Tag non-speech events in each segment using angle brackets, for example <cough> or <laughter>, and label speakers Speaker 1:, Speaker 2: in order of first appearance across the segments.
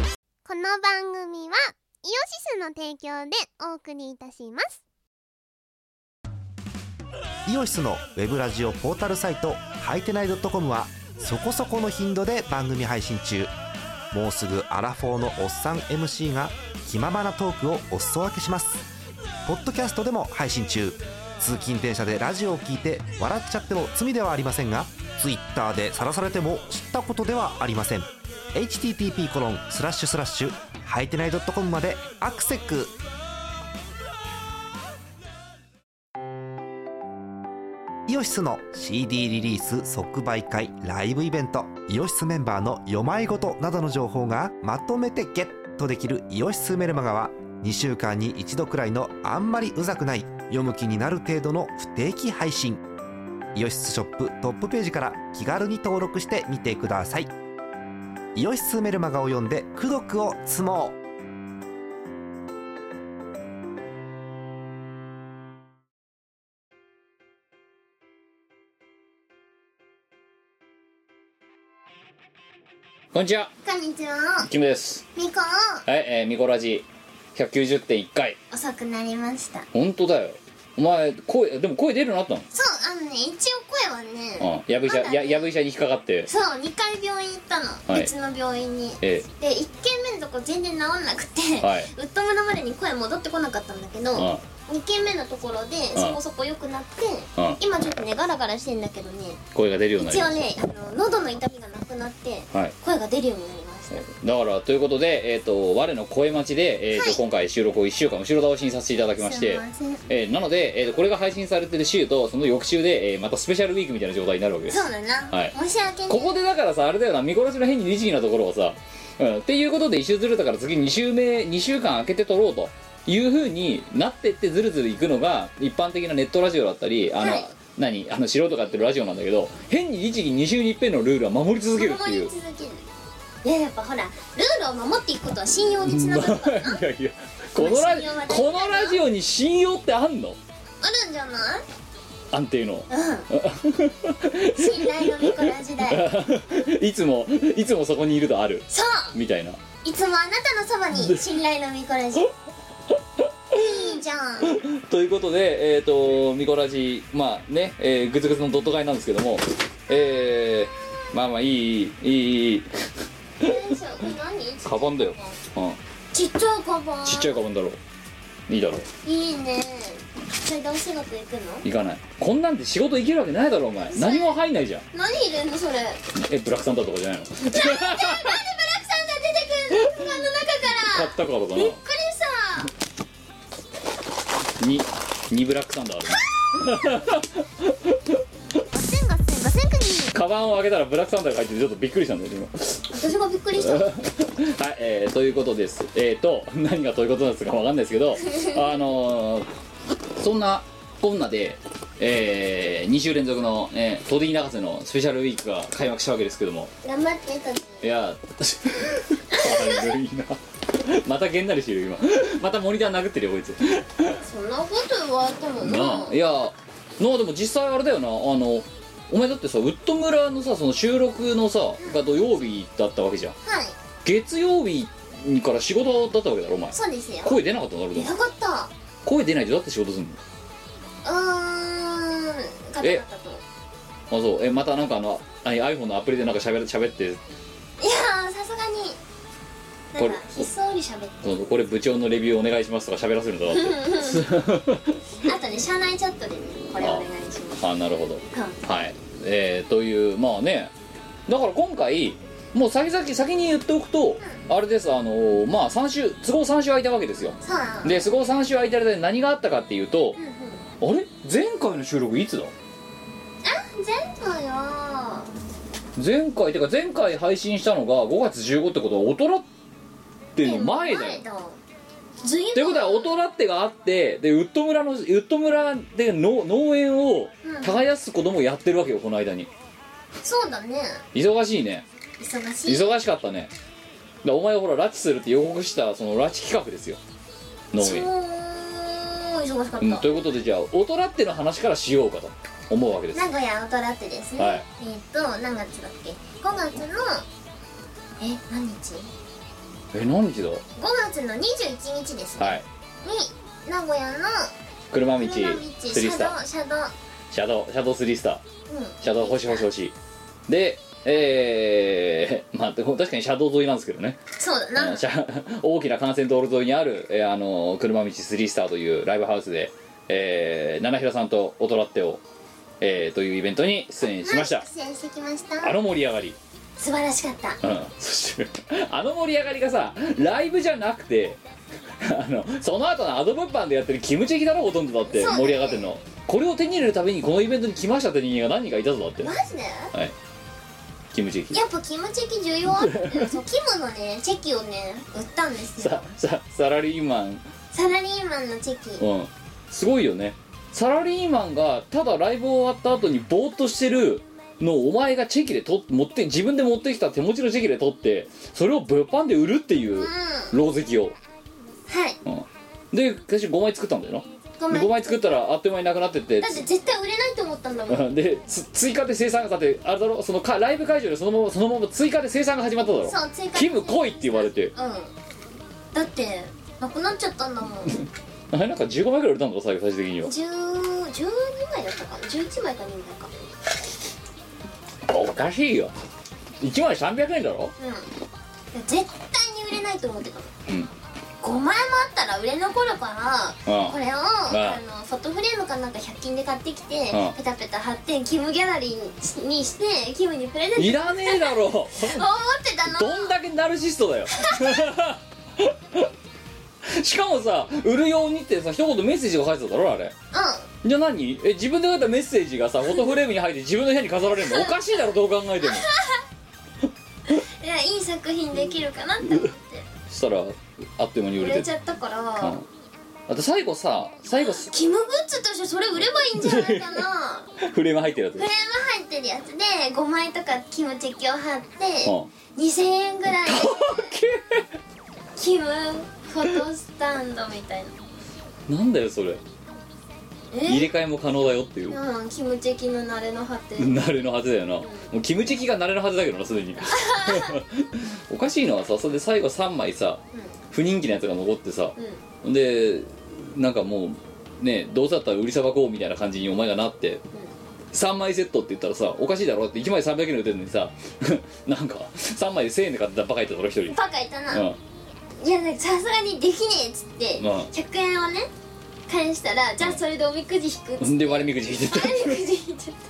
Speaker 1: の番組はイオシスの提供でお送りいたします
Speaker 2: イオシスのウェブラジオポータルサイトハイテナイドットコムはそこそこの頻度で番組配信中もうすぐアラフォーのおっさん MC が気ままなトークをお裾分けしますポッドキャストでも配信中通勤電車でラジオを聞いて笑っちゃっても罪ではありませんが Twitter で晒されても知ったことではありません http コロンスラッシュスラッシュはいてない .com までアクセックイオシスの CD リリース即売会ライブイベントイオシスメンバーの読まいごとなどの情報がまとめてゲットできる「イオシスメルマガ」は2週間に1度くらいのあんまりうざくない読む気になる程度の不定期配信イオシスショップトップページから気軽に登録してみてくださいイオシスメルマガを読んで「功徳を積もう」
Speaker 3: こんにちは、
Speaker 1: こんにちは
Speaker 3: キムです。
Speaker 1: みこ
Speaker 3: はい、えー、ミコラジ190.1回。
Speaker 1: 遅くなりました
Speaker 3: 本当だよ。お前、声、でも声出るようになっ
Speaker 1: そうあのね一応声はね
Speaker 3: たのうん。やぶ医者、
Speaker 1: まだね
Speaker 3: ややぶ医者に引っかかって。
Speaker 1: そう2回病院行ったの、
Speaker 3: はい
Speaker 1: 別の病院に
Speaker 3: え
Speaker 1: で1軒目のとこ全然治んなくて、
Speaker 3: はい
Speaker 1: ウッド村までに声戻ってこなかったんだけど、
Speaker 3: えうん。
Speaker 1: 2軒目のところで
Speaker 3: うん
Speaker 1: そこそこ良くなって、
Speaker 3: うん
Speaker 1: 今ちょっとねガラガラしてんだけどね
Speaker 3: 声が出るようになり
Speaker 1: 一
Speaker 3: ま
Speaker 1: 応
Speaker 3: し
Speaker 1: ねあの喉の痛みがなくなって
Speaker 3: た。はい。
Speaker 1: 声が出るようになりました
Speaker 3: だからということで、えっと我の声待ちで、えーと
Speaker 1: はい
Speaker 3: 今回収録を1週間後ろ倒しにさせていただきまして
Speaker 1: すいません
Speaker 3: えーなので、えーとこれが配信されてる週とその翌週で、えーまたスペシャルウィークみたいな状態になるわけです
Speaker 1: そうだな、
Speaker 3: はい
Speaker 1: 申し訳ない
Speaker 3: ここでだからさあれだよな見殺しの変に律儀なところをさ、うん、っていうことで一周ずれたから次2週目2週間空けて撮ろうというふうになってってずるずるいくのが一般的なネットラジオだったりあの、
Speaker 1: はい
Speaker 3: 何あの素人がやってるラジオなんだけど変に律儀2週に一遍のルールは守り続けるって
Speaker 1: 守
Speaker 3: い
Speaker 1: り
Speaker 3: う
Speaker 1: 続けるいややっぱほらルールを守っていくことは信用につながるから
Speaker 3: いやいやこのラ
Speaker 1: 信
Speaker 3: ジ
Speaker 1: 用は大事だ
Speaker 3: こ
Speaker 1: な
Speaker 3: のラジオに信用ってあんの
Speaker 1: あるんじゃない
Speaker 3: 安定の
Speaker 1: うん信頼のミコラ時
Speaker 3: <laughs>
Speaker 1: 代
Speaker 3: いつもいつもそこにいるとある
Speaker 1: そう
Speaker 3: みたいない
Speaker 1: つもあなたのそばに信頼のミコラジいいじゃん
Speaker 3: ということで、えっ、と、ミコラジ、まあね、えー、グツグツのドット買いなんですけども、えー、まあまあいい、いい、いい、いい、
Speaker 1: よいしょこれ何
Speaker 3: カバンだよ。うん。
Speaker 1: ちっちゃいカバン
Speaker 3: ちっちゃいカバンだろう。いいだろう。
Speaker 1: いいねそれでお仕事行くの
Speaker 3: 行かない。こんなんで仕事行けるわけないだろ、お前。何も入んないじゃん。
Speaker 1: 何入れんのそれなんで
Speaker 3: え、ブラックサンダーとかじゃないの買っ
Speaker 1: ブラックサンダー出てくるのカバンの中から
Speaker 3: たからか
Speaker 1: びっくりさ
Speaker 3: な。に、にブラックサンダーある。
Speaker 1: ガセンガセンガセンクニー
Speaker 3: カバンを開けたらブラックサンダーが入っててちょっとびっくりしたんだよね、今。
Speaker 1: 私がびっくりした
Speaker 3: はい、えー、ということです。えー、と、何がということなんですかわかんないですけど、あのーそんなこんなで、えー、2週連続の、えー、トディ博士のスペシャルウィークが開幕したわけですけども、
Speaker 1: 頑張ってたね
Speaker 3: いやー、悪いな。 <laughs> またげんなりしてるよ、今。またモニター殴ってるよ、こいつ。
Speaker 1: そんなこと言われても
Speaker 3: な
Speaker 1: な
Speaker 3: あいやなあでも実際あれだよなあのお前だってさウッド村のさその収録のさが土曜日だったわけじゃん
Speaker 1: はい
Speaker 3: 月曜日から仕事だったわけだろお前
Speaker 1: そうですよ
Speaker 3: 声出なかったんだろで
Speaker 1: 出な
Speaker 3: も
Speaker 1: かった
Speaker 3: 声出ないとだって仕事すんの
Speaker 1: うーん勝てなかったと思う
Speaker 3: あそうえまたなんかあのあ iPhone のアプリでなんか喋ゃ喋って
Speaker 1: いやーさすがに
Speaker 3: こ
Speaker 1: なん
Speaker 3: れ
Speaker 1: かひっそり喋って
Speaker 3: そうこれ部長のレビューお願いしますとか喋らせるんだなって <laughs>
Speaker 1: あとね社内チャットでねこれお願いします
Speaker 3: あなるほ
Speaker 1: う
Speaker 3: ど
Speaker 1: ん
Speaker 3: はいえー、というまあねだから今回もう先々先に言っておくと、あれですあのーまあ3週都合3週空いたわけですよ
Speaker 1: そうなの
Speaker 3: で都合3週空いた間で何があったかっていうと
Speaker 1: う、んうん
Speaker 3: あれ前回の収録いつだ
Speaker 1: 前回は
Speaker 3: 前回てか前回配信したのが5月15ってことは大人っての前だよ
Speaker 1: ずいぶん
Speaker 3: ということは大人ってがあってでウッド村のウッド村での農園を
Speaker 1: うん
Speaker 3: 耕すこともやってるわけよこの間に
Speaker 1: そうだね
Speaker 3: 忙しいね
Speaker 1: 忙しい
Speaker 3: 忙しかったねでお前ほら拉致するって予告したその拉致企画ですよ農
Speaker 1: 超
Speaker 3: 園、
Speaker 1: 忙しか
Speaker 3: うん、
Speaker 1: っ
Speaker 3: ということでじゃあ大人っての話からしようかと思うわけで
Speaker 1: た
Speaker 3: す
Speaker 1: 名古屋大人ってですね、
Speaker 3: はい
Speaker 1: えっ、と何月だっけ5月のえ何日
Speaker 3: え何日だ
Speaker 1: 5月の21日ですね、
Speaker 3: はい
Speaker 1: に名古屋の
Speaker 3: 車道
Speaker 1: 車道
Speaker 3: スリース
Speaker 1: 車
Speaker 3: タ
Speaker 1: 道
Speaker 3: ー
Speaker 1: 車道
Speaker 3: シャドウシャドウスリースター
Speaker 1: うん
Speaker 3: シャドウ星星星でえー、 <laughs> まあでも確かにシャドウ沿いなんですけどね
Speaker 1: そうだな、
Speaker 3: うんシャ大きな幹線道路沿いにある、えーあの車道スリースターというライブハウスで、えー、七平さんとオトラッテを、えーというイベントに出演しました
Speaker 1: はい出演してきまし
Speaker 3: あ
Speaker 1: た
Speaker 3: の盛り上がり、
Speaker 1: 素晴らしかった
Speaker 3: うん、そしてあの盛り上がりがさライブじゃなくてあのその後のアド物販でやってるキムチェキだろほとんどだって
Speaker 1: そうね
Speaker 3: 盛り上がってるの、これを手に入れるためにこのイベントに来ましたって人間が何人かいたぞだって
Speaker 1: マジで
Speaker 3: キムチェキ
Speaker 1: やっぱキムチェキ重要あって
Speaker 3: <laughs>
Speaker 1: ねそうキムのねチェキをね売ったんですよ
Speaker 3: ささサラリーマン
Speaker 1: サラリーマンのチェキ
Speaker 3: うんすごいよねサラリーマンがただライブ終わった後にぼーっとしてるのをお前がチェキでと持って自分で持ってきた手持ちのチェキで取ってそれを物販で売るってい
Speaker 1: うん
Speaker 3: う
Speaker 1: は
Speaker 3: 狼藉を、
Speaker 1: い
Speaker 3: うん、で私5枚作ったんだよ
Speaker 1: ごめ
Speaker 3: な5
Speaker 1: んだ
Speaker 3: 枚作ったらあっという間になくなってって
Speaker 1: って絶対売れないと思ったんだもん
Speaker 3: うんでつ追加で生産がだってあれだろそのかライブ会場でそのままそのまま追加で生産が始まっただろ
Speaker 1: そう追加で
Speaker 3: キム来いって言われて
Speaker 1: うんだってなくなっちゃったんだもん
Speaker 3: <laughs>
Speaker 1: 10,
Speaker 3: あれなんか15枚くらい売れたんだろ最後最終的には
Speaker 1: 12枚だったかな11枚か2枚か
Speaker 3: おかしいよ1枚300円だろ
Speaker 1: うんいや絶対に売れないと思ってたの
Speaker 3: うん
Speaker 1: 5枚もあったら売れ残るから
Speaker 3: うん
Speaker 1: これを
Speaker 3: あ
Speaker 1: あのフォトフレームかなんか100均で買ってきて
Speaker 3: あ
Speaker 1: ペタペタ貼ってキムギャラリーにしてキムにプレゼントし
Speaker 3: い
Speaker 1: よ
Speaker 3: らねえだ
Speaker 1: <laughs>
Speaker 3: ろ
Speaker 1: うと思ってたの
Speaker 3: どんだけナルシス
Speaker 1: <laughs>
Speaker 3: トだよしかもさ売るようにってさ一言メッセージが書いてただろあれ
Speaker 1: う
Speaker 3: じゃあ何え自分で書いたメッセージがさフォトフレームに入って自分の部屋に飾られるのおかしいだろどう考えても
Speaker 1: んいやいい作品できるかなって思って
Speaker 3: そしたらあっという間に売
Speaker 1: 売
Speaker 3: れ
Speaker 1: れ
Speaker 3: て
Speaker 1: ちゃったから
Speaker 3: たうんあと最後さ最後す
Speaker 1: キムグッズとしてそれ売ればいいんじゃないかな
Speaker 3: フレーム入ってるやつ
Speaker 1: フレーム入ってるやつで5枚とかキムチェキを貼って
Speaker 3: う
Speaker 1: 2000円ぐらいで
Speaker 3: ん
Speaker 1: キムフォトスタンドみたいな
Speaker 3: なんだよそれ入れ替えも可能だよっていう
Speaker 1: うんキムチェキの慣れの果て
Speaker 3: 慣れのはずだよなもうキムチキが慣れのはずだけどなすでにおかしいのはさそれで最後3枚さ不人気なやつが残ってさ
Speaker 1: うんうん
Speaker 3: でなんかもうねどうせだったら売りさばこうみたいな感じにお前がなって3枚セットって言ったらさおかしいだろって1枚300円で売ってるのにさ <laughs> なんか3枚で1000円で買ってたバカいただろ1人
Speaker 1: バカいたな、
Speaker 3: うん
Speaker 1: いやなんかさすがにできねえっつって、
Speaker 3: うん
Speaker 1: 100円をね返したらじゃあそれでおみくじ引くっつって、
Speaker 3: で割りみくじ引いてっ
Speaker 1: おみくじ引いちゃった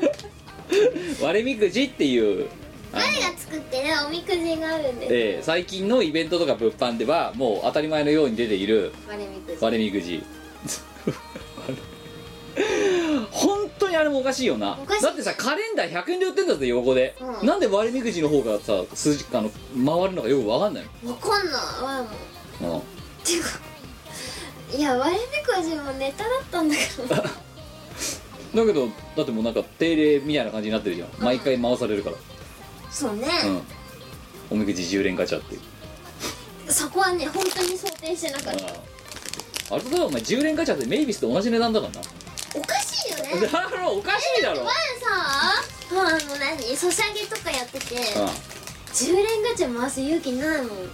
Speaker 3: た割りみくじっていうあの
Speaker 1: <laughs> 誰が作ってるおみくじがあるんです
Speaker 3: えー最近のイベントとか物販ではもう当たり前のように出ている
Speaker 1: 割れみくじ
Speaker 3: 割れみくじ本当にあれもおかしいよな
Speaker 1: おかしい
Speaker 3: だってさカレンダー100円で売ってんだぜ横で、
Speaker 1: うん
Speaker 3: なんで割れみくじの方がさ数字あの回るのかよくわかんない
Speaker 1: わかんないわもう
Speaker 3: の、
Speaker 1: ていうかいや割れみくじもネタだったんだ
Speaker 3: <laughs>
Speaker 1: から
Speaker 3: うん、だけどだってもうなんか定例みたいな感じになってるじゃん毎回回されるから
Speaker 1: そうね、
Speaker 3: うんおみくじ10連ガチャっていう
Speaker 1: そこはね本当に想定してなかった
Speaker 3: あれ例えばお前10連ガチャってメイビスと同じ値段だから
Speaker 1: おかしいよね
Speaker 3: <laughs> なだろおかしいだろ
Speaker 1: 前さあの何ソシャゲとかやってて10連ガチャ回す勇気ないもん
Speaker 3: うん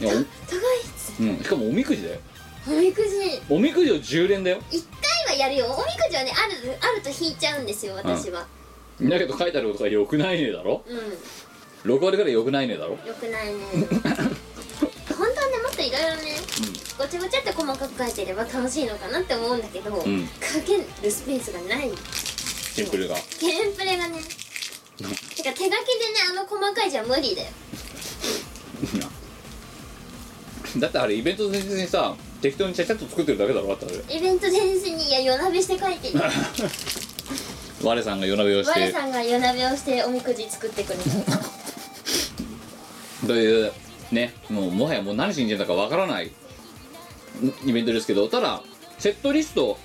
Speaker 3: いや
Speaker 1: 高いっつ
Speaker 3: おうんしかもおみくじだよ
Speaker 1: おみくじ
Speaker 3: おみくじを10連だよ
Speaker 1: 一回はやるよおみくじはねあるあると引いちゃうんですよ私は
Speaker 3: だけど書いてあることがよくないねだろ
Speaker 1: うん、
Speaker 3: 6割ぐらいよくないねだろ
Speaker 1: よく <laughs> ないね本当はねもっといろいろねごちゃごちゃって細かく書いてれば楽しいのかなって思うんだけど、
Speaker 3: ん
Speaker 1: 書けるスペースがない
Speaker 3: シンプルが <laughs>
Speaker 1: テンプレがねてか手書きでねあの細かいじゃ無理だよ
Speaker 3: だってあれイベント前日にさ適当にちゃちゃっと作ってるだけだろだってあれ
Speaker 1: イベント前日にいや夜なべして書
Speaker 3: <laughs>
Speaker 1: いてる
Speaker 3: 我さんが夜鍋をし
Speaker 1: 我
Speaker 3: て
Speaker 1: さんが夜なべをしておみくじ作ってくれ
Speaker 3: <laughs>
Speaker 1: た
Speaker 3: というねもうもはやもう何信じてんだかわからないんイベントですけどただセットリスト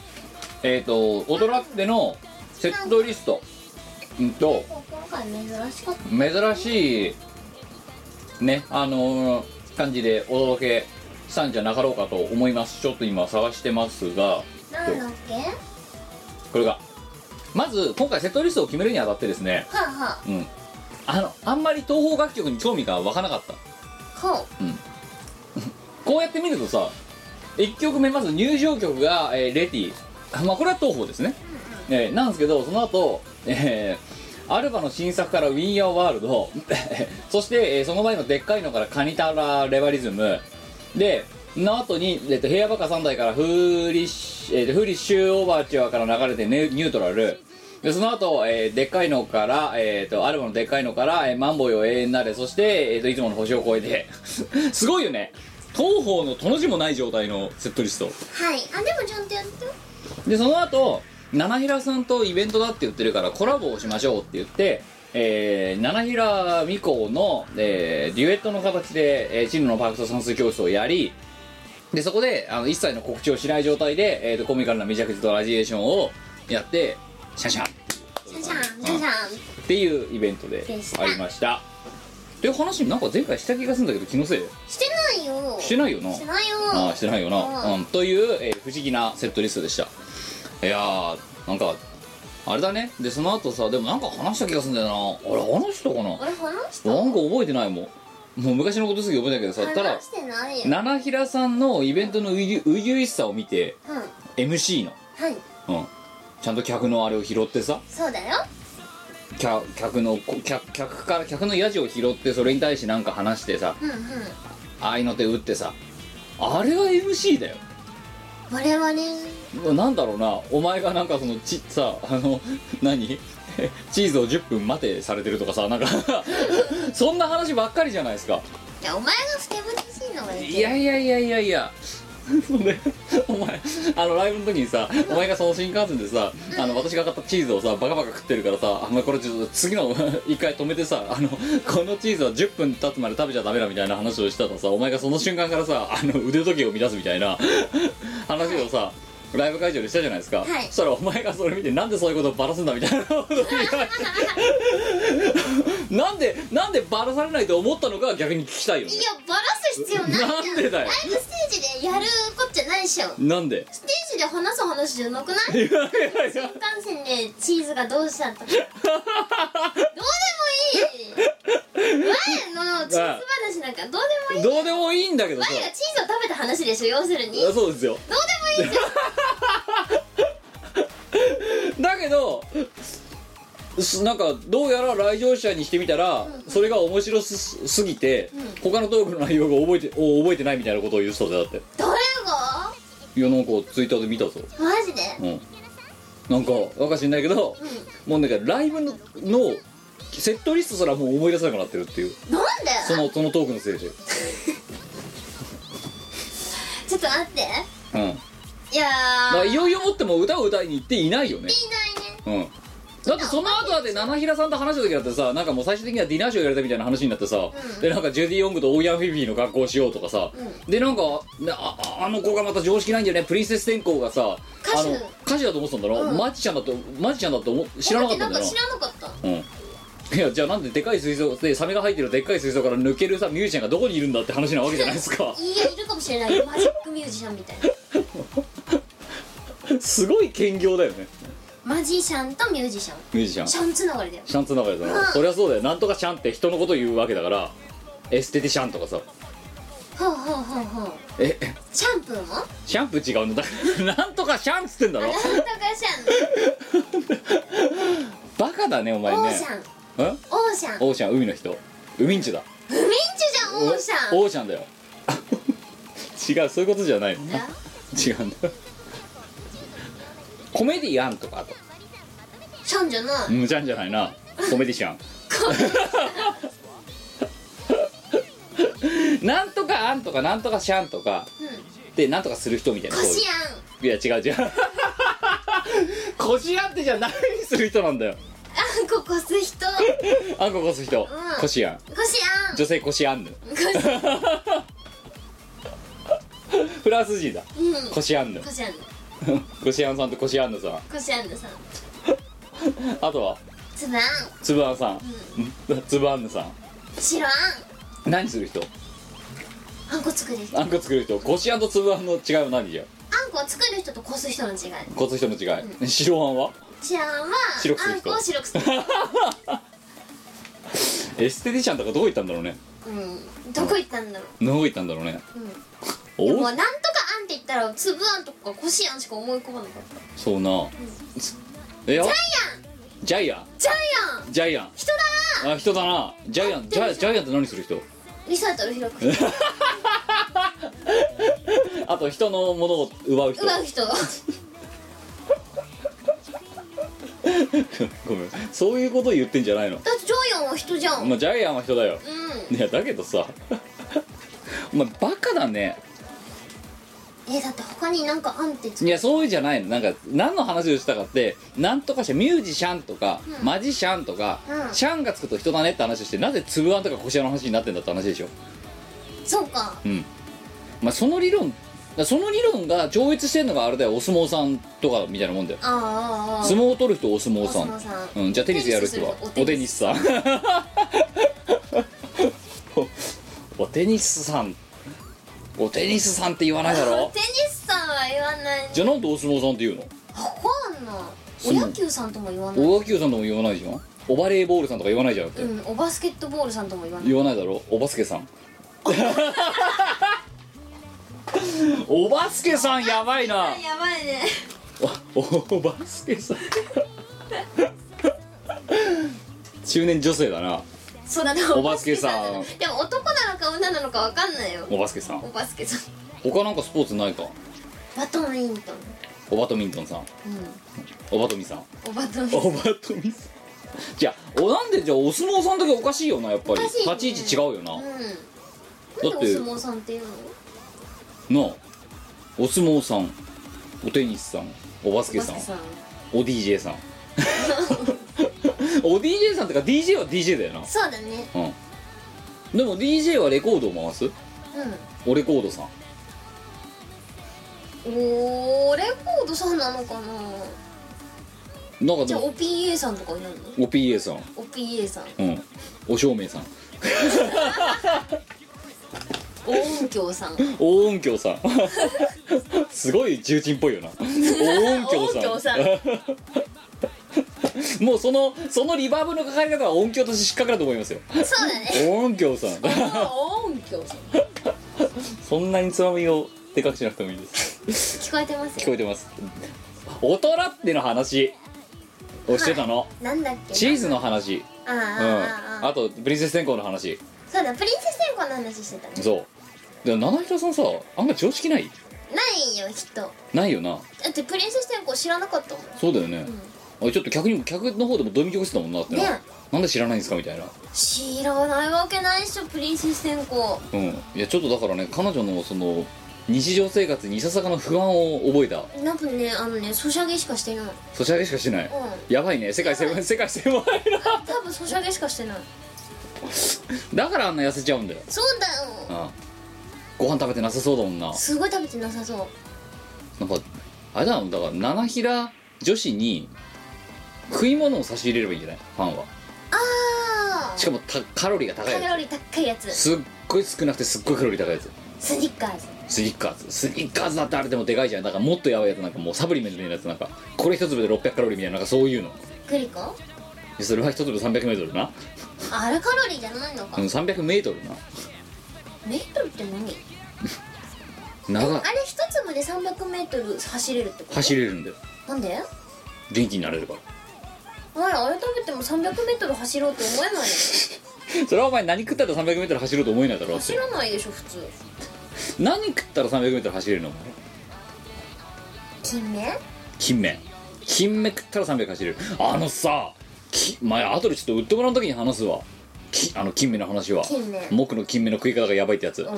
Speaker 3: えっ、とオトラッテのセットリストうんと
Speaker 1: 今回珍しかった
Speaker 3: 珍しいねあのー感じでお届けしたんじゃなかろうかと思いますちょっと今探してますが
Speaker 1: なんだっけは
Speaker 3: これがまず今回セットリストを決めるにあたってですね
Speaker 1: あはあ
Speaker 3: うんあのあんまり東方楽曲に興味が湧かなかった
Speaker 1: ほ
Speaker 3: こうやって見るとさ1曲目まず入場曲が、えーレティまあこれは東宝ですね、えーなんですけどその後、えーアルバの新作から「We Are World」そ <laughs> して、えーその前のでっかいのから「カニタラレバリズム」での後に、えっと、ヘアバカ3台からフーリッシュ、えっと、フーリッシュオーバーチュアから流れてネニュートラル。で、その後、えーでっかいのから、えっ、と、アルバのでっかいのから、えーマンボウよ永遠なれ、そして、えっ、と、いつもの星を越えて。 <laughs> すごいよね。東方のとの字もない状態のセットリスト。
Speaker 1: うはいあでもちゃんとやったよ
Speaker 3: でその後七平さんとイベントだって言ってるからコラボをしましょうって言って、えー、七平美子の、えーデュエットの形で、えー、チルのパークと算数教室をやりでそこであの一切の告知をしない状態で、えー、とコミカルな未着地とラジエーションをやってシャンシャン
Speaker 1: シャシャンシャシャ
Speaker 3: っていうイベントで
Speaker 1: でした
Speaker 3: ありましたっていう話なんか前回した気がするんだけど気のせい
Speaker 1: ンしてないよ
Speaker 3: してないよな
Speaker 1: してないよ
Speaker 3: ああしてないよな、
Speaker 1: うん
Speaker 3: うん、という、えー不思議なセットリストでしたいやーなんかあれだねでその後さでもなんか話した気がするんだよなあれ話したかななんか
Speaker 1: 俺話した
Speaker 3: 覚えてないもんもう昔のことすぐ覚えてないけどさただ
Speaker 1: 話してないよ
Speaker 3: 七平さんのイベントの初々初々しさを見て
Speaker 1: うんは
Speaker 3: MC の、
Speaker 1: い
Speaker 3: うん、ちゃんと客のあれを拾ってさ
Speaker 1: そうだよ
Speaker 3: 客客のこ客客から客のヤジを拾ってそれに対してなんか話してさ
Speaker 1: うんうん
Speaker 3: 合いの手打ってさあれが MC だよ
Speaker 1: 俺はね
Speaker 3: なんだろうなお前がなんかそのちさあの何 <laughs> チーズを10分待てされてるとかさなんか <laughs> そんな話ばっかりじゃないですか
Speaker 1: いやお前がふてぶてしいのができる
Speaker 3: いやいやいやいやいやそんでお前あのライブの時にさお前がその新幹線でさあの私が買ったチーズをさバカバカ食ってるからさあんまこれちょっと次の一回止めてさあのこのチーズは10分経つまで食べちゃダメだみたいな話をしたらさお前がその瞬間からさあの腕時計を乱すみたいな話をさライブ会場でしたじゃないですか、
Speaker 1: はい
Speaker 3: そしたらお前がそれ見てなんでそういうことをバラすんだみたいなことを言い出してなんでなんでバラされないと思ったのかは逆に聞きたいよね
Speaker 1: いやバラす必要ないじゃん
Speaker 3: なんでだよ
Speaker 1: ライブステージでやるこっちゃないでしょス
Speaker 3: なんで
Speaker 1: テージで話す話じゃなくない
Speaker 3: いやいやいや
Speaker 1: 新幹線でチーズがどうしたとかどうでもいい前のチーズ話なんかどうでもいい
Speaker 3: <laughs> どうでもいいんだけどさ
Speaker 1: 前がチーズを食べた話でしょ要するにどうで
Speaker 3: そうですよ
Speaker 1: もいいじゃん
Speaker 3: だけどすなんかどうやら来場者にしてみたらそれが面白すすぎて他のトークの内容が覚えてお覚えてないみたいなことを言うそうだよだって
Speaker 1: 誰
Speaker 3: いやなんかツイッターで見たぞ
Speaker 1: がマジで
Speaker 3: うんなんかわかしんないけどもうなんかライブののセットリストすらもう思い出せなくなってるっていう
Speaker 1: なん
Speaker 3: そ
Speaker 1: で
Speaker 3: のそのトークのせいで
Speaker 1: ちょっと待って
Speaker 3: うん
Speaker 1: いや
Speaker 3: だ
Speaker 1: ー
Speaker 3: からいよいよもっても歌を歌いに行っていないよね
Speaker 1: いないね
Speaker 3: うんだってその後だって七平さんと話した時だってさなんかもう最終的にはディナーショーやられたみたいな話になってさ、
Speaker 1: ん
Speaker 3: でなんかジュディ・ヨングとオーヤン・フィフィーの格好をしようとかさ、
Speaker 1: う
Speaker 3: でなんかねあああの子がまた常識ないんだよねプリンセス天候がさ
Speaker 1: 歌手
Speaker 3: あの歌手だと思ってたんだろ、
Speaker 1: うん
Speaker 3: マジちゃんだとマジちゃんだと思知らなかったんだ
Speaker 1: な
Speaker 3: よ
Speaker 1: んか知らなかった
Speaker 3: なうんいやじゃあなんででかい水槽でサメが入ってるでっかい水槽から抜けるさミュージシャンがどこにいるんだって話なわけじゃないです
Speaker 1: <laughs>
Speaker 3: か
Speaker 1: いやいるかもしれないよマジックミュージシャンみたいな
Speaker 3: すごい兼業だよね
Speaker 1: マジシャンとミュージシャン
Speaker 3: ミュージシャン
Speaker 1: シャンつながりだよ
Speaker 3: シャンつながりだな、そりゃそうだよなんとかシャンって人のこと言うわけだからエステティシャンとかさ
Speaker 1: ほうほうほうほう
Speaker 3: え
Speaker 1: シャンプーも
Speaker 3: シャンプー違うんだ <laughs> からなんとかシャンっつってんだ
Speaker 1: なん
Speaker 3: ろ
Speaker 1: とかシャンプー
Speaker 3: バカだねお前ね
Speaker 1: オーシャン
Speaker 3: うん
Speaker 1: オーシャン不
Speaker 3: オーシャン海の人海んちだ
Speaker 1: 眠じゃんオーシャン
Speaker 3: オーシャンだよ <laughs> 違うそういうことじゃないの
Speaker 1: な
Speaker 3: 違うんだコメディアンとかあと
Speaker 1: シャンじゃない
Speaker 3: 無ちゃんじゃないなコメディシャン <laughs> なんとかアンとかなんとかシャンとか
Speaker 1: うん
Speaker 3: でなんとかする人みたいな
Speaker 1: こ
Speaker 3: そういう
Speaker 1: しあん
Speaker 3: いや違う <laughs> 違うこしあんってじゃあ何する人なんだよ
Speaker 1: あんここす人
Speaker 3: あんここす人、
Speaker 1: ん
Speaker 3: こしあん
Speaker 1: こしあん
Speaker 3: 女性こしあんぬ
Speaker 1: こし
Speaker 3: フランス人だ
Speaker 1: うん
Speaker 3: こしあんぬ <laughs>
Speaker 1: こしあん
Speaker 3: こしあんさんとこしあんぬさん
Speaker 1: こしあんださん
Speaker 3: あとは
Speaker 1: つばあん
Speaker 3: つぶあんさん、つぶあんぬさ
Speaker 1: 白あ
Speaker 3: ん何する人
Speaker 1: んあんこ作る人あ
Speaker 3: あんこ作る人こしあんとつぶあんの違いは何じゃ
Speaker 1: んこを作る人とこす人の違い
Speaker 3: こす人の違い、白あんは <laughs>
Speaker 1: 白あんは
Speaker 3: 白くす
Speaker 1: あ
Speaker 3: る
Speaker 1: ん
Speaker 3: 人
Speaker 1: こを白くする
Speaker 3: エステティシャンとかどこ行ったんだろうね
Speaker 1: うんどこ行ったんだろ
Speaker 3: どこ行ったんだろうね
Speaker 1: う、うん、でも
Speaker 3: お
Speaker 1: なんとかあんって言ったら粒あんとかこしあんしか思い浮かばなかった
Speaker 3: そうなえよジャイアン
Speaker 1: ジャイアン
Speaker 3: ジャイアン
Speaker 1: 人だ
Speaker 3: あ人だなジャイアンジャイジャイアンって何する人
Speaker 1: なリサイタル開
Speaker 3: <laughs>
Speaker 1: く人
Speaker 3: あと人のものを奪う人
Speaker 1: 奪う人
Speaker 3: <laughs> ごめんそういうこと言ってんじゃないの、
Speaker 1: だってジョイアンは人じゃん、
Speaker 3: まあ、ジャイアンは人だよ
Speaker 1: う
Speaker 3: いやだけどさ <laughs> お前バカだね
Speaker 1: んえだって他になんかあんってつ
Speaker 3: いやそうじゃないのなんか何の話をしたかってなんとかしてミュージシャンとか、
Speaker 1: うん
Speaker 3: マジシャンとか、
Speaker 1: うん
Speaker 3: シャンがつくと人だねって話をしてなぜつぶあんとかこしあんの話になってんだって話でしょ
Speaker 1: そうか
Speaker 3: うんまあその理論その理論が超越してんのがあれだよお相撲さんとかみたいなもんだよ
Speaker 1: ああああ
Speaker 3: 相撲を取る人お相撲さん
Speaker 1: お相撲さん
Speaker 3: うん、じゃあテニスやる人はお
Speaker 1: テ
Speaker 3: テニ
Speaker 1: ニ
Speaker 3: スさんおテニスさん <laughs> おテニスさんって言わないだろ
Speaker 1: テニスさんは言わないね
Speaker 3: じゃあなんでお相撲さんって言うの
Speaker 1: わかんないお野球さんとも言わない
Speaker 3: 大垣さんとも言わないじゃんおバレーボールさんとか言わないじゃんだって、
Speaker 1: うんおバスケットボールさんとも言わない
Speaker 3: 言わないだろおばすけさん <laughs> おばすけさんやばいな
Speaker 1: やばいね
Speaker 3: おおばすけさん <laughs> 中年女性だな
Speaker 1: そうだな
Speaker 3: おバスケさん
Speaker 1: おバスケだなでも男なのか女なのかわかんないよ
Speaker 3: おばすけさん
Speaker 1: おバスケさん
Speaker 3: 他なんかスポーツないか
Speaker 1: バトンイントン
Speaker 3: おばとミントンさん
Speaker 1: う
Speaker 3: おばとみさん
Speaker 1: んおバトンイントン
Speaker 3: おばとみさんじゃあおなんでじゃあお相撲さんだけおかしいよなやっぱり、
Speaker 1: おかしいね
Speaker 3: 立ち位置違うよな、
Speaker 1: うん
Speaker 3: な
Speaker 1: なんで
Speaker 3: だっ
Speaker 1: お
Speaker 3: て
Speaker 1: 相撲さんっていうの
Speaker 3: あお相撲さんおテニスさんおばす
Speaker 1: お
Speaker 3: け
Speaker 1: バス
Speaker 3: さん
Speaker 1: ケさん
Speaker 3: お DJ さん <laughs> お DJ さんってか DJ は DJ だよな
Speaker 1: そうだね
Speaker 3: うんでも DJ はレコードを回すおレコードさん
Speaker 1: うんおーレコードさんなのかな
Speaker 3: なんか
Speaker 1: じ
Speaker 3: で
Speaker 1: ゃあ
Speaker 3: も
Speaker 1: OPA さんとかいないの
Speaker 3: お PA さん
Speaker 1: OPA さん
Speaker 3: うんお照明さん
Speaker 1: 大音響さん
Speaker 3: 大音響さん <laughs> すごい重鎮っぽいよな大音響さん
Speaker 1: 大音
Speaker 3: もうそのそのリバーブのかかり方は音響として引っかかると思いますよ
Speaker 1: そうだね
Speaker 3: 大音響さん <laughs>
Speaker 1: 大音響さん
Speaker 3: そんなにつまみをでかくしなくてもいいです
Speaker 1: 聞こえてます
Speaker 3: 聞こ
Speaker 1: よ
Speaker 3: えてます大人っての話をしてたの、
Speaker 1: なんだっけ
Speaker 3: チーズの話
Speaker 1: あー
Speaker 3: う
Speaker 1: あ
Speaker 3: ん
Speaker 1: ーあーあ
Speaker 3: あとプリンセス天功の話
Speaker 1: ーそうだプリンセス天功の話してたね
Speaker 3: そうでも七平さんさあんま常識ない
Speaker 1: ないよきっと
Speaker 3: ないよな
Speaker 1: だってプリンセス天功知らなかったもん
Speaker 3: そうだよね、あちょっと客にも客の方でもドミ曲してたもんなってな、
Speaker 1: ね
Speaker 3: なんで知らないんですかみたいな
Speaker 1: 知らないわけないっしょプリンセス天功
Speaker 3: うんいやちょっとだからね彼女のその日常生活にいささかの不安を覚えた
Speaker 1: 多分ねあのねソシャゲしかしてないうん
Speaker 3: そしゃげしかしてない、やばいね世界狭い世界狭いな
Speaker 1: 多分ソシャゲしかしてない
Speaker 3: だからあんな痩せちゃうんだよ
Speaker 1: そうだよ
Speaker 3: ああご飯食べてなさそうだもんな
Speaker 1: すごい食べてなさそう
Speaker 3: なんかあれだもんだから七平女子に食い物を差し入れればいいんじゃないパンは
Speaker 1: ああ
Speaker 3: しかもたカロリーが高い
Speaker 1: カ
Speaker 3: や
Speaker 1: ロリー高いやつ
Speaker 3: つすっごい少なくてすっごいカロリー高いやつ
Speaker 1: スニッカーズ
Speaker 3: スニッカーズスニッカーズだってあれでもでかいじゃんだからもっとやばいやつなんかもうサプリメントみたいなやつなんかこれ一粒で600カロリーみたいななんかそういうの
Speaker 1: グリコ
Speaker 3: それは一粒 300m な、
Speaker 1: ああれカロリーじゃないのか
Speaker 3: うん、300m な
Speaker 1: メートルって何
Speaker 3: 長い
Speaker 1: あれ一粒で 300m 走れるってこと
Speaker 3: 走れるんだよ
Speaker 1: なんで
Speaker 3: 元気になれるから
Speaker 1: お前らあれ食べても 300m 走ろうと思えないよ
Speaker 3: それはお前何食ったら 300m 走ると思えないだろうっ
Speaker 1: 走
Speaker 3: て
Speaker 1: らないでしょ普通
Speaker 3: 何食ったら 300m 走れるのお前
Speaker 1: 金目
Speaker 3: 金目金目食ったら300走れるあのさき前後でちょっとウッドブラの時に話すわきあの金目の話は
Speaker 1: 金目
Speaker 3: 僕の金目の食い方がやばいってやつ
Speaker 1: う、ん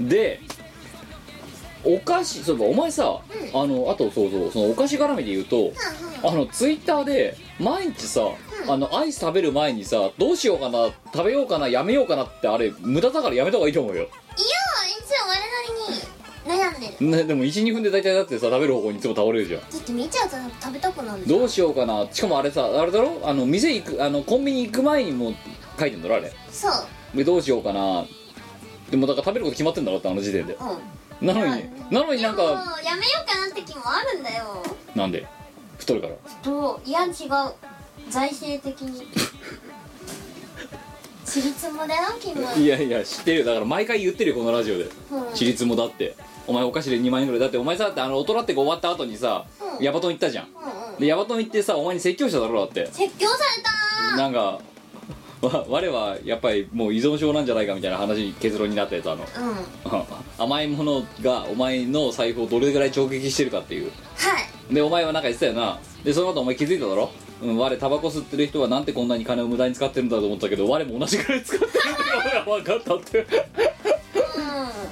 Speaker 3: でお菓子そういえばお前さ、あのあとそうそうそのお菓子絡みで言うと、あのツイッターで毎日さ、あのアイス食べる前にさどうしようかな食べようかなやめようかなってあれ無駄だからやめた方がいいと思うよ、
Speaker 1: いやいつも我なりに悩んでる
Speaker 3: ね、でも12分で大体だってさ食べる方向にいつも倒れるじゃん
Speaker 1: だって見ちゃうと食べたくなる
Speaker 3: どうしようかなしかもあれさあれだろあの店行くあのコンビニ行く前にもう書いてんだろあれ
Speaker 1: そう
Speaker 3: でどうしようかなでもだから食べること決まってんだろってあの時点で
Speaker 1: う
Speaker 3: なのになのに
Speaker 1: ん
Speaker 3: なん
Speaker 1: でも
Speaker 3: か
Speaker 1: やめようかなって気もあるんだよ
Speaker 3: なんで太るから
Speaker 1: どういや違う財政的
Speaker 3: <laughs>
Speaker 1: に私立もだよ君はい
Speaker 3: やいや知ってるよだから毎回言ってるよこのラジオで
Speaker 1: うん
Speaker 3: 私立もだってお前お菓子で2万円ぐらいだってお前さだってあの大人って終わった後にさ
Speaker 1: うん
Speaker 3: ヤバトン行ったじゃ
Speaker 1: う
Speaker 3: ん
Speaker 1: んうん
Speaker 3: でヤバトン行ってさお前に説教しただろだって
Speaker 1: 説教された
Speaker 3: なんかわ我はやっぱりもう依存症なんじゃないかみたいな話結論になったやつあの <laughs>
Speaker 1: ーうんはい
Speaker 3: 甘いものがお前の財布をどれぐらい直撃してるかっていうでお前はなんか言ってたよなでその後お前気づいただろ、うん、我タバコ吸ってる人はなんてこんなに金を無駄に使ってるんだと思ったけど我も同じくらい使ってるってことが分かったって <laughs>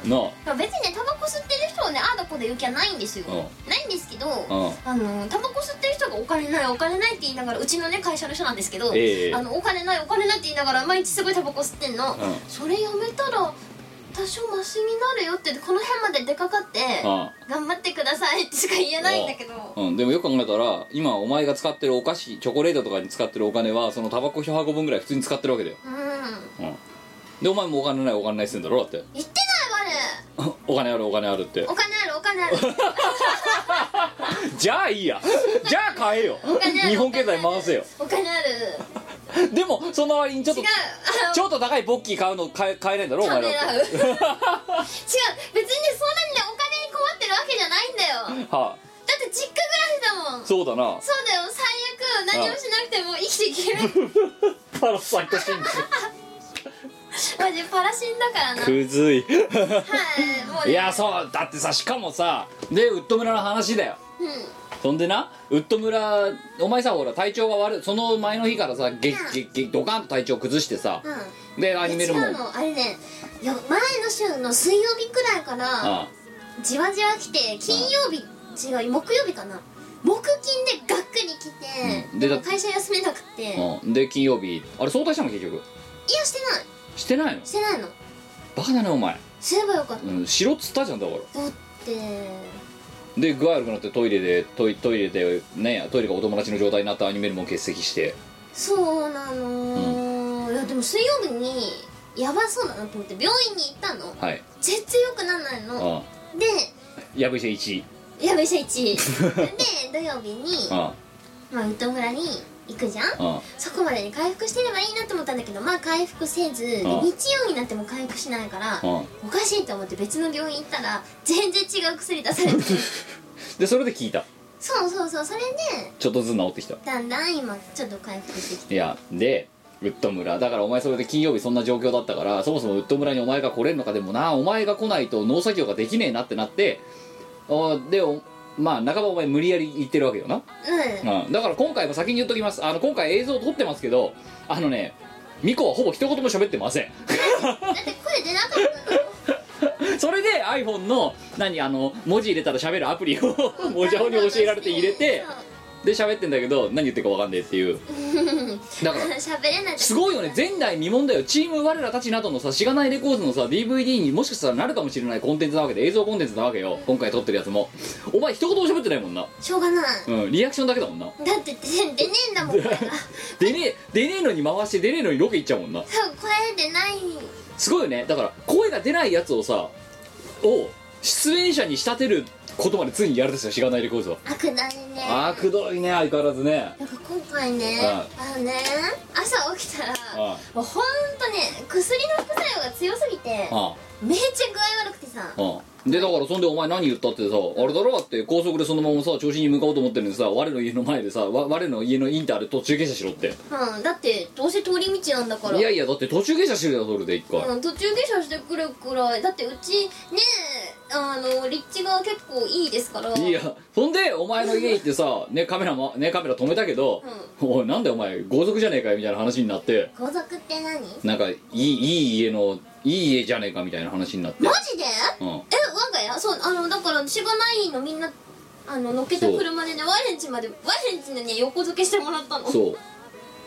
Speaker 1: う
Speaker 3: なあ
Speaker 1: ん別にねタバコ吸ってる人はねああだこうだ言う気はないんですよ
Speaker 3: う
Speaker 1: ないんですけど
Speaker 3: うん
Speaker 1: あのタバコ吸ってる人がお金ないお金ないって言いながらうちのね会社の人なんですけど、
Speaker 3: ええ
Speaker 1: あのお金ないお金ないって言いながら毎日すごいタバコ吸ってんの、
Speaker 3: ん
Speaker 1: それやめたら多少マシになるよってこの辺まで出かかって
Speaker 3: あ
Speaker 1: 頑張ってくださいってしか言えないんだけど
Speaker 3: あうん、でもよく考えたら今お前が使ってるお菓子チョコレートとかに使ってるお金はそのタバコ1箱分ぐらい普通に使ってるわけだよ、
Speaker 1: うん
Speaker 3: うん、でお前もお金ないお金ないっすんだろだって <laughs>
Speaker 1: 言ってない
Speaker 3: お金あるお金あるって
Speaker 1: 我お金あるお金ある
Speaker 3: じゃあい
Speaker 1: <laughs>
Speaker 3: いやじゃあ買えよ
Speaker 1: お金ある
Speaker 3: <laughs> 日本経済回せよ
Speaker 1: お金ある
Speaker 3: でもその割にちょっ
Speaker 1: 違
Speaker 3: と
Speaker 1: う
Speaker 3: ちょっと高いポッキー買うの買え買えないんだろお
Speaker 1: カ
Speaker 3: 前
Speaker 1: メ
Speaker 3: ら
Speaker 1: ラ <laughs> 違う別にねそんなにねお金に困ってるわけじゃないんだよ
Speaker 3: は
Speaker 1: だって実家暮らしだもん
Speaker 3: あ、そうだな
Speaker 1: そうだよ最悪何もしなくても生きていける
Speaker 3: パラサイト心理
Speaker 1: <laughs> マジパラシンだからなはい
Speaker 3: <laughs> くずい
Speaker 1: もう
Speaker 3: い
Speaker 1: ね
Speaker 3: やそうだってさしかもさでウッド村の話だよ
Speaker 1: うん
Speaker 3: そんでなウッド村お前さほら体調が悪いその前の日からさげ
Speaker 1: うん
Speaker 3: げげドカンと体調崩してさ
Speaker 1: うん
Speaker 3: でアニメ
Speaker 1: 違
Speaker 3: るもん
Speaker 1: うのあれねよ前の週の水曜日くらいから
Speaker 3: あ
Speaker 1: じわじわ来て金曜日違う木曜日かな木金でガックに来
Speaker 3: うん
Speaker 1: てで
Speaker 3: でだ
Speaker 1: も会社休めなくていや
Speaker 3: あ、うん、で金曜日あれ早退したの結局
Speaker 1: してない
Speaker 3: してないの
Speaker 1: してないの
Speaker 3: バカだねお前、
Speaker 1: すればよかっ
Speaker 3: うん、しろっつったじゃんだから
Speaker 1: ただって
Speaker 3: で具合悪くなってトイレでトイトイレでねトイレがお友達の状態になったアニメルも欠席して
Speaker 1: そうなのいやでも水曜日にやばそうだなと思って病院に行ったの
Speaker 3: はい
Speaker 1: 全然良くならないの
Speaker 3: あ
Speaker 1: で
Speaker 3: やぶいし1位
Speaker 1: やべしゃ1
Speaker 3: <laughs>
Speaker 1: で土曜日に
Speaker 3: あ
Speaker 1: まあ宇都村に行くじゃん
Speaker 3: あ
Speaker 1: そこまでに回復してればいいなと思ったんだけどまあ回復せずで日
Speaker 3: ああ
Speaker 1: 曜になっても回復しないから
Speaker 3: あ
Speaker 1: おかしいと思って別の病院行ったら全然違う薬出されて
Speaker 3: <laughs> でそれで聞いた
Speaker 1: そうそうそうそれで
Speaker 3: ちょっとずつ治ってきた
Speaker 1: だんだん今ちょっと回復してきて
Speaker 3: いやでウッド村だからお前それで金曜日そんな状況だったからそもそもウッド村にお前が来れるのかでもなお前が来ないと農作業ができねえなってなってあでおまあ半ばお前無理やり言ってるわけよな、
Speaker 1: うん
Speaker 3: うん、だから今回も先に言っときますあの今回映像撮ってますけどあのねミコはほぼ一言も喋ってません <laughs>
Speaker 1: だって声出なかったの
Speaker 3: それで iPhone の何あの文字入れたら喋るアプリを <laughs> もじゃおに教えられて入れてで喋ってんだけど何言ってるか分かんねえっていうだから
Speaker 1: そう <laughs> 喋れない
Speaker 3: すごいよね前代未聞だよチーム我らたちなどのさしがないレコーズのさ DVD にもしかしたらなるかもしれないコンテンツなわけで映像コンテンツなわけよ今回撮ってるやつもお前一言も喋ってないもんな
Speaker 1: しょうがない
Speaker 3: うんリアクションだけだもんな
Speaker 1: だって出出ねえんだもん声が
Speaker 3: 出ねえ出ねえのに回して出ねえのにロケ行っちゃうもんな
Speaker 1: そう声出ない
Speaker 3: すごいよねだから声が出ないやつをさを出演者に仕立てることまでついにやるんですよしがないレコーズは
Speaker 1: 悪だね
Speaker 3: ああくどいね相変わらずね
Speaker 1: なんか今回ね
Speaker 3: あ
Speaker 1: あのね朝起きたら
Speaker 3: あ
Speaker 1: もうほんとね薬の副作用が強すぎて
Speaker 3: あ
Speaker 1: めっちゃ具合悪くてさ
Speaker 3: ああでだからそんでお前何言ったってさあれだろだって高速でそのままさ調子に向かおうと思ってるのにさ我の家の前でさわ我の家のインターで途中下車しろって
Speaker 1: うんだってどうせ通り道なんだから
Speaker 3: いやいやだって途中下車してるよそれで一回、
Speaker 1: うん途中下車してくるくらいだってうちねえあの立地が結構いいですから
Speaker 3: いやそんでお前の家行ってさ、ね、カメラもねカメラ止めたけど、おいなんだよお前豪族じゃねえかよみたいな話になって
Speaker 1: 皇族って何マ
Speaker 3: なんかいいいい家のいい家じゃねえかみたいな話になって、
Speaker 1: ジで
Speaker 3: うん、
Speaker 1: え我が家そうあのだからしがないのみんなあの乗っけた車でねワレンチまでワレンチのね横付けしてもらったのう
Speaker 3: そう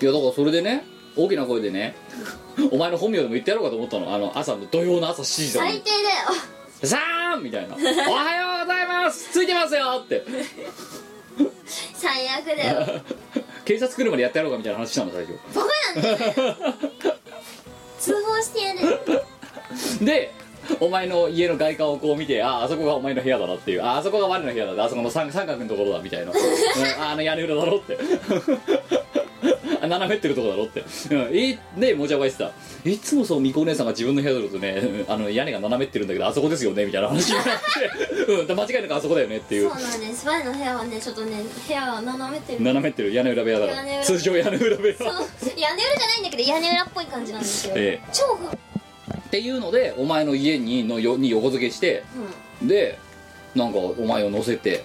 Speaker 3: いやだからそれでね大きな声でねお前の本名でも言ってやろうかと思ったのあの朝の土曜の朝7時とか
Speaker 1: 最
Speaker 3: に
Speaker 1: 低だよ
Speaker 3: 「さーん!」みたいな「おはようございますついてますよ!」って <laughs>
Speaker 1: 最悪だよ
Speaker 3: 警察来るまでやってやろうかみたいな話したの最
Speaker 1: バカなんだよね通報してやる
Speaker 3: 初でお前の家の外観をこう見てあああそこがお前の部屋だなっていうあああそこが我の <laughs> 部屋だなあそこの三三角のところだみたいな、うんああの屋根裏だろって斜めってるとこだろって、うん、えでもじゃばいってたいつもそうみこお姉さんが自分の部屋だとねうんあの屋根が斜めってるんだけどあそこですよねみたいな話になって、うん、だから間違いなくあそこだよねっていう
Speaker 1: そうなんですバイの部屋はねちょっとね部屋は斜めってる
Speaker 3: 斜めってる屋根裏部屋だか
Speaker 1: 屋根
Speaker 3: ら
Speaker 1: 裏
Speaker 3: 通常屋根裏部屋
Speaker 1: そう屋根裏じゃないんだけど屋根裏っぽい感じなんですよ、
Speaker 3: え
Speaker 1: 超ふ
Speaker 3: っていうのでお前の家にのよに横付けしてでなんかお前を乗せて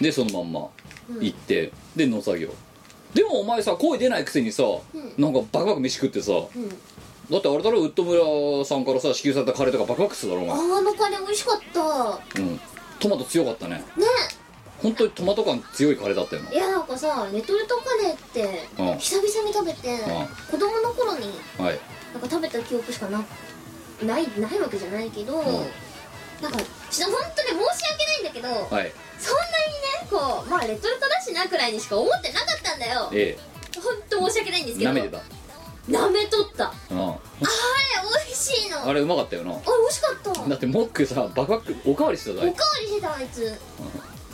Speaker 3: でそのまんま
Speaker 1: うん、うん、
Speaker 3: 行って、で農作業でもお前さ声出ないくせにさ、
Speaker 1: うん
Speaker 3: なんかバクバク飯食ってさ
Speaker 1: うん
Speaker 3: だってあれだろウッド村さんからさ支給されたカレーとかバクバクするだろお前、
Speaker 1: あのカレー美味しかった
Speaker 3: うん、トマト強かったね
Speaker 1: ね
Speaker 3: 本当にトマト感強いカレーだったよない
Speaker 1: やなんかさレトルトカレーって
Speaker 3: うん
Speaker 1: 久々に食べて
Speaker 3: うん
Speaker 1: 子供の頃に
Speaker 3: はい
Speaker 1: なんか食べた記憶しかなないないわけじゃないけど、なんかちょっと本当に申し訳ないんだけど、
Speaker 3: はい
Speaker 1: そんなにねこうまあレトルトだしなくらいにしか思ってなかったんだよ
Speaker 3: え
Speaker 1: 本当申し訳ないんで
Speaker 3: え
Speaker 1: すけど
Speaker 3: 舐めてた、
Speaker 1: 舐めと
Speaker 3: <laughs>
Speaker 1: ったあ
Speaker 3: うん、
Speaker 1: れ美味しいのあ
Speaker 3: あ
Speaker 1: れ
Speaker 3: れうまかったよな
Speaker 1: 美味しかったおかわ
Speaker 3: だってモックさバクバクおかわりしてた
Speaker 1: り
Speaker 3: ぞ
Speaker 1: してたあいつね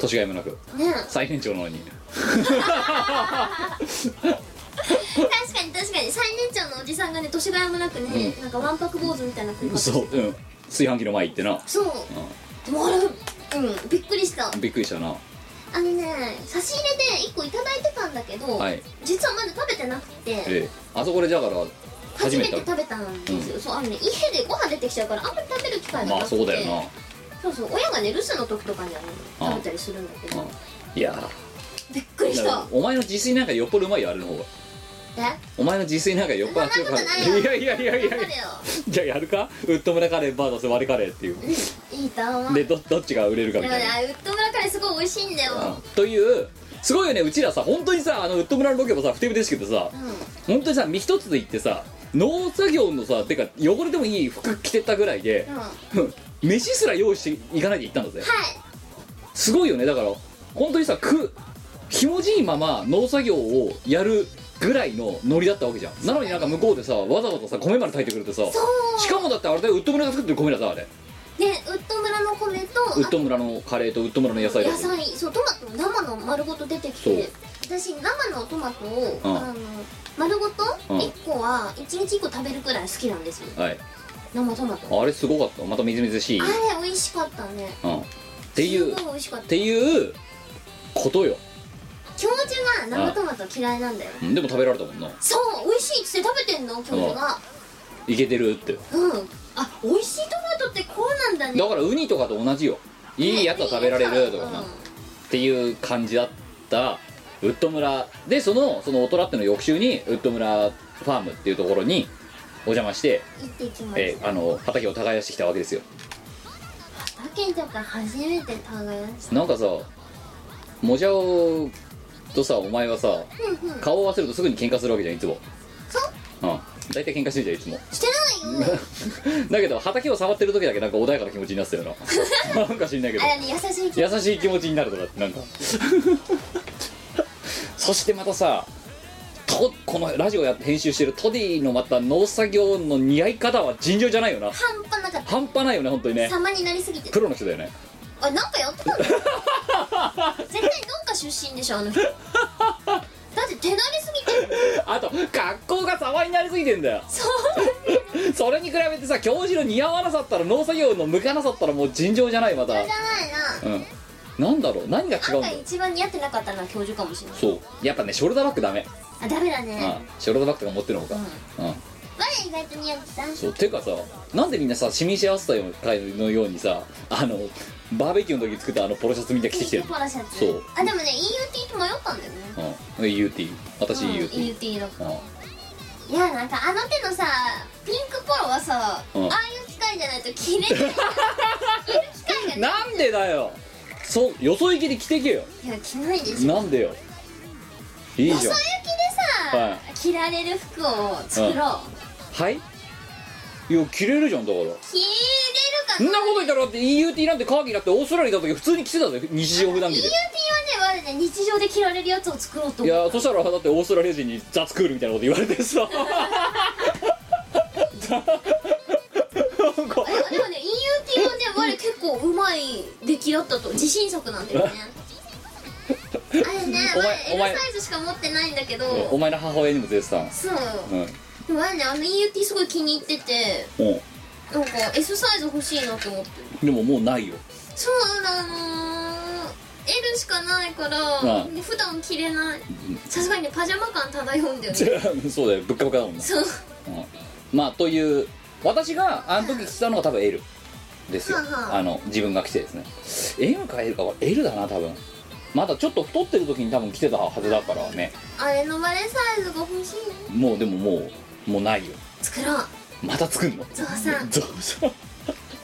Speaker 3: 年がいもなく
Speaker 1: え
Speaker 3: 最年長なのに
Speaker 1: 確かに確かに最年長のおじさんがね年がやもなくね、なんかわんぱく坊主みたいな感じ
Speaker 3: そううん炊飯器の前行ってな、
Speaker 1: そう
Speaker 3: う
Speaker 1: でもあれうんびっくりした
Speaker 3: ん、びっくりしたな
Speaker 1: あのね差し入れで1個いただいてたんだけど、
Speaker 3: はい
Speaker 1: 実はまだ食べてなくて
Speaker 3: ええあそこでじゃあから初
Speaker 1: 初
Speaker 3: め
Speaker 1: めて
Speaker 3: て食
Speaker 1: 食
Speaker 3: べ
Speaker 1: べたんですよ、そうあのね家でご飯出てきちゃうからあんまり食べる機会
Speaker 3: た
Speaker 1: が
Speaker 3: ま
Speaker 1: な
Speaker 3: あ
Speaker 1: くて、
Speaker 3: そうだよな
Speaker 1: そうそう親がね留守の時とかにはね
Speaker 3: あ
Speaker 1: 食べたりするんだけど
Speaker 3: うんいやー
Speaker 1: びっくりし
Speaker 3: だから
Speaker 1: た
Speaker 3: お前の自炊なんかよっぽどうまいよあれの方が
Speaker 1: え
Speaker 3: お前の自炊なんかよっぽど熱
Speaker 1: そんなことないよ
Speaker 3: やいやいやい
Speaker 1: 分か
Speaker 3: やい
Speaker 1: る
Speaker 3: や
Speaker 1: よ
Speaker 3: じゃあやるかウッド村カレーバーサス割りカレーっていう
Speaker 1: うんいいと思う
Speaker 3: でどどっちが売れるか
Speaker 1: だ
Speaker 3: み
Speaker 1: か
Speaker 3: た
Speaker 1: ら
Speaker 3: いな
Speaker 1: ねウッド村カレーすごい美味しいんだよ
Speaker 3: うんというすごいよねうちらさ本当にさあのウッド村のロケもさ不定部ですけどさ
Speaker 1: う
Speaker 3: 本当にさ身一つで行ってさ農作業のさてか汚れてもいい服着てったぐらいで
Speaker 1: んうんは
Speaker 3: 飯すら用意していかないで行ったんだぜ
Speaker 1: い
Speaker 3: すごいよねだから本当にさくひもじいまま農作業をやるぐらいのノリだったわけじゃんなのになんか向こうでさわざわざさ米まで炊いてくれてさ
Speaker 1: そう
Speaker 3: しかもだってあれだよウッド村が作ってる米だぞあれ
Speaker 1: でウッド村の米と
Speaker 3: ウッド村のカレーとウッド村の野菜だ
Speaker 1: 野菜そうトマトも生の丸ごと出てきて私生のトマトを、
Speaker 3: うん
Speaker 1: あの丸ごと
Speaker 3: うん
Speaker 1: 1個は1日1個食べるくらい好きなんですよ
Speaker 3: はい
Speaker 1: 生トマト
Speaker 3: あれすごかったまたみずみずしい、う
Speaker 1: あれ美味しかったね
Speaker 3: ん、っていうっ
Speaker 1: すごい美味しかった
Speaker 3: ていうことよ
Speaker 1: 教授が生トマト嫌いなんだよ
Speaker 3: うんでも食べられたもんな
Speaker 1: そう美味しいっつって食べてんの教授が
Speaker 3: いけてるって
Speaker 1: うんあ美味しいトマトってこうなんだね
Speaker 3: だからウニとかと同じよいいやつは食べられるとかな、
Speaker 1: うん
Speaker 3: っていう感じだったウッド村でそのその大人っての翌週にウッド村ファームっていうところにお邪魔して、
Speaker 1: 行ってきま
Speaker 3: え
Speaker 1: し
Speaker 3: ーあの畑を耕してきたわけですよ
Speaker 1: た畑とか初めて耕し
Speaker 3: なんかさもじゃおとさお前はさ
Speaker 1: たうんうん
Speaker 3: 顔を合わせるとすぐに喧嘩するわけじゃんいつも
Speaker 1: そう
Speaker 3: うん大体喧嘩してるじゃんい
Speaker 1: してないよ
Speaker 3: つもだけど畑を触ってる時だけなんか穏やかな気持ちになってたよななんか知んないけど
Speaker 1: あれね優しい気持ち
Speaker 3: 優しい気持ちになるとかってなんかそしてまたさとこのラジオやって編集してるトディのまた農作業の似合い方は尋常じゃないよな
Speaker 1: 半端なかっ
Speaker 3: 半端ないよね本当に
Speaker 1: た
Speaker 3: ね
Speaker 1: 様になりすぎて
Speaker 3: プロの人だよね
Speaker 1: あなんかやって
Speaker 3: <laughs>
Speaker 1: たの絶対農家出身でしょあの人だって手慣れすぎてる
Speaker 3: あと格好が様になりすぎてんだよ
Speaker 1: そう
Speaker 3: それに比べてさ教授の似合わなさったら農作業の向かなさったらもう尋常じゃないまた
Speaker 1: じゃな
Speaker 3: うんなんだろう何が違うん
Speaker 1: いなな
Speaker 3: だ
Speaker 1: ん
Speaker 3: ろ
Speaker 1: か
Speaker 3: う
Speaker 1: 一番似合ってなかったのは教授かもしれない
Speaker 3: そうやっぱねショルダーバッグダメ、
Speaker 1: あダメだ
Speaker 3: う
Speaker 1: ね
Speaker 3: ん、ショルダーバッグとか持ってるのか
Speaker 1: うん
Speaker 3: うん
Speaker 1: 我意外と似合ってた
Speaker 3: そうてかさなんでみんなさ市民シェアスタイルのようにさあのバーベキューの時作ったあのポロシャツみんな着てきてる
Speaker 1: ポロシャツ
Speaker 3: そう
Speaker 1: あでもね EUT と迷ったんだよね
Speaker 3: うん EUT 私 EUT、
Speaker 1: うん EUT だ
Speaker 3: うん
Speaker 1: いやなんかあの手のさピンクポロはさ、
Speaker 3: うん
Speaker 1: ああいう機械じゃないと着
Speaker 3: <laughs>
Speaker 1: れない着る機会がない
Speaker 3: なんでだよそうよそ行きで着てけよ
Speaker 1: いや着ないでしょ
Speaker 3: なんでよいい
Speaker 1: よ
Speaker 3: じ
Speaker 1: そ
Speaker 3: ゃん
Speaker 1: 行きでさ、
Speaker 3: は
Speaker 1: 着られる服を作ろう、
Speaker 3: はいいや着れるじゃんだから
Speaker 1: 着れる
Speaker 3: そ
Speaker 1: か
Speaker 3: ん
Speaker 1: な
Speaker 3: なこと言ったらだって EUT なんてカーキだってオーストラリアだ時普通に着てたぜ日常普段着
Speaker 1: EUT
Speaker 3: で
Speaker 1: はね我々ね日常で着られるやつを作ろうと
Speaker 3: い
Speaker 1: 思う
Speaker 3: やそしたらだってオーストラリア人に「ザツクール」みたいなこと言われて
Speaker 1: <laughs>
Speaker 3: さなんか
Speaker 1: あでもね
Speaker 3: <laughs>
Speaker 1: EUT はね我々結構うまい出来だったと自信作なんだよねあれね
Speaker 3: お
Speaker 1: ワ
Speaker 3: 前
Speaker 1: ン
Speaker 3: お
Speaker 1: L
Speaker 3: 前
Speaker 1: サイズしか持ってないんだけ
Speaker 3: お
Speaker 1: ど
Speaker 3: 前の母親にも絶賛
Speaker 1: そう
Speaker 3: うん
Speaker 1: でもワンねあの EUT すごい気に入ってて
Speaker 3: うん
Speaker 1: なんか S サイズ欲しいなと思ってる
Speaker 3: でももうないよ <laughs>
Speaker 1: そうなの L しかないから、
Speaker 3: うん
Speaker 1: ね普段着れないさすがにねパジャマ感漂うんだよね
Speaker 3: そうだよぶっかぶかだもんな、
Speaker 1: そう
Speaker 3: うん、まあという私があの時着たのが多分 L ですよ
Speaker 1: はあはあ
Speaker 3: あの自分が着てですね M か L かは L だな多分まだちょっと太ってる時に多分着てたはずだからね
Speaker 1: あれのバレサイズが欲しいね
Speaker 3: もうでももうもうないよ
Speaker 1: 作ろう
Speaker 3: また作んの
Speaker 1: ゾウさん
Speaker 3: <laughs>
Speaker 1: はい
Speaker 3: どうしよ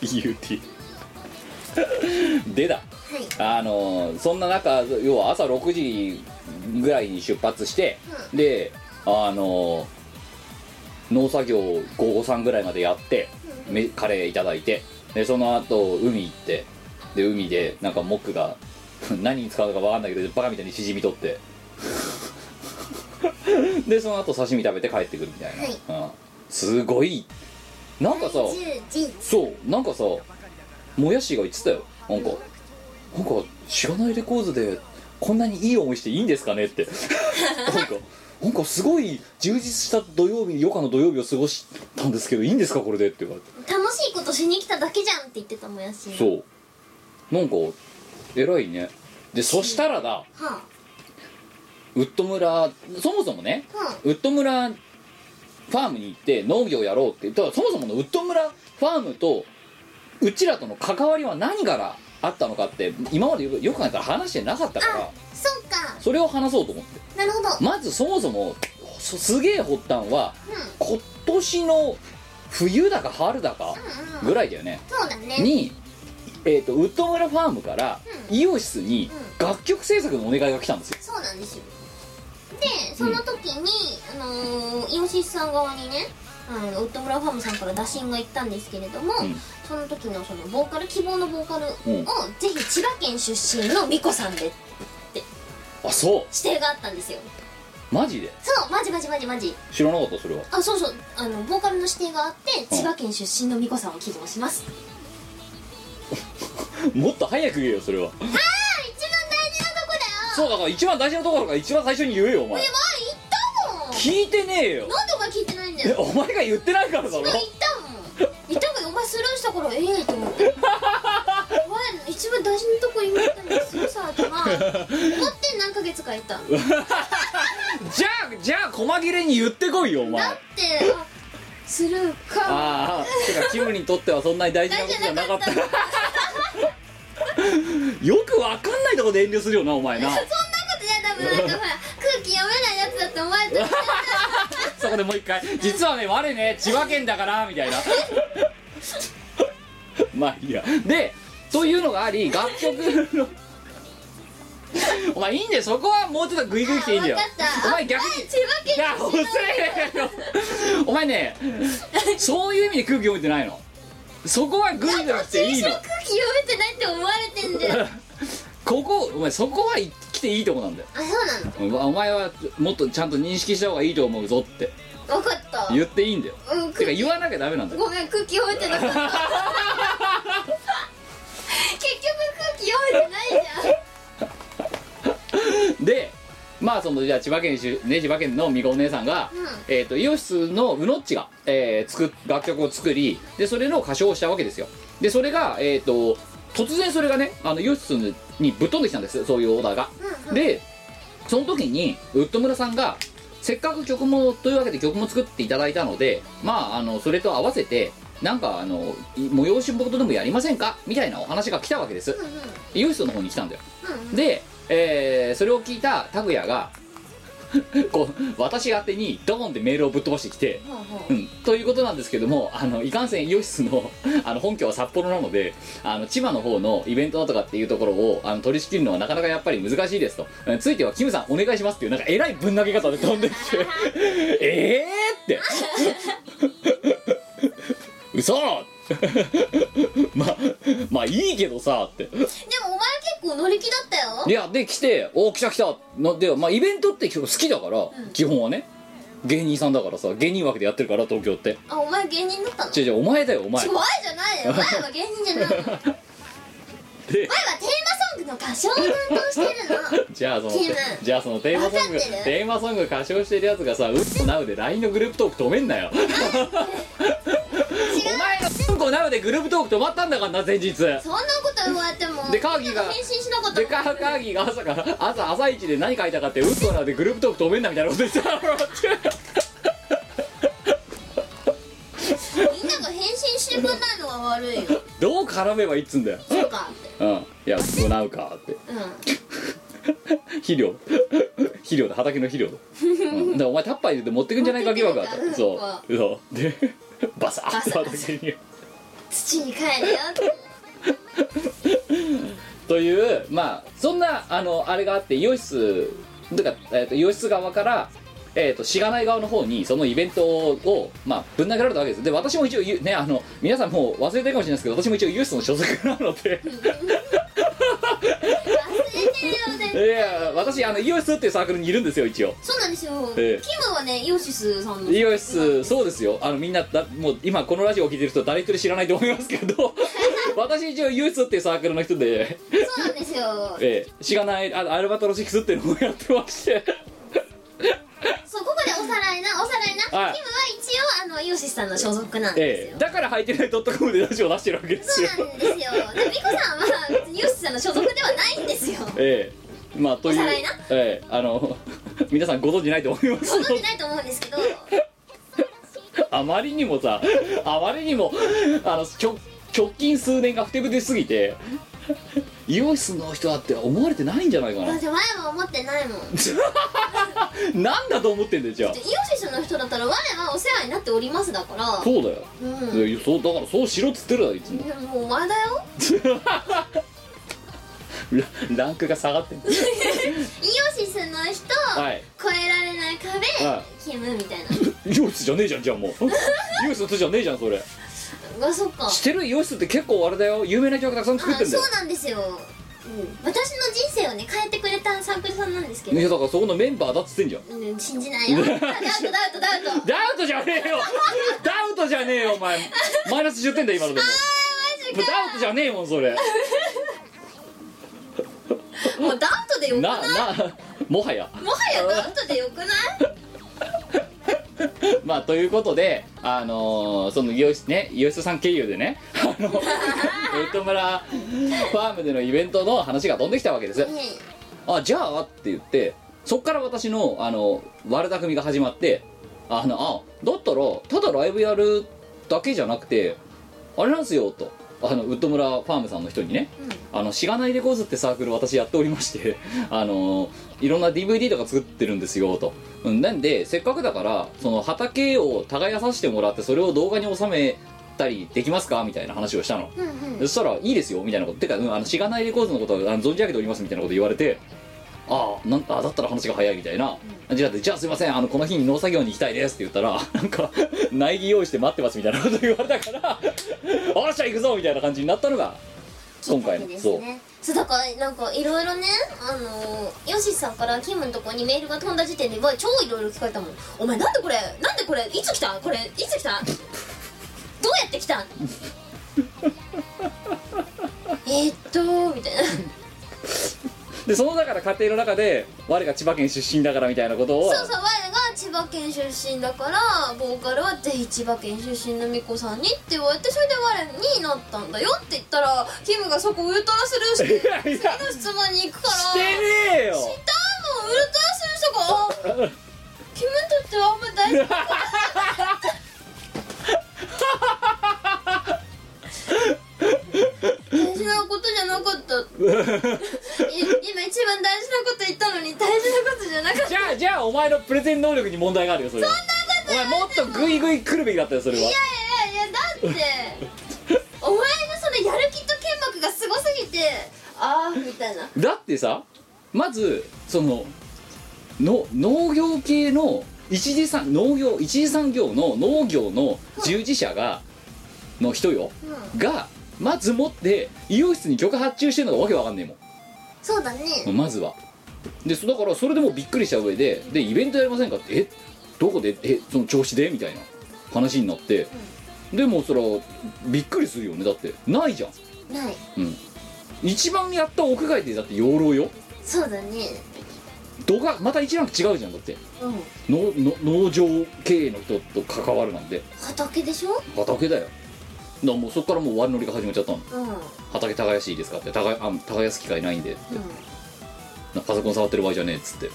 Speaker 3: う EUT <laughs> でだあのそんな中要は朝6時ぐらいに出発して、であの農作業を午後3ぐらいまでやって、めカレーいただいてでその後海行ってで海でなんかモックが <laughs> 何に使うのか分かんないけどバカみたいにしじみ取って <laughs> でその後刺身食べて帰ってくるみたいな、うん、すごいなんかさ
Speaker 1: 10時
Speaker 3: そうなんかさもやしが言ってたよなんかなんか知らないレコーズでこんなにいい思いしていいんですかねってなんかなんかすごい充実した土曜日余暇の土曜日を過ごしたんですけどいいんですかこれでって言われて
Speaker 1: 楽しいことしに来ただけじゃんって言ってたもやしう
Speaker 3: そうなんか偉いねでそしたらだ
Speaker 1: は
Speaker 3: ウッド村そもそもね
Speaker 1: あは
Speaker 3: ウッド村ファームに行って農業やろうってだからそもそものウッド村ファームとうちらとの関わりは何からあったのかって今までよくよく考えたら話してなかったから
Speaker 1: あそっか
Speaker 3: それを話そうと思って
Speaker 1: なるほど
Speaker 3: まずそもそもそすげえ発端は
Speaker 1: うんうん
Speaker 3: 今年の冬だか春だか
Speaker 1: うん
Speaker 3: ぐらいだよね
Speaker 1: そうだね
Speaker 3: に、えー、とウッド村ファームから
Speaker 1: うん
Speaker 3: イオシスに
Speaker 1: う
Speaker 3: 楽曲制作のお願いが来たんですよ
Speaker 1: そうなんですよでその時に、あのーイオシスさん側にねあのウッドブラファームさんから打診が行ったんですけれども、
Speaker 3: ん
Speaker 1: その時のそのボーカル希望のボーカルを、
Speaker 3: うん
Speaker 1: ぜひ千葉県出身の美子さんで
Speaker 3: あそ
Speaker 1: 指定があったんですよ
Speaker 3: うマジで
Speaker 1: そうマジマジマジマジ
Speaker 3: 知らなかったそれは
Speaker 1: あそうそうあのボーカルの指定があって
Speaker 3: うん
Speaker 1: 千葉県出身の美子さんを希望します一
Speaker 3: もっと早く言えよそれは
Speaker 1: 番大事なとこだよ
Speaker 3: そうだから一番大事なところから一番最初に言えよお前
Speaker 1: えわ言ったもん
Speaker 3: 聞いてねえよ
Speaker 1: なんでお前聞いてないんだ
Speaker 3: え
Speaker 1: よ
Speaker 3: お前が言ってないからだろ
Speaker 1: お前言ったもん言ったけどお前スルーしたからええと思ってお前一番大事なとこ今言ったのにすぐさってな思って何ヶ月か言っただって
Speaker 3: じゃあじゃあ細切れに言ってこいよお前あ
Speaker 1: あスルーか
Speaker 3: あてかキムにとってはそんなに大事なことじゃなかったよくわかんないとこで遠慮するよなお前
Speaker 1: <laughs>
Speaker 3: な
Speaker 1: そんなことじゃ多分なんかほら空気読めないやつだってお前と
Speaker 3: そこでもう一回実はね我ね千葉県だからみ
Speaker 1: <laughs>
Speaker 3: たいなまあいいやでというのがあり楽曲の
Speaker 1: <laughs>
Speaker 3: お前いいんだよそこはもうちょっとグイグイ来ていいんだよ
Speaker 1: あ分かった
Speaker 3: お前逆に
Speaker 1: 千葉県
Speaker 3: いや遅えよお前ねそういう意味で空気読めてないのそこはグイグイ来ていいの
Speaker 1: 空気読めてないって思われてんだよ
Speaker 3: ここお前そこは来ていいとこなんだよ
Speaker 1: あそうなの
Speaker 3: お前はもっとちゃんと認識した方がいいと思うぞって
Speaker 1: 分かった
Speaker 3: 言っていいんだよ
Speaker 1: うん
Speaker 3: てか
Speaker 1: 空気
Speaker 3: 言わなきゃダメなんだよ
Speaker 1: ごめん空気読めて
Speaker 3: <laughs>
Speaker 1: なかった結局空気読めてないじゃん
Speaker 3: でまあそのじゃあ千葉県出ね千葉県のみこお姉さんが、
Speaker 1: うん
Speaker 3: えっ、とイオシスのうのっちが、えー、作っ楽曲を作りでそれの歌唱をしたわけですよでそれがえっ、と突然それがねあのイオシスにぶっ飛んできたんですそういうオーダーが、
Speaker 1: うんうん
Speaker 3: でその時にウッド村さんがせっかく曲もというわけで曲も作っていただいたのでまああのそれと合わせてなんかあのい催し事でもやりませんかみたいなお話が来たわけです
Speaker 1: うんうん
Speaker 3: イオシスの方に来たんだよ
Speaker 1: うんうん
Speaker 3: で、えーそれを聞いた拓也が <laughs> こう私宛てにドーンってメールをぶっ飛ばしてきて、
Speaker 1: ほうほ
Speaker 3: う、
Speaker 1: うん
Speaker 3: ということなんですけどもあのいかんせんイオシスの <laughs> あの本拠は札幌なのであの千葉の方のイベントだとかっていうところをあの取り仕切るのはなかなかやっぱり難しいですとうんついてはキムさんお願いしますっていうなんかえらいぶん投げ方で飛んできてえーって <laughs> 嘘 <laughs> まあまあいいけどさって
Speaker 1: でもお前結構乗り気だったよ
Speaker 3: いやで来て「お来た来た」のでまあイベントって好きだから、基本はね芸人さんだからさ芸人枠でやってるから東京って
Speaker 1: あお前芸人だったの
Speaker 3: 違う違うお前だよお前
Speaker 1: お前じゃないよお前は芸人じゃないの
Speaker 3: で
Speaker 1: 前はテーマソングの歌唱を担当してる
Speaker 3: <laughs>
Speaker 1: の
Speaker 3: じゃあその
Speaker 1: チーム
Speaker 3: じゃあそのテーマソング
Speaker 1: わかってる
Speaker 3: テーマソング歌唱してるやつがさ「うんこなう」で LINE のグループトーク止めんなよお前の「うんこなう」でグループトーク止まったんだからな前日で
Speaker 1: そんなこと言われても
Speaker 3: でカーギーが
Speaker 1: 返信しなかったもん
Speaker 3: カーカーギーが朝から朝朝一で何書いたかって「うんこなう」でグループトーク止めんなみたいなこと言ってたの
Speaker 1: みんなが返信してくんないのが悪いよ
Speaker 3: どう絡めばいいっつうんだよ
Speaker 1: そうかって
Speaker 3: うんいや「うんこなうか」って
Speaker 1: うん
Speaker 3: 肥料肥料だ畑の肥料だ、うん、だからお前タッパー入れて持ってくんじゃないか疑惑があった
Speaker 1: 持
Speaker 3: そ
Speaker 1: ってくんじゃないう
Speaker 3: そうでバサッと
Speaker 1: バサ
Speaker 3: 畑に
Speaker 1: 土に帰れよ
Speaker 3: というまあそんなあのあれがあってイオシスとか、えーとイオシス側からえー、としがない側の方にそのイベントを、まあ、ぶん投げられたわけですで私も一応ゆねあの皆さんもう忘れてるかもしれないですけど私も一応ユースの所属なので <laughs>
Speaker 1: 忘れてるよね
Speaker 3: いや私あのイオシスっていうサークルにいるんですよ一応
Speaker 1: そうなんですよ、
Speaker 3: ええ
Speaker 1: キムはねイオシスさんの
Speaker 3: イオシスそうですよあのみんなだもう今このラジオを聞いてる人誰一人知らないと思いますけど <laughs> 私一応イオシスっていうサークルの人で
Speaker 1: そうなんですよ
Speaker 3: ええしがないあアルバトロシックスっていうのをやってまして
Speaker 1: そうここでおさらいなおさらいな、
Speaker 3: はい
Speaker 1: キムは一応あのイオシスさんの所属なんです
Speaker 3: え
Speaker 1: よ、
Speaker 3: え、だからハイテナイトットコムでラジオを出してるわけで
Speaker 1: そ
Speaker 3: す
Speaker 1: う
Speaker 3: よ。
Speaker 1: なんです
Speaker 3: <laughs>
Speaker 1: よでミコさんは別にイオシスさんの所属ではないんですよ
Speaker 3: ええ、まあという
Speaker 1: おさらいな
Speaker 3: ええ、あの <laughs> 皆さんご存知ないと思います
Speaker 1: そん
Speaker 3: け
Speaker 1: な
Speaker 3: ど
Speaker 1: ことないと思うんですけど
Speaker 3: あまりにもさあまりにもあの直直近数年がふてぶてしすぎてイオシスの人だって思われてないんじゃないか
Speaker 1: だっ
Speaker 3: な
Speaker 1: て前も思ってないもんイオシ
Speaker 3: なんだと思ってんだよじゃあ
Speaker 1: スの人だったら我はお世話になっておりますだから
Speaker 3: そうだよ、
Speaker 1: うん
Speaker 3: いやそうだからそうしろっつってるだろいつも
Speaker 1: いやもうお前だよ
Speaker 3: ラランクが下がってんだ
Speaker 1: イオシスの人、
Speaker 3: はい
Speaker 1: 超えられない壁、
Speaker 3: は
Speaker 1: キムみたいな
Speaker 3: イオシスじゃねえじゃんじゃ
Speaker 1: <laughs>
Speaker 3: あもうイオシスの人じゃねえじゃんそれ
Speaker 1: うわそっか
Speaker 3: してるイオシスって結構あれだよ有名な曲たくさん作って
Speaker 1: あ
Speaker 3: んだよ
Speaker 1: そうなんですよ、うん、私の人生をね変えてくれたサークルさんなんですけ
Speaker 3: い
Speaker 1: ど、
Speaker 3: やだからそこのメンバーだっつってんじゃん
Speaker 1: うん、信じないよあダウトダウトダウトあーマ
Speaker 3: ダウトじゃねえよダウトじゃねえよお前マイナス10点だよ今のでも
Speaker 1: ジ
Speaker 3: もうダウトじゃねえもんそれ
Speaker 1: か <laughs> もうダウトでよくない
Speaker 3: ななもはや
Speaker 1: もはやダウトでよくない
Speaker 3: まあということであのーそのイオシスねイオシスさん経由でねあ <laughs> のエイト村ファームでのイベントの話が飛んできたわけです
Speaker 1: ね
Speaker 3: あじゃあって言ってそっから私のあの悪巧みが始まってあのあだったらただライブやるだけじゃなくてあれなんすよとあのウッド村ファームさんの人にね
Speaker 1: うん
Speaker 3: あのしがないレコーズってサークル私やっておりまして <laughs> あのいろんな DVD とか作ってるんですよと、うん、なんでせっかくだからその畑を耕させてもらってそれを動画に収めたりできますかみたいな話をしたの
Speaker 1: うんうん
Speaker 3: そしたら「いいですよ」みたいなこと「てか、うん、あのしがないレコードのことはあの存じ上げております」みたいなこと言われて「ああなんあだったら話が早い」みたいな「じゃあじゃあすいませんあのこの日に農作業に行きたいです」って言ったら <laughs> なんか「苗木用意して待ってます」みたいなこと言われたから <laughs> 「おっしゃ行くぞ」みたいな感じになったのが今回の、
Speaker 1: きっかけです
Speaker 3: そう
Speaker 1: ねそうだからなんかいろいろねあのーヨシさんからキムのとこにメールが飛んだ時点でわ超いろいろ聞かれたもん「お前なんでこれなんでこれいつ来たこれいつ来たどうやって来 <laughs> た?」えーっとみたいな
Speaker 3: でそのだから家庭の中で我が千葉県出身だからみたいなことを
Speaker 1: そうそう我が千葉県出身だからボーカルはぜひ千葉県出身のみこさんにって言われてそれで我になったんだよって言ったらキムがそこウルトラスルーして
Speaker 3: <laughs> いやいや
Speaker 1: 次の質問に行くから
Speaker 3: してねえよ
Speaker 1: 多分ウルトラスルーとか君にとってはあんま大丈夫大事なことじゃなか
Speaker 3: <laughs>
Speaker 1: ったい今一番大事なこと言ったのに大事なことじゃなかった
Speaker 3: じゃあじゃあお前のプレゼン能力に問題があるよそれはお前もっとグイグイ来るべきだったよそれはい
Speaker 1: やいやいやだって
Speaker 3: <laughs>
Speaker 1: お前のそのやる気と剣幕がすごすぎてああみたいな
Speaker 3: だってさまずそのの農業系の一次産農業一次産業の農業の従事者がの人よ
Speaker 1: うん
Speaker 3: がまずもって医容室に許可発注してるのがわけわかんねえもん
Speaker 1: そうだね
Speaker 3: まずはでそだからそれでもうびっくりした上ででイベントやりませんかってえどこでえその調子でみたいな話になって、でもそらびっくりするよねだってないじゃん
Speaker 1: ない
Speaker 3: うん一番やった屋外でだって養老よ
Speaker 1: そうだね
Speaker 3: 度がまた一番違うじゃんだって
Speaker 1: うん
Speaker 3: のの農場経営の人と関わるなんて
Speaker 1: 畑でしょ
Speaker 3: 畑だよだからもうそこからもう悪乗りが始まっちゃったの
Speaker 1: うんうん
Speaker 3: 畑耕しいいですかって耕あ耕す機会ないんでなパソコン触ってる場合じゃねえっつって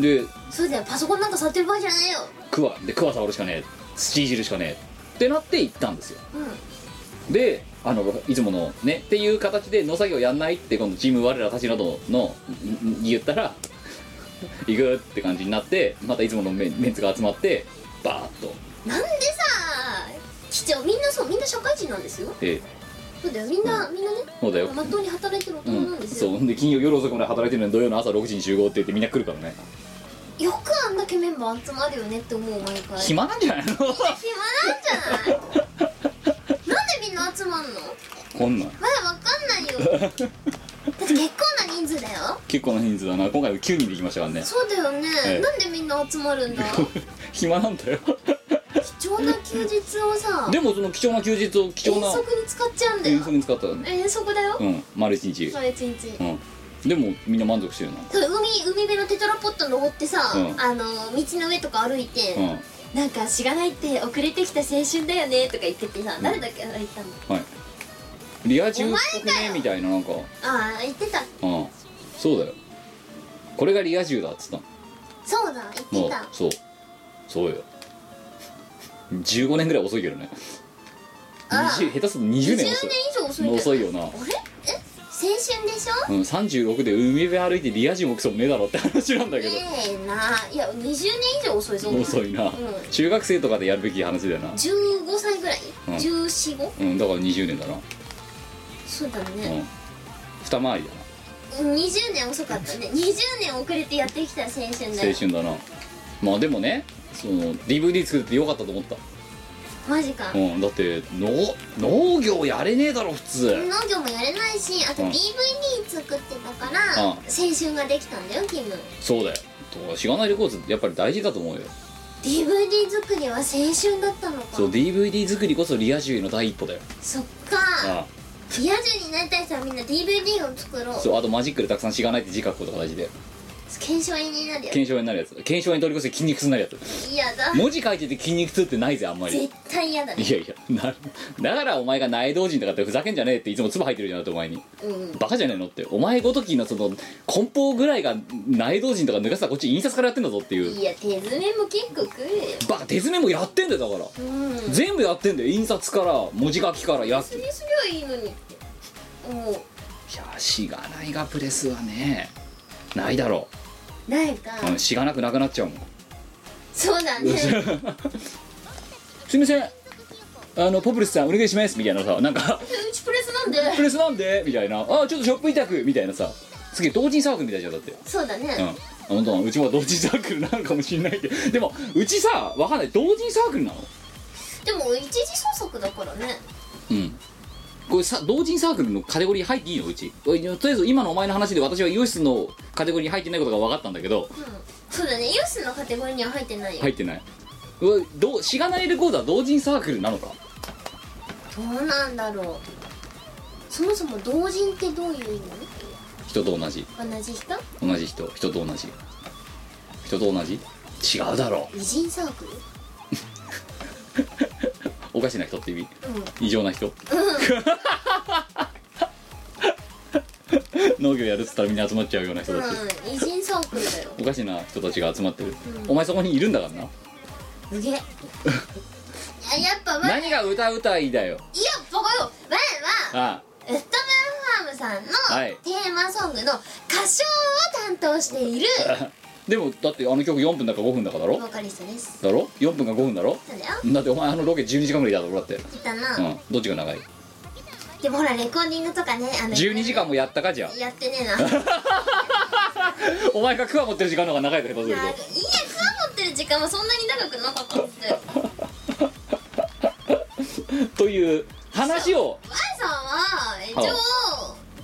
Speaker 3: で
Speaker 1: そうだよパソコンなんか触ってる場合じゃないよ
Speaker 3: 桑で桑触るしかねえ土いじるしかねえってなって行ったんですよ
Speaker 1: うん
Speaker 3: であのいつものねっていう形で農作業やんないって今度チーム我らたちなどのんん言ったら行くって感じになってまたいつものメンメンツが集まってバーッと、
Speaker 1: なんでさ貴重みんなそうみんな社会人なんですよ
Speaker 3: え
Speaker 1: そうだよみんな、みんなね
Speaker 3: ーそうだよ
Speaker 1: まっとうに働いてる大
Speaker 3: う
Speaker 1: 人なんで
Speaker 3: ん、
Speaker 1: すよ、
Speaker 3: そうで金曜夜遅くまで働いてるのに土曜の朝6時に集合って言ってみんな来るからね
Speaker 1: よくあんだけメンバー集まるよねって思う毎回
Speaker 3: 暇なんじゃ
Speaker 1: <laughs>
Speaker 3: ないの
Speaker 1: 暇なん
Speaker 3: <laughs>
Speaker 1: じゃないなんでみんな集まんの
Speaker 3: こんなん
Speaker 1: まだわかんないよだって結構な人数だよ
Speaker 3: 結構な人数だな今回は9人で行きましたからね
Speaker 1: そうだよね、
Speaker 3: ええ
Speaker 1: なんでみんな集まるんだ
Speaker 3: 暇なんだよ
Speaker 1: 貴重な休日をさ
Speaker 3: でもその貴重な休日を貴重
Speaker 1: 遠
Speaker 3: な
Speaker 1: 足に使っちゃうんだよ
Speaker 3: 遠足に使ったのね
Speaker 1: 遠足だよ、
Speaker 3: うん丸一日
Speaker 1: それ一日
Speaker 3: うんでもみんな満足してるな
Speaker 1: 海海辺のテトラポット登ってさ、
Speaker 3: うん
Speaker 1: あの道の上とか歩いて、
Speaker 3: うん
Speaker 1: なんか知らないって遅れてきた青春だよねとか言っててさ、誰だっけあ言ったの
Speaker 3: はいリア充っぽく
Speaker 1: お前か
Speaker 3: ね
Speaker 1: よ
Speaker 3: みたいななんか
Speaker 1: ああ言ってた
Speaker 3: うんそうだよこれがリア充だっつったの
Speaker 1: そうだ言
Speaker 3: も
Speaker 1: っ
Speaker 3: う
Speaker 1: てた
Speaker 3: そうそうよ15年ぐらい遅いけどね
Speaker 1: あ
Speaker 3: 20下手すると20
Speaker 1: 20
Speaker 3: 年
Speaker 1: 年以
Speaker 3: 遅
Speaker 1: 上遅
Speaker 3: い
Speaker 1: い
Speaker 3: もう遅
Speaker 1: い
Speaker 3: いよな、
Speaker 1: あれえ青春でしょ
Speaker 3: うん、36で海辺歩いてリア充もクソもねえだろって話なんだけ
Speaker 1: ね
Speaker 3: ど
Speaker 1: えないや20年以上遅いぞ
Speaker 3: 遅いな、
Speaker 1: ん
Speaker 3: 中学生とかでやるべき話だよな
Speaker 1: 15歳ぐらい、
Speaker 3: うん
Speaker 1: 1415
Speaker 3: うんだから20年だな
Speaker 1: そうだ
Speaker 3: う
Speaker 1: ね、
Speaker 3: ん二回りだな
Speaker 1: 20年遅かったね20年遅れてやってきた青春だよ
Speaker 3: 青春だなまあでもねその DVD 作ってよかったと思った、
Speaker 1: マジか、
Speaker 3: うん、だっての農業やれねえだろ普通
Speaker 1: 農業もやれないしあと
Speaker 3: うん
Speaker 1: DVD 作ってたから、
Speaker 3: うん
Speaker 1: 青春ができたんだよキム
Speaker 3: そうだよとからしがないレコーズってやっぱり大事だと思うよ
Speaker 1: DVD 作りは青春だったのか
Speaker 3: そう DVD 作りこそリア充への第一歩だよ
Speaker 1: そっか
Speaker 3: あ
Speaker 1: リア充になりたい人はみんな DVD を作ろ
Speaker 3: あ
Speaker 1: う
Speaker 3: そうあとマジックでたくさんしがないって字書くことが大事だよ
Speaker 1: 検証員になるよ
Speaker 3: 腱鞘炎になるやつ腱鞘炎取り越して筋肉痛になるやつ
Speaker 1: 嫌だ
Speaker 3: 文字書いてて筋肉痛ってないぜあんまり
Speaker 1: 絶対嫌だね
Speaker 3: いやいやなだからお前が内道人とかってふざけんじゃねえっていつも唾吐いてるじゃんだってお前に
Speaker 1: うん
Speaker 3: バカじゃねえのってお前ごときのその梱包ぐらいが内道人とか抜かせたらこっち印刷からやってんだぞっていう
Speaker 1: いや手詰めも結構食えよ
Speaker 3: バカ手詰めもやってんだよだから、
Speaker 1: うん
Speaker 3: 全部やってんだよ印刷から文字書きからやっい
Speaker 1: 釣りすりゃいいのにってもう
Speaker 3: やしがないがプレスはねないだろ
Speaker 1: なんか、
Speaker 3: う、うん、しがなくなくなっちゃうもん <laughs>
Speaker 1: そうだね
Speaker 3: すいませんあのポプレスさんお願いしますみたいなさなんか
Speaker 1: うちプレスなんで
Speaker 3: プレスなんでみたいなあちょっとショップ委託みたいなさすげえ同人サークルみたいじゃんだって
Speaker 1: そうだね、
Speaker 3: うん本当はうちも同人サークルなのかもしんないけどでもうちさわかんない同人サークルなの
Speaker 1: でも一時捜索だからね
Speaker 3: うんこれさ同人サークルのカテゴリー入っていいのうちおいとりあえず今のお前の話で私はイオシスのカテゴリーに入ってないことが分かったんだけ
Speaker 1: う
Speaker 3: ど
Speaker 1: んそうだねユースのカテゴリーには入ってないよ、
Speaker 3: 入ってないうわどうしがないレコードは同人サークルなのか
Speaker 1: どうなんだろうそもそも同人ってどういう意味
Speaker 3: 人と同じ
Speaker 1: 同じ人
Speaker 3: 同じ人人と同じ人と同じ違うだろ
Speaker 1: 偉人サークル
Speaker 3: うおかしな人って意味
Speaker 1: うん
Speaker 3: 異常な人農業やるっつったらみんな集まっちゃうような人たち、
Speaker 1: うん偉人サークルだよ
Speaker 3: おかしな人たちが集まってる、
Speaker 1: うん
Speaker 3: お前そこにいるんだからな
Speaker 1: う <laughs> げいややっぱわいや
Speaker 3: 何が歌うたいだよ
Speaker 1: バカよわいは
Speaker 3: ああ
Speaker 1: ウッドメンファームさん
Speaker 3: はい
Speaker 1: のテーマソングの歌唱を担当している
Speaker 3: でもだってあの曲4分だか5分だかだ
Speaker 1: ボ
Speaker 3: ろ
Speaker 1: ーカリストです
Speaker 3: だろ4分か5分だろ
Speaker 1: そうだよ
Speaker 3: だってお前あのロケ12時間ぐらいだろだって
Speaker 1: 言った
Speaker 3: う
Speaker 1: なん
Speaker 3: どっちが長い
Speaker 1: でもほらレコーディングとかねあの
Speaker 3: 12時間もやったかじゃあ
Speaker 1: やってねえ
Speaker 3: <laughs>
Speaker 1: なあいや
Speaker 3: お前がクワ持ってる時間の方が長いから下手すると
Speaker 1: 草持ってる時間もそんなに長くなかったってワイ
Speaker 3: という話を
Speaker 1: さんは一応
Speaker 3: はい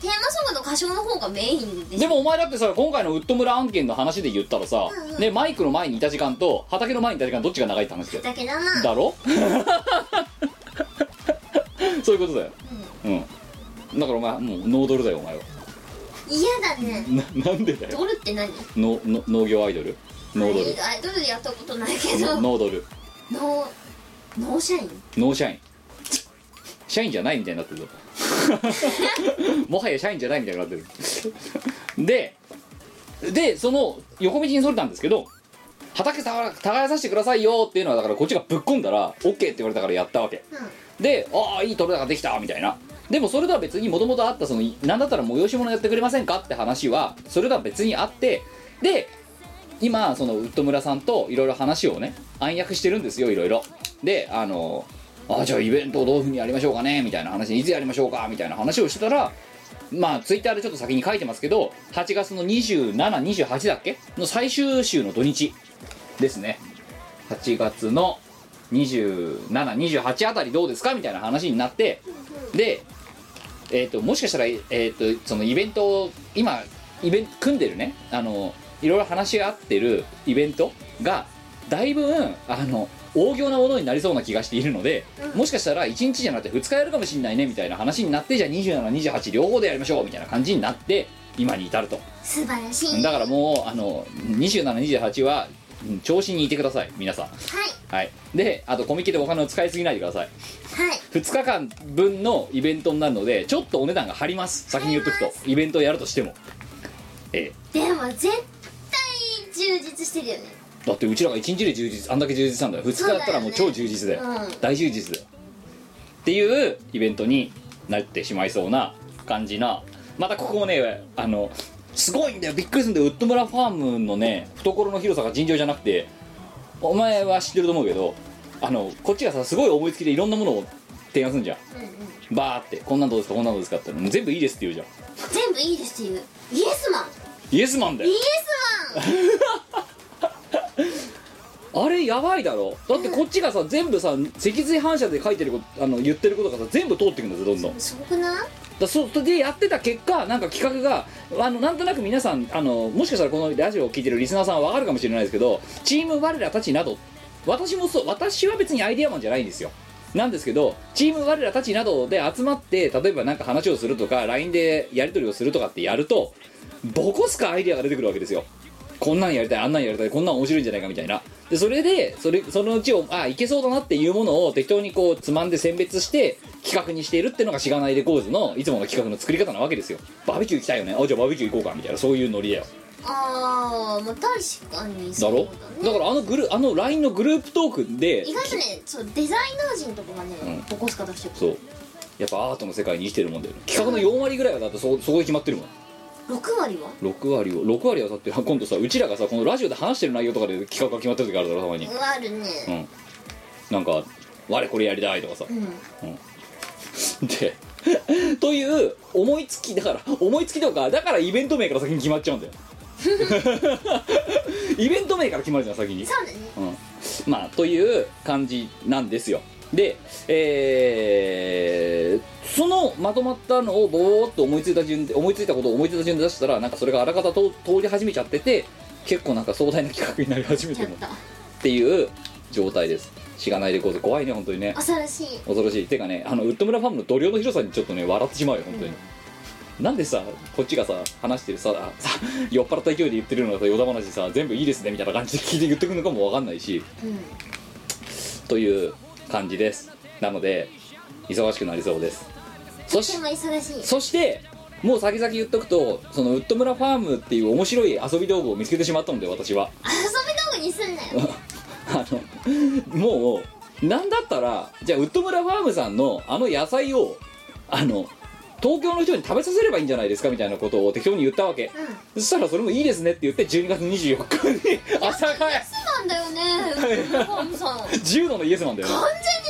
Speaker 1: テーマソングの歌唱の方がメインでし
Speaker 3: で
Speaker 1: ょ
Speaker 3: もお前だってさ今回のウッド村案件の話で言ったらさ、
Speaker 1: うんうん
Speaker 3: ねマイクの前にいた時間と畑の前にいた時間どっちが長いって話だよ
Speaker 1: だけだな
Speaker 3: だろ <laughs> そういうことだよ
Speaker 1: うん
Speaker 3: うんだからお前もうノードルだよお前は
Speaker 1: 嫌だね
Speaker 3: ななんでだよ
Speaker 1: ドルって何
Speaker 3: のの農業アイドルノ
Speaker 1: <laughs>
Speaker 3: ードル
Speaker 1: あドルやったことないけど
Speaker 3: ノードル
Speaker 1: ノーノー社員
Speaker 3: ノー社員社員じゃないみたいになってるぞもはや社員じゃないみたいになってるででその横道にそれたんですけど畑さわ耕させてくださいよっていうのはだからこっちがぶっ込んだら OK って言われたからやったわけ
Speaker 1: う
Speaker 3: でああいい取れ高できたみたいなでもそれとは別にもともとあったその何だったら催し物やってくれませんかって話はそれとは別にあってで今そのウッド村さんといろいろ話をね暗躍してるんですよいろいろであのあじゃあイベントをどういうふうにやりましょうかねみたいな話いつやりましょうかみたいな話をしてたらまあツイッターでちょっと先に書いてますけど8月の2728だっけの最終週の土日ですね8月の2728あたりどうですかみたいな話になってで、えー、ともしかしたら、えー、とそのイベントを今イベント組んでるねあのいろいろ話し合ってるイベントがだいぶんあの大行なものになりそうな気がしているので、
Speaker 1: うん
Speaker 3: もしかしたら1日じゃなくて2日やるかもしれないねみたいな話になってじゃあ2728両方でやりましょうみたいな感じになって今に至ると
Speaker 1: ん素晴らしい
Speaker 3: だからもうあの2728はうん調子にいてください皆さん
Speaker 1: はい
Speaker 3: はい、であとコミケでお金を使いすぎないでください
Speaker 1: はい
Speaker 3: 2日間分のイベントになるのでちょっとお値段が張ります先に言っとく
Speaker 1: 張
Speaker 3: と
Speaker 1: りま
Speaker 3: イベントをやるとしてもえ
Speaker 1: でも絶対充実してるよね
Speaker 3: えだってうちらが1日で充実あんだけ充実したんだよ2日だったらもう
Speaker 1: そうだよ
Speaker 3: 超
Speaker 1: ね
Speaker 3: 充実だよ
Speaker 1: うん
Speaker 3: 大充実だよっていうイベントになってしまいそうな感じなまたここもねあのすごいんだよびっくりするんだよウッド村ファームのね懐の広さが尋常じゃなくてお前は知ってると思うけどあのこっちがさすごい思いつきでいろんなものを提案するじゃん
Speaker 1: うんうん
Speaker 3: バーってこんなんどうですかこんなんどうですかってもう全部いいですって言うじゃん
Speaker 1: 全部いいですっていうイエスマン
Speaker 3: イエスマンだ
Speaker 1: イ
Speaker 3: よ
Speaker 1: エスマン
Speaker 3: あれやばいだろだってこっちがさ全部さ脊髄反射で書いてることあの言ってることがさ全部通ってくんだぜどんどんだか
Speaker 1: すごくない
Speaker 3: らそれでやってた結果なんか企画があのなんとなく皆さんあのもしかしたらこのラジオを聞いてるリスナーさんはわかるかもしれないですけどチーム我らたちなど私もそう私は別にアイデアマンじゃないんですよなんですけどチーム我らたちなどで集まって例えばなんか話をするとか LINE でやり取りをするとかってやるとボコすかアイデアが出てくるわけですよこんなんやりたいあんなんやりたいこんなん面白いんじゃないかみたいなでそれでそれそのうちをあいけそうだなっていうものを適当にこうつまんで選別して企画にしているっていうのがしがないレコーズのいつもの企画の作り方なわけですよバーベキュー行きたいよねあじゃあバーベキュー行こうかみたいなそういうノリだよ
Speaker 1: ああまあ確かに
Speaker 3: だ
Speaker 1: そう
Speaker 3: ろだからあのグルあの LINE のグループトークで
Speaker 1: 意外とねそうデザイナー陣とかがね、
Speaker 3: うん
Speaker 1: ボコスカ出して
Speaker 3: そ
Speaker 1: る
Speaker 3: うやっぱアートの世界に生きてるもんだよね企画の4割ぐらいはだってそそこで決まってるもん
Speaker 1: 6割は
Speaker 3: 6割を6割はだって今度さうちらがさこのラジオで話してる内容とかで企画が決まってる時あるだろたまに
Speaker 1: うわあるね
Speaker 3: うんなんか「我これやりたい」とかさ
Speaker 1: うん、
Speaker 3: で <laughs> という思いつきだから思いつきとかだからイベント名から先に決まっちゃうんだよイベント名から決まるじゃん先に
Speaker 1: そうだね
Speaker 3: うん、まあという感じなんですよで、えーそのまとまったのをぼーっと思いついた順で思いついたことを思いついた順で出したらなんかそれがあらかたと通り始めちゃってて結構なんか壮大な企画になり始めて
Speaker 1: や
Speaker 3: る
Speaker 1: っ
Speaker 3: のったていう状態ですしがないレコード怖いね本当にね
Speaker 1: 恐ろしい
Speaker 3: 恐ろしいてかねあのウッド村ファームの度量の広さにちょっとね笑ってしまうよ本当に、なんでさこっちがさ話してるささ酔っ払った勢いで言ってるのがさ余談話さ全部いいですねみたいな感じで聞いて言ってくるのかもわかんないし
Speaker 1: うん
Speaker 3: という感じですなので忙しくなりそうです
Speaker 1: と
Speaker 3: そ
Speaker 1: て
Speaker 3: し
Speaker 1: も忙しい
Speaker 3: そしてもう先々言っとくとそのウッド村ファームっていう面白い遊び道具を見つけてしまったので私は
Speaker 1: 遊び道具にすんなよ
Speaker 3: あのもうなんだったらじゃあウッド村ファームさんのあの野菜をあの東京の人に食べさせればいいんじゃないですかみたいなことを適当に言ったわけ
Speaker 1: うんイ
Speaker 3: そしたらそれもいいですねって言って12月24日に朝佐ヶ
Speaker 1: エスマンだよねファームさん完全に
Speaker 3: 10度のイエスマンだよね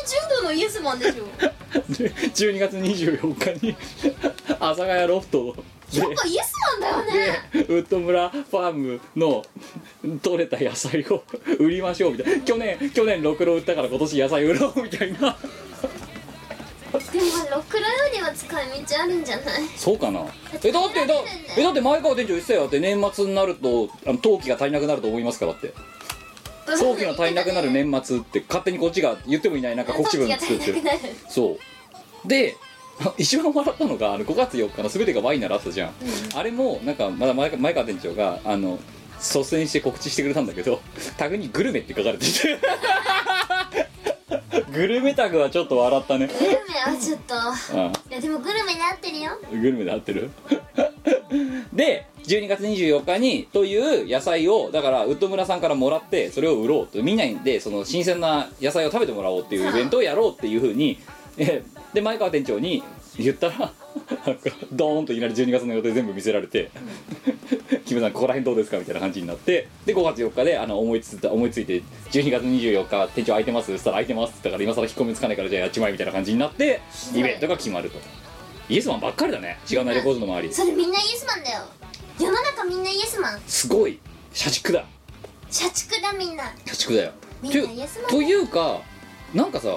Speaker 1: 柔道のイエスマンでしょ
Speaker 3: で12月24日に <laughs> 阿佐ヶ谷ロフトで
Speaker 1: やっぱイエスマンだよね
Speaker 3: ウッド村ファームの取れた野菜を売りましょうみたいな去年去年ろくろ売ったから今年野菜売ろうみたいな
Speaker 1: でもロックラよりは使い道あるんじゃない
Speaker 3: そうかなえだってだえだって前川店長言ってたよだって年末になるとあの陶器が足りなくなると思いますからって陶器が足りなくなる <laughs> 年末って勝手にこっちが言ってもいないなんか告知文作ってる
Speaker 1: る
Speaker 3: そうで <laughs> 一番笑ったのがあの5月4日の「全てがワインなら」あったじゃん、あれもなんかまだ前前川店長があの率先して告知してくれたんだけど <laughs> タグに「グルメ」って書かれてて <laughs> グルメタグはちょっと笑ったね
Speaker 1: グルメはちょっと
Speaker 3: うん
Speaker 1: いやでもグルメに合ってるよ
Speaker 3: グルメで合ってる <laughs> で12月24日にという野菜をだからウッド村さんからもらってそれを売ろうとみんなでその新鮮な野菜を食べてもらおうっていうイベントをやろうっていうふうに <laughs> えで前川店長に言ったらなんかドーンといきなり12月の予定全部見せられて「キムさんここら辺どうですか?」みたいな感じになってで5月4日であの思いついた思いついて「12月24日店長空いてます?」そしたら「空いてます」って言ったから今更引っ込みつかないからじゃあやっちまえみたいな感じになってイベントが決まるとイエスマンばっかりだね違うなレコードの周り
Speaker 1: それみんなイエスマンだよ世の中みんなイエスマン
Speaker 3: すごい社畜だ
Speaker 1: 社畜だみんな
Speaker 3: 社畜だよ
Speaker 1: みん
Speaker 3: て
Speaker 1: な
Speaker 3: いう
Speaker 1: イエスマン
Speaker 3: というかなんかさ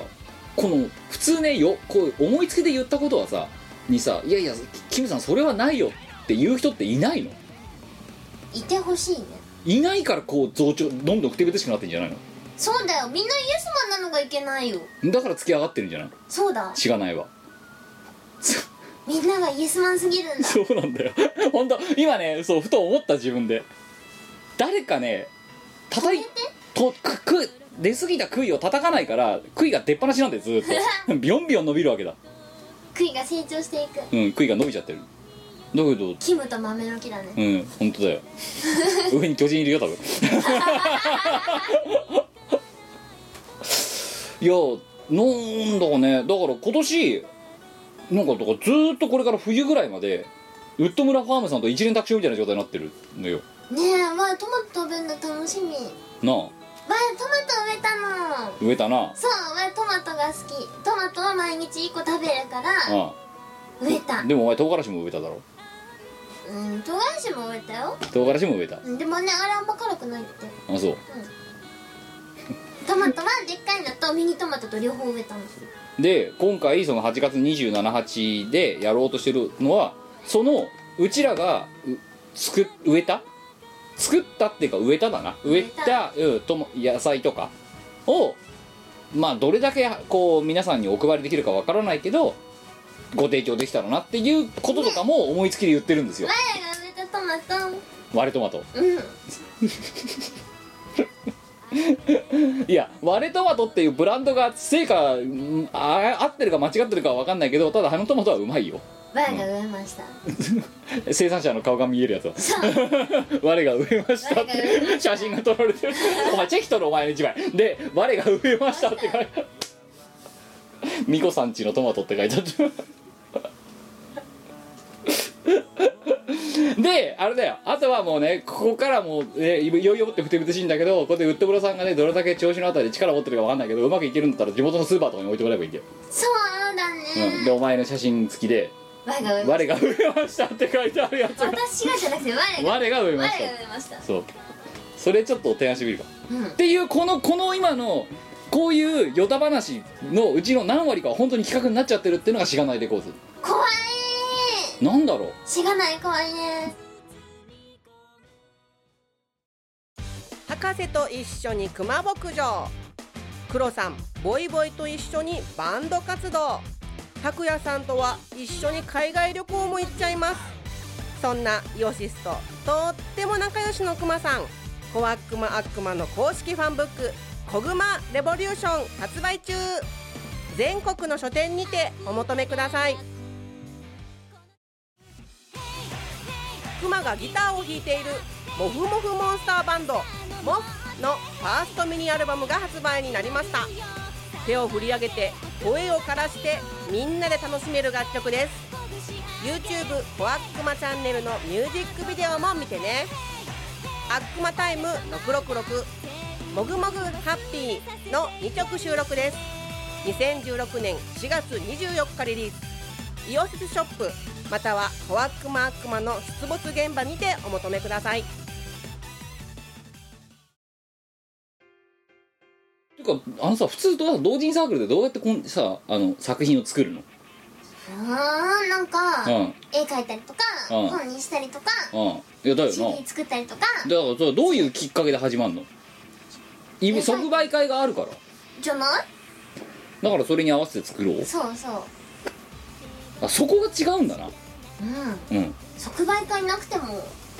Speaker 3: この普通ねよこう思いつきで言ったことはさにさ「いやいやキムさんそれはないよ」って言う人っていないの
Speaker 1: いてほしいね
Speaker 3: いないからこう増長どんどんふてぶてしくなってんじゃないの
Speaker 1: そうだよみんなイエスマンなのがいけないよ
Speaker 3: だから突き上がってるんじゃない
Speaker 1: そうだ
Speaker 3: 知らないわ
Speaker 1: みんながイエスマンすぎるん
Speaker 3: <laughs>
Speaker 1: だ
Speaker 3: そうなんだよ本当今ねそうふと思った自分で誰かね叩いとくく出過ぎた杭を叩かないから杭が出っ放しなんでずーっとビヨンビヨン伸びるわけだ
Speaker 1: 杭が成長していく
Speaker 3: うん杭が伸びちゃってるだけど
Speaker 1: キムと豆の木だね
Speaker 3: うん本当だよ上に巨人いるよ多分 <laughs> いやなんだかねだから今年なんかだからずーっとこれから冬ぐらいまでウッド村ファームさんと一連卓上みたいな状態になってるのよ
Speaker 1: ねえわあトマト食べるの楽しみわあ
Speaker 3: な
Speaker 1: トマ
Speaker 3: あ
Speaker 1: ト植えたの
Speaker 3: 植えたな
Speaker 1: そうわあトマトが好きトマトは毎日1個食べるから
Speaker 3: あ
Speaker 1: 植えた
Speaker 3: あでもお前唐辛子も植えただろ
Speaker 1: うん唐辛子も植えたよ
Speaker 3: 唐辛子も植えた
Speaker 1: うんでもねあれあんま辛くないって
Speaker 3: あそう
Speaker 1: トマトはでっかいのとミニトマトと両方植えたの
Speaker 3: で今回その8月278でやろうとしてるのはそのうちらがう作っ植えた作ったっていうか植えただな植えたうんとも野菜とかをまあどれだけこう皆さんにお配りできるかわからないけどご提供できたらなっていうこととかも思いつきで言ってるんですよ
Speaker 1: 我が植えたトマト
Speaker 3: 割れトマト
Speaker 1: うん
Speaker 3: いや割れトマトっていうブランドが成果うんあ合ってるか間違ってるかは分かんないけどただあのトマトはうまいよ
Speaker 1: 我が植えました
Speaker 3: 生産者の顔が見える
Speaker 1: <laughs>
Speaker 3: やつだ我が植えましたって
Speaker 1: 我が植えま
Speaker 3: 写真が撮られてるお前チェキ取るお前の一枚で我が植えましたって書いてあるミコさんちのトマトって書いてあるであれだよあとはもうねここからもう、ね、いよいよもってふてぶてしいんだけどここでウッドブロさんがねどれだけ調子のあたりで力を持ってるか分かんないけどうまくいけるんだったら地元のスーパーとかに置いてもらえばいいんだよ、
Speaker 1: そうだ
Speaker 3: うん、で
Speaker 1: ね
Speaker 3: お前の写真付きで
Speaker 1: 我が植
Speaker 3: 「
Speaker 1: えまし
Speaker 3: 我が植えました」って書いてあるやつ
Speaker 1: た
Speaker 3: が
Speaker 1: 私がじゃなくて我が
Speaker 3: 我が植え
Speaker 1: 我
Speaker 3: ま
Speaker 1: が
Speaker 3: し
Speaker 1: 植
Speaker 3: た
Speaker 1: えました
Speaker 3: そうそれちょっと提案してみるか
Speaker 1: うん
Speaker 3: っていうこのこの今のこういうヨタ話のうちの何割かは本当に企画になっちゃってるっていうのがしがないレコーズ
Speaker 1: 怖い
Speaker 3: なんだろう
Speaker 1: しがない怖いね
Speaker 4: 博士と一緒に熊牧場黒さんボイボイと一緒にバンド活動拓也さんとは一緒に海外旅行も行っちゃいますそんなイオシスととっても仲良しの熊さん「コアックマアックマ」の公式ファンブック「コグマレボリューション」発売中全国の書店にてお求めくださいクマがギターを弾いているモフモフモンスターバンドモフのファーストミニアルバムが発売になりました手を振り上げて声を枯らしてみんなで楽しめる楽曲です YouTube コアックマチャンネルのミュージックビデオも見てねアックマタイム666もぐもぐハッピーの2曲収録です2016年4月24日リリースイオシスショップまたはコアックマアックマの出没現場にてお求めください
Speaker 3: ていうかあのさ普通とさ同人サークルでどうやってこんさあの作品を作るの
Speaker 1: うーんなんか
Speaker 3: うん
Speaker 1: 絵描いたりとか
Speaker 3: うん
Speaker 1: 本にしたりとか
Speaker 3: うんいやだよな
Speaker 1: CD 作ったりとか
Speaker 3: だからそうどういうきっかけで始まるのい
Speaker 1: はい
Speaker 3: 即売会があるから
Speaker 1: じゃない
Speaker 3: だからそれに合わせて作ろう
Speaker 1: そうそう
Speaker 3: あそこが違うんだな
Speaker 1: うん
Speaker 3: うん、
Speaker 1: 即売会なくても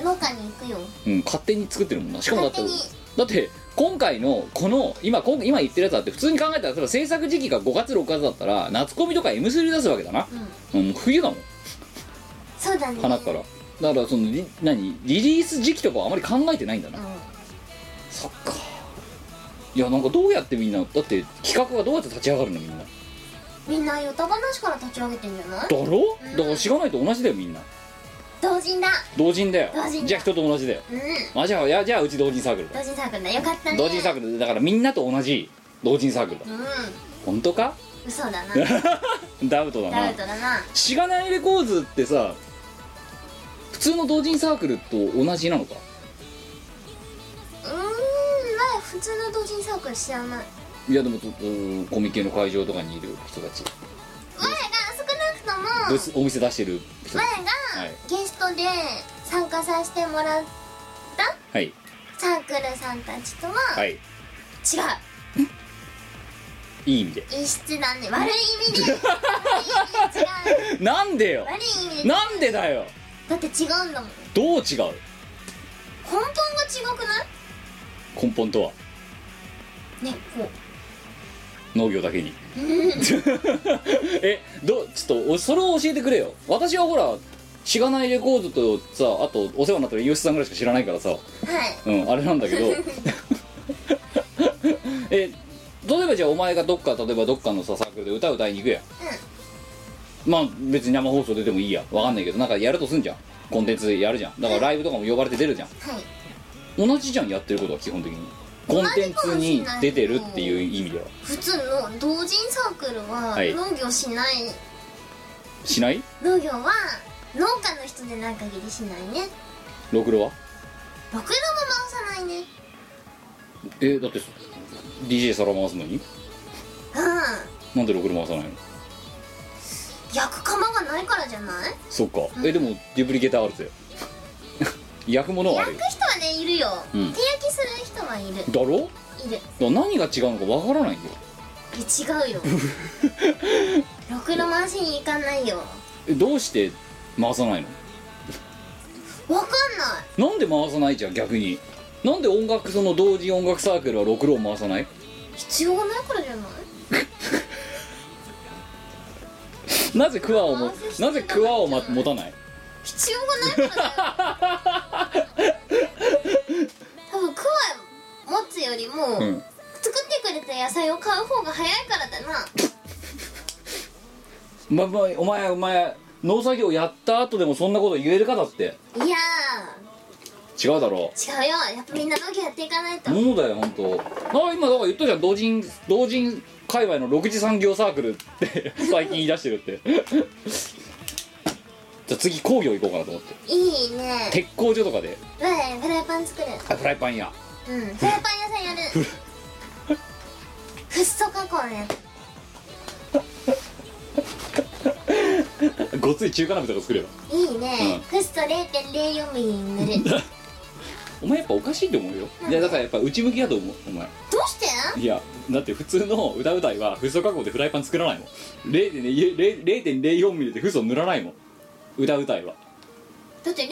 Speaker 1: 農家に行くよ
Speaker 3: うん、勝手に作ってるもんなしかもだって
Speaker 1: 勝手に
Speaker 3: だって今回のこの今今今言ってるやつだって普通に考えたら例えば制作時期が5月6月だったら夏コミとか M3 で出すわけだな、
Speaker 1: うん
Speaker 3: うん、冬だもん
Speaker 1: そうだね
Speaker 3: 花からだからそのリ何リリース時期とかはあまり考えてないんだな、
Speaker 1: うん
Speaker 3: そっかいやなんかどうやってみんなだって企画がどうやって立ち上がるのみんなだ
Speaker 1: みんなヨタ話から立ち上げてんじゃない
Speaker 3: ろ
Speaker 1: うん
Speaker 3: だから知らないと同じだよみんな
Speaker 1: 同人だ
Speaker 3: 同人だよ
Speaker 1: 同人だ
Speaker 3: じゃあ人と同じだよ
Speaker 1: うん
Speaker 3: あじゃあいやじゃあうち同人サークルだ
Speaker 1: 同人サークルだよかったね
Speaker 3: 同人サークルだからみんなと同じ同人サークルだ
Speaker 1: うん
Speaker 3: 本当か
Speaker 1: 嘘だ
Speaker 3: <laughs>
Speaker 1: な
Speaker 3: ダウトだ
Speaker 1: ダウ
Speaker 3: な
Speaker 1: トだな
Speaker 3: しがないレコーズってさ普通の同人サークルと同じなのか
Speaker 1: うーん前普通の同人サークル知らない
Speaker 3: いやでもちょっとコミケの会場とかにいる人たち
Speaker 1: 前が少なくと
Speaker 3: ブ
Speaker 1: も
Speaker 3: ースお店出してる人
Speaker 1: 前
Speaker 3: は
Speaker 1: がゲストで参加させてもらった
Speaker 3: い
Speaker 1: サークルさんたちとは
Speaker 3: はい
Speaker 1: 違う、
Speaker 3: いい意味で
Speaker 1: 異質だね悪い意
Speaker 3: <laughs>
Speaker 1: 味で悪い意味で違う
Speaker 3: なんでよ
Speaker 1: 悪い意味で
Speaker 3: なんでだよ
Speaker 1: だって違うんだもん
Speaker 3: どう違う
Speaker 1: 根本が違くない
Speaker 3: 根本とは
Speaker 1: ねこ
Speaker 3: 農業だけに <laughs>
Speaker 1: ううん
Speaker 3: えどうちょっとおそれを教えてくれよ私はほらしがないレコードとさあとお世話になったらユースさんぐらいしか知らないからさ
Speaker 1: はい
Speaker 3: うんあれなんだけどえ例えばじゃあお前がどっか例えばどっかのさサークルで歌歌いに行くやんまあ別に生放送出てもいいやわかんないけどなんかやるとすんじゃんコンテンツやるじゃんだからライブとかも呼ばれて出るじゃん
Speaker 1: はい
Speaker 3: 同じじゃんやってることは基本的にコンテンツに出てるっていう意味では
Speaker 1: 普通の同人サークルは
Speaker 3: はい
Speaker 1: 農業しない、
Speaker 3: しない
Speaker 1: 農業は農家の人でない限りしないね
Speaker 3: ろくろは
Speaker 1: ろくろも回さないね
Speaker 3: えだって DJ 皿回すのに
Speaker 1: うん
Speaker 3: なんでろくろ回さないの
Speaker 1: 焼く釜がないからじゃない
Speaker 3: そっかえでもデュプリケーターあるぜ <laughs> 焼くものはあ
Speaker 1: 焼
Speaker 3: るよ
Speaker 1: く人はねいるよ、
Speaker 3: うん
Speaker 1: 手焼きする人はいるいる
Speaker 3: だろ
Speaker 1: え
Speaker 3: だから何が違うのかわからないんだよ
Speaker 1: 違うよ
Speaker 3: <laughs>
Speaker 1: ろくろ回しに行かないよ
Speaker 3: えどうして回さないの
Speaker 1: わかんない
Speaker 3: なんで回さないじゃん逆になんで音楽その同時音楽サークルはろくろを回さない
Speaker 1: 必要がないからじゃない
Speaker 3: なぜクワをも
Speaker 1: 回す必要
Speaker 3: なぜクワを、ま
Speaker 1: な、い
Speaker 3: 持たない
Speaker 1: 必要がないからだよ多分クワ持つよりも、
Speaker 3: うん
Speaker 1: 作ってくれた野菜を買う方が早いからだな
Speaker 3: ままお前お前農作業やった後でもそんなこと言えるかだって
Speaker 1: いや
Speaker 3: 違うだろ
Speaker 1: ー違うよやっぱみんな農業やっていかないと
Speaker 3: うものだよ本当あ今だから言ったじゃん同人同人界隈の6次産業サークルって最近言い出してるってじゃあ次工業行こうかなと思って
Speaker 1: いいね
Speaker 3: 鉄工所とかで
Speaker 1: わいフライパン作る
Speaker 3: あフライパンや
Speaker 1: うんフライパン屋さんやるフッ素加工のやつ
Speaker 3: ごつい中華鍋とか作れば
Speaker 1: いいね、
Speaker 3: う
Speaker 1: フッ素0.04ミリに塗る
Speaker 3: <laughs> お前やっぱおかしいと思うよいやだからやっぱ内向きやと思うお前
Speaker 1: どうして
Speaker 3: いやだって普通の歌うたいはフッ素加工でフライパン作らないもん0 0 0 4ミリでフッ素塗らないもん歌うたいは
Speaker 1: だって0.04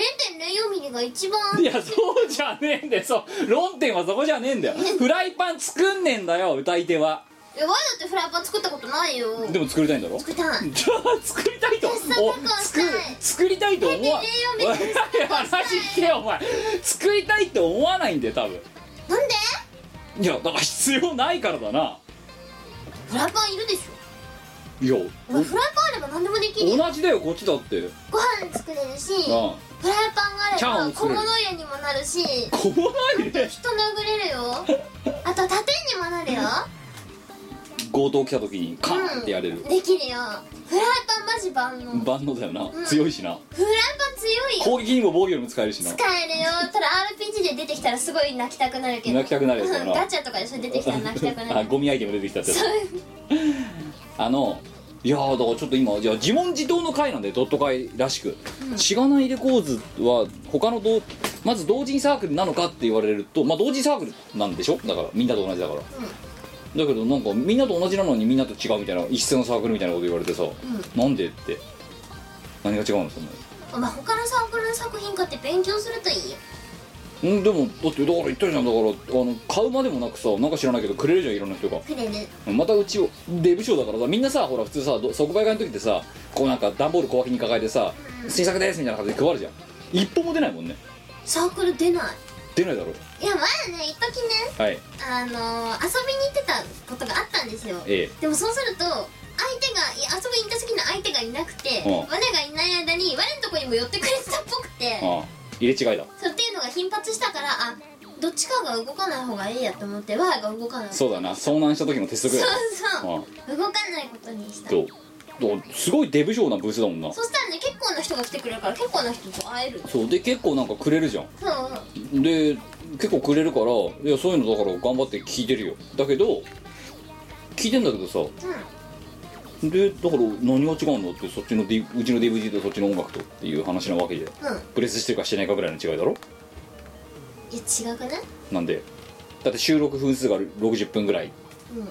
Speaker 1: ミリが一番
Speaker 3: いやそうじゃねえんだよそう論点はそこじゃねえんだよフライパン作んねえんだよ歌い手は
Speaker 1: えわいだってフライパン作ったことないよ
Speaker 3: でも作りたいんだろ
Speaker 1: 作りたい
Speaker 3: じゃあ <laughs> 作りたいと
Speaker 1: フッ素加工したい
Speaker 3: 作作りたいと思わ
Speaker 1: 0.04ミリ
Speaker 3: おい話聞けよお前作りたいって思わないんだよ多分
Speaker 1: なんで
Speaker 3: いやだから必要ないからだな
Speaker 1: フライパンいるでし
Speaker 3: いや
Speaker 1: ょお前フライパンあれば何でもできるよ
Speaker 3: 同じだよこっちだってうん
Speaker 1: ご飯作れるしフライパン
Speaker 3: チャ
Speaker 1: があ
Speaker 3: ー
Speaker 1: れ
Speaker 3: ン
Speaker 1: ば
Speaker 3: 作
Speaker 1: 小
Speaker 3: れる
Speaker 1: 物入れにもなるし
Speaker 3: 怖いね
Speaker 1: 人殴れるよあと盾にもなるよ
Speaker 3: 強盗来た時にカーンってやれ
Speaker 1: う
Speaker 3: る
Speaker 1: ん、できるよフライパンマジ万能フライ
Speaker 3: 万能だよな、
Speaker 1: うん
Speaker 3: 強いしな
Speaker 1: パン強いよ
Speaker 3: 攻撃にも防御にも使えるしな
Speaker 1: 使えるよただ RPG で出てきたらすごい泣きたくなるけど
Speaker 3: 泣きたくなるよな
Speaker 1: うんガチャとかでしょ出てきたら泣きたくな
Speaker 3: <laughs> あ
Speaker 1: る
Speaker 3: ゴミアイテム出てきたってやつ
Speaker 1: そう
Speaker 3: <laughs> あのいやーだからちょっと今じゃあ自問自答の回なんでドット会らしく、しがないレコーズは他の同まず同人サークルなのかって言われるとまあ同人サークルなんでしょだからみんなと同じだから、だけどなんかみんなと同じなのにみんなと違うみたいな一斉のサークルみたいなこと言われてさ、なんでって何が違うのそんな
Speaker 1: お前他のサークルの作品買って勉強するといいよ
Speaker 3: んでもだってだから言ったじゃんだからあの買うまでもなくさなんか知らないけどくれるじゃんいろんな人が
Speaker 1: くれる
Speaker 3: またうちをデブ賞だからさみんなさほら普通さど即売会の時ってさこうなんか段ボール小脇に抱えてさ「新作です」みたいな感じで配るじゃん一歩も出ないもんね
Speaker 1: サークル出ない
Speaker 3: 出ないだろ
Speaker 1: いや前ね一時ね
Speaker 3: はい
Speaker 1: あのー、遊びに行ってたことがあったんですよ
Speaker 3: え
Speaker 1: でもそうすると相手がい遊びに行った時の相手がいなくて
Speaker 3: うん
Speaker 1: 我がいない間に我のとこにも寄ってくれてたっぽくて
Speaker 3: えああ入れ違いだ
Speaker 1: そうっていうのが頻発したからあどっちかが動かない方がいいやと思って我が動かない
Speaker 3: そうだな遭難した時の鉄則
Speaker 1: そう
Speaker 3: だよ
Speaker 1: そう
Speaker 3: あ
Speaker 1: 動かないことにした
Speaker 3: あどうどうすごいデブ賞なブースだもんな
Speaker 1: そしたらね結構な人が来てくれるから結構な人と会える
Speaker 3: そうで結構なんかくれるじゃん
Speaker 1: そうそう
Speaker 3: で結構くれるからいやそういうのだから頑張って聞いてるよだけど聞いてんだけどさでだから何が違うのってそっちの、D、うちの DVD とそっちの音楽とっていう話なわけで
Speaker 1: うんうん
Speaker 3: プレスしてるかしてないかぐらいの違いだろ
Speaker 1: いや違くない
Speaker 3: なんでだって収録分数が60分ぐらい
Speaker 1: うん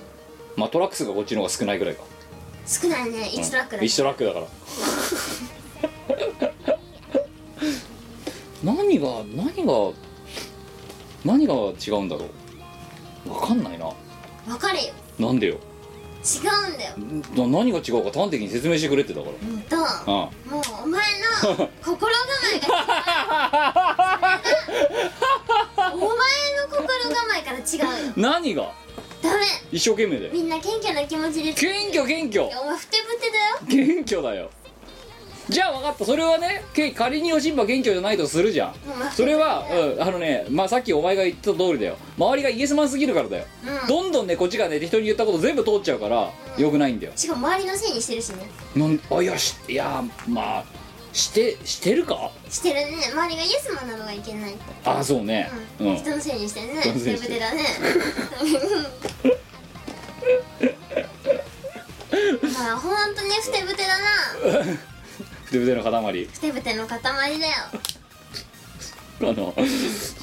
Speaker 3: まあトラック数がこっちの方が少ないぐらいか
Speaker 1: 少ないね1トラックだ
Speaker 3: うん一トラックだから <laughs> 何が何が何が違うんだろう分かんないな
Speaker 1: 分かれよ
Speaker 3: なんでよ
Speaker 1: 違うんだよ
Speaker 3: な何が違うか端的に説明してくれってだか
Speaker 1: うんと
Speaker 3: らあ
Speaker 1: もうお前の心構えが違うお前の心構えから違うよ
Speaker 3: 何が
Speaker 1: ダメ
Speaker 3: 一生懸命だよ
Speaker 1: みんな謙虚な気持ちで
Speaker 3: 謙虚謙虚
Speaker 1: お前ふてぶてだよ
Speaker 3: 謙虚だよじゃあ分かったそれはねけ仮にヨシンバ謙虚じゃないとするじゃん
Speaker 1: お前ふ
Speaker 3: それは、うん、あのねまあさっきお前が言った通りだよ周りがイエスマンすぎるからだよ
Speaker 1: うん
Speaker 3: どんどんねこっちがね適当に言ったこと全部通っちゃうからよくないんだよ
Speaker 1: しかも周りのせいにしてるしね
Speaker 3: なんあいやしいやまあしてしてるか
Speaker 1: してるね周りがイエスマンなのがいけないって、
Speaker 3: あそうね
Speaker 1: う
Speaker 3: うんん、 <laughs>
Speaker 1: 人のせいにしてね
Speaker 3: 人の
Speaker 1: ふ
Speaker 3: せい
Speaker 1: て
Speaker 3: に
Speaker 1: ぶ
Speaker 3: して
Speaker 1: てだねまあほんとねふてぶてだな
Speaker 3: ふてぶての塊
Speaker 1: ふてぶての塊だよ
Speaker 3: かな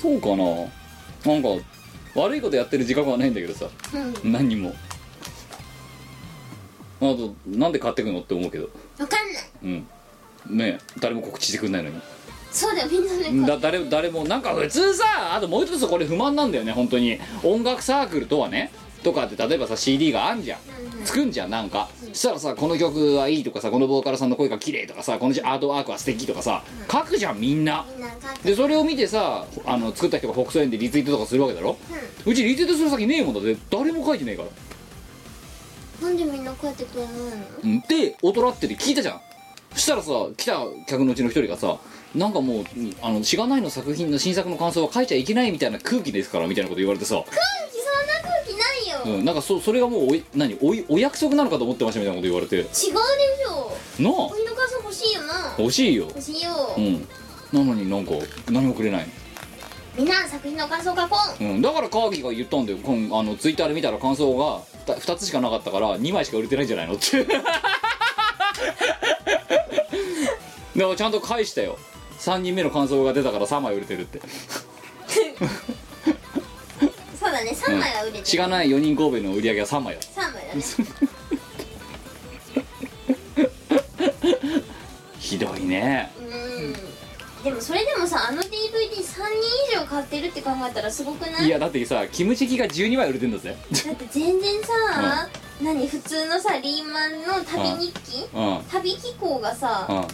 Speaker 3: そうかななんか悪いことやってる自覚はないんだけどさ
Speaker 1: うん
Speaker 3: 何にもあとなんで買ってくのって思うけど
Speaker 1: 分かんない
Speaker 3: うんねえ誰も告知してくんないのに
Speaker 1: そうだよみんなねこう
Speaker 3: だ誰誰もなんか普通さあともう一つこれ不満なんだよね本当に音楽サークルとはねとかって例えばさ CD があんじゃん
Speaker 1: うんうん
Speaker 3: つくんじゃんなんかそしたらさこの曲はいいとかさこのボーカルさんの声が綺麗とかさこのアートワークは素敵とかさ書くじゃんみんな
Speaker 1: みんなかって
Speaker 3: でそれを見てさあの作った人が北総園でリツイートとかするわけだろ
Speaker 1: う
Speaker 3: うちリツイートする先ねえもんだって誰も書いてねえから
Speaker 1: なんでみんなこうやってくれないの
Speaker 3: で踊らってて聞いたじゃんそしたらさ来た客のうちの一人がさなんかもうあのしがないの作品の新作の感想は書いちゃいけないみたいな空気ですからみたいなこと言われてさ、
Speaker 1: そんな空気ないよ、
Speaker 3: う、
Speaker 1: 違うん
Speaker 3: なんかそそれがもうおい何おいお約束なのかと思ってましたみたいなこと言われて
Speaker 1: でしょ
Speaker 3: な
Speaker 1: お
Speaker 3: あ
Speaker 1: 犬かさん欲しいよな
Speaker 3: 欲しいよ
Speaker 1: 欲しいよ、
Speaker 3: うんなのになんか何もくれない、
Speaker 1: みんな作品の感想書こう
Speaker 3: うん、だからカーギーが言ったんだよこんあのツイッターで見たら感想が 2, つしかなかったから2枚しか売れてないんじゃないのって <laughs> だからちゃんと返したよ3人目の感想が出たから3枚売れてるって
Speaker 1: そうだね3枚は売れてる
Speaker 3: しがない4人神戸の売り上げは3枚だ
Speaker 1: 3枚だね
Speaker 3: ひどいね
Speaker 1: うんでもそれでもさあの DVD3 人以上買ってるって考えたらすごくない
Speaker 3: いやだってさキムチキが12枚売れてんだぜ
Speaker 1: だって全然さ、何普通のさリーマンの旅日記、
Speaker 3: うんう
Speaker 1: 旅機構がさ
Speaker 3: ん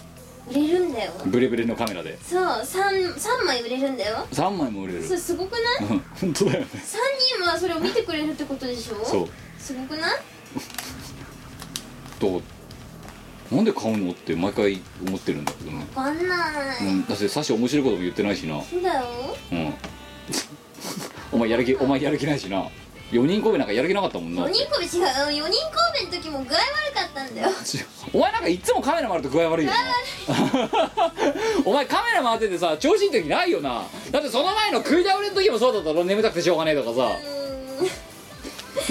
Speaker 1: 売れるんだよ
Speaker 3: ブレブレのカメラで
Speaker 1: そう 3, 3枚売れるんだよ
Speaker 3: 3枚も売れる
Speaker 1: それすごくない
Speaker 3: うん本当だよね
Speaker 1: 3人はそれを見てくれるってことでしょ
Speaker 3: そう
Speaker 1: すごくない
Speaker 3: となんで買うのって毎回思ってるんだけどな、
Speaker 1: 分かんない、
Speaker 3: うん、だってサシ面白いことも言ってないしな
Speaker 1: そうだよ
Speaker 3: うん <laughs> お前やる気お前やる気ないしな4人神戸なんかやる気なかったもんな
Speaker 1: 4人神戸違う4人神戸の時も具合悪かったんだよ
Speaker 3: お前なんかいっつもカメラ回ると具合悪いよな <laughs> お前カメラ回っててさ調子いい時ないよなだってその前の食い倒れの時もそうだったろ眠たくてしょうがねえとかさ
Speaker 1: う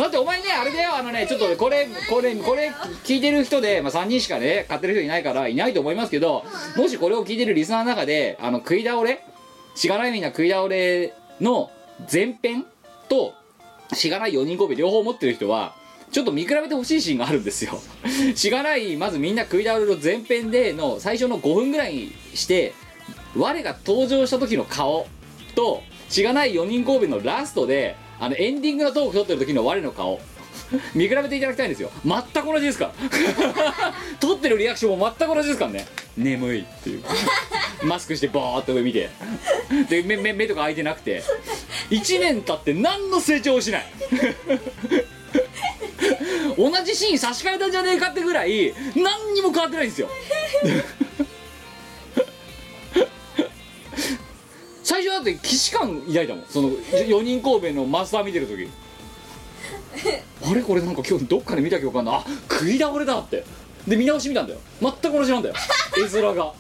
Speaker 3: だってお前ねあれだよあのねちょっとこれこれこれ聞いてる人で、まあ、3人しかね買ってる人いないからいないと思いますけどもしこれを聞いてるリスナーの中であの食い倒れしがないみんな食い倒れの前編としがない4人神戸両方持ってる人はちょっと見比べてほしいシーンがあるんですよ <laughs> しがないまずみんな食い倒れる前編での最初の5分ぐらいにして我が登場した時の顔としがない4人神戸のラストであのエンディングのトーク撮ってる時の我の顔 <laughs> 見比べていただきたいんですよ全く同じですから <laughs> 撮ってるリアクションも全く同じですからね眠いっていう <laughs> マスクしてバーって上見てで目目目とか開いてなくて1年経って何の成長をしない <laughs> 同じシーン差し替えたんじゃねえかってぐらい何にも変わってないんですよ最初だって既視感抱いたもんその4人神戸のマスター見て
Speaker 1: <laughs>
Speaker 3: る時あれこれなんか今日どっかで見た記憶あんなあ食い倒れだってで見直し見たんだよ全く同
Speaker 1: <laughs>
Speaker 3: じなんだよ絵面が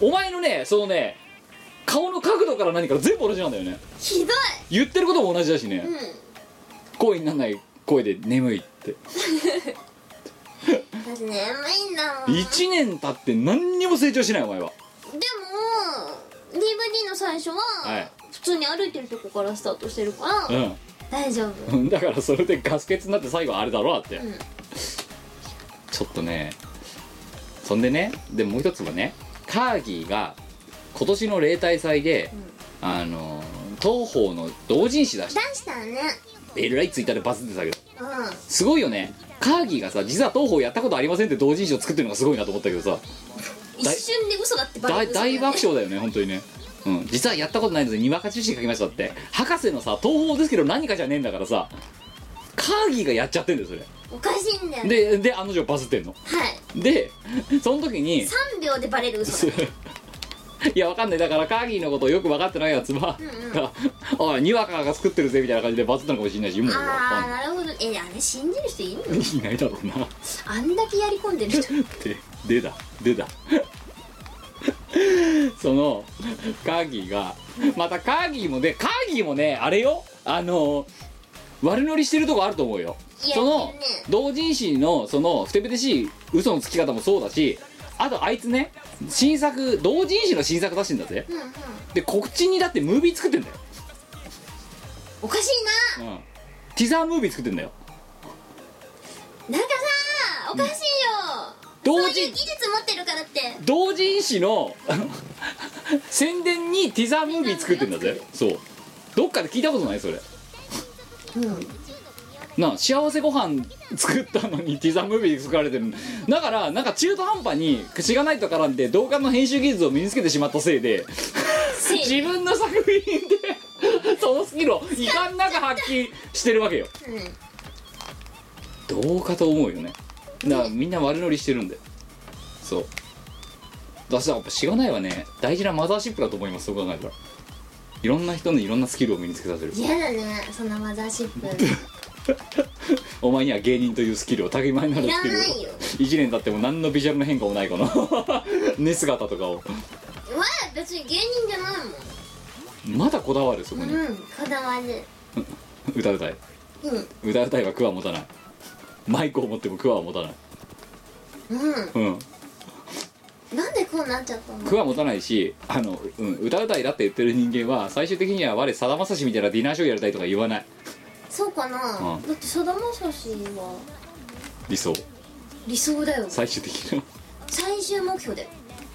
Speaker 3: お前のねそのね顔の角度から何から全部同じなんだよね
Speaker 1: ひど
Speaker 3: 言ってることも同じだしね、
Speaker 1: いうん
Speaker 3: 声にならない声で眠いって
Speaker 1: 私眠いんだもんでも
Speaker 3: 1年経って何にも成長しないお前は
Speaker 1: DVD の最初は、
Speaker 3: はい
Speaker 1: 普通に歩いてるとこからスタートしてるから、大丈夫
Speaker 3: うんだからそれでガス欠になって最後あれだろだって、
Speaker 1: うん
Speaker 3: ちょっとねそんでねでもう一つはねカーギーが今年の例大祭で、あの東宝の同人誌出し
Speaker 1: 出
Speaker 3: て
Speaker 1: したね
Speaker 3: えらいツイッターでバズってたけど
Speaker 1: うん
Speaker 3: すごいよねカーギーがさ実は東宝やったことありませんって同人誌を作ってるのがすごいなと思ったけどさ
Speaker 1: 一瞬で嘘だってバレ
Speaker 3: 大
Speaker 1: る
Speaker 3: 大爆笑だよね本当にねうん、実はやったことないのでにわか知識書きましたって博士のさ東宝ですけど何かじゃねえんだからさカーギーがやっちゃってんだよそれ
Speaker 1: おかしいんだよ
Speaker 3: でで案の定バズってんの
Speaker 1: はい
Speaker 3: でその時に
Speaker 1: 3秒でバレる嘘だ
Speaker 3: <laughs> いやわかんないだからカーギーのことをよく分かってないやつは、 <laughs> あにわかが作ってるぜみたいな感じでバズったのかもしれないしもうわ
Speaker 1: あ
Speaker 3: か
Speaker 1: あ
Speaker 3: ん
Speaker 1: なるほどえあれ信じる人いんの
Speaker 3: <laughs> ないいないだろうな
Speaker 1: あんだけやり込んでる人
Speaker 3: で出た出た <laughs> そのカーギーがまたカーギーもねカーギーもねあれよあの悪乗りしてるとこあると思うよ
Speaker 1: いや
Speaker 3: その
Speaker 1: ね
Speaker 3: 同人誌のそのふてぶてしい嘘のつき方もそうだしあとあいつね新作同人誌の新作出してんだぜ
Speaker 1: うんうん
Speaker 3: で告知にだってムービー作ってんだよ、
Speaker 1: おかしいな
Speaker 3: うん、ティザームービー作ってんだよ
Speaker 1: なんかさおかしいよ
Speaker 3: 同
Speaker 1: そう
Speaker 3: 人
Speaker 1: いう技術持ってるからって
Speaker 3: 同人誌のあの宣伝にティザームービー作ってんだぜそうどっかで聞いたことないそれなあ幸せご飯作ったのにティザームービー作られてるだからなんか中途半端に口がないと絡んで動画の編集技術を身につけてしまったせいで
Speaker 1: せ
Speaker 3: 自分の作品でそのスキルを遺憾なく発揮してるわけよ
Speaker 1: うん
Speaker 3: どうかと思うよねだからみんな悪乗りしてるんでそうだしやっぱしがないはね大事なマザーシップだと思いますそう考えたらいろんな人にいろんなスキルを身につけさせる
Speaker 1: 嫌だねそんなマザーシッ <laughs> プ
Speaker 3: お前には芸人というスキルをたぎまいなる
Speaker 1: いら
Speaker 3: スキルを
Speaker 1: ないよ
Speaker 3: 1年経っても何のビジュアルの変化もない
Speaker 1: <laughs>
Speaker 3: この寝姿とかを
Speaker 1: わあ別に芸人じゃない
Speaker 3: まだこだわるそこ
Speaker 1: もん
Speaker 3: に
Speaker 1: うんこだわる
Speaker 3: 歌うたい
Speaker 1: うん
Speaker 3: 歌うたいはクワ持たないマイクを持ってもクワは持たない
Speaker 1: うん
Speaker 3: うん
Speaker 1: なんでこうなっちゃったの
Speaker 3: 句は持たないしあの、うん、歌うたいだって言ってる人間は最終的には我さだまさしみたいなディナーショーやりたいとか言わない
Speaker 1: そうかな、
Speaker 3: うん
Speaker 1: だってさだまさしは
Speaker 3: 理想
Speaker 1: 理想だよ
Speaker 3: 最終的な
Speaker 1: 最終目標だよ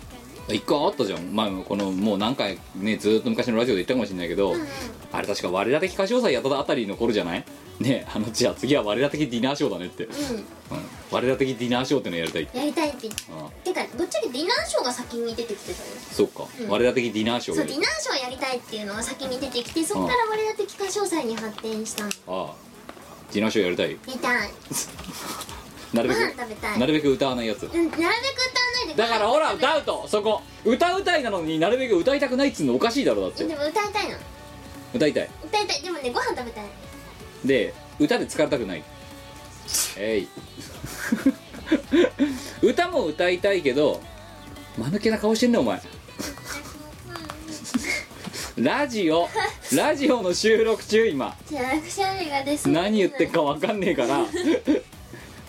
Speaker 3: <laughs> 一回あったじゃん、まあ、このもう何回ねずーっと昔のラジオで言ったかもしれないけど、
Speaker 1: うんうん
Speaker 3: あれ確か我ら的歌唱祭やったあたりの頃じゃない <laughs> ねあのじゃあ次は我ら的ディナーショーだねって、うん、
Speaker 1: う
Speaker 3: 我ら的ディナーショーってのやりたいって
Speaker 1: んやりたいって言って
Speaker 3: ああ
Speaker 1: てかぶっちゃけディナーショーが先に出てきてたよ
Speaker 3: そうか、
Speaker 1: うん
Speaker 3: 我ら的ディナーショー
Speaker 1: そ
Speaker 3: や
Speaker 1: うデ
Speaker 3: り
Speaker 1: ィ
Speaker 3: た
Speaker 1: ナ
Speaker 3: い
Speaker 1: ーショーやりたいっていうのが先に出てきてそこから我々的歌唱祭に発展したの
Speaker 3: ああディナーショーやりたい
Speaker 1: 見たい
Speaker 3: なる
Speaker 1: ご
Speaker 3: べく、
Speaker 1: 飯食べたい
Speaker 3: なるべく歌わないやつ
Speaker 1: うんなるべく歌わないで
Speaker 3: だからほら
Speaker 1: う
Speaker 3: 歌うとそこ歌うたいなのになるべく歌いたくないっつうのおかしいだろだっ
Speaker 1: で
Speaker 3: て
Speaker 1: も歌いたいの
Speaker 3: 歌いたい
Speaker 1: 歌いたいでもねご飯食べたい
Speaker 3: で歌で疲れたくないえい <laughs> 歌も歌いたいけど間抜けな顔してんねお前ラジオラジオの収録中今
Speaker 1: じゃあくしゃみが出そう
Speaker 3: 何言ってんか分かんねえから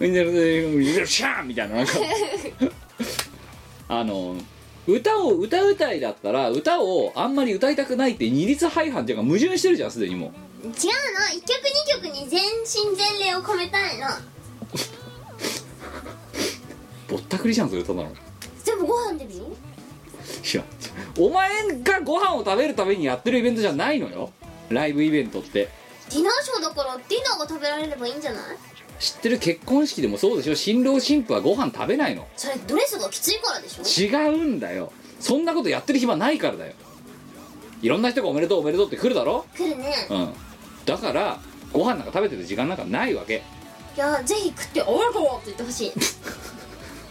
Speaker 3: うんよっしゃーみたいななんかあの歌を歌うたいだったら歌をあんまり歌いたくないって二律背反っていうか矛盾してるじゃんすでにもう
Speaker 1: 違うの1曲2曲に全身全霊を込めたいの
Speaker 3: ぼったくりじゃんそれただのい
Speaker 1: 全部ご飯でしょ
Speaker 3: やお前がご飯を食べるためにやってるイベントじゃないのよライブイベントって
Speaker 1: ディナーショーだからディナーが食べられればいいんじゃない
Speaker 3: 知ってる結婚式でもそうでしょ新郎新婦はご飯食べないの
Speaker 1: それドレスがきついからでしょ
Speaker 3: 違うんだよそんなことやってる暇ないからだよいろんな人がおめでとうおめでとうって来るだろ
Speaker 1: 来るね
Speaker 3: うんだからご飯なんか食べてる時間なんかないわけ
Speaker 1: いやぜひ食って「おるこ!」って言ってほしい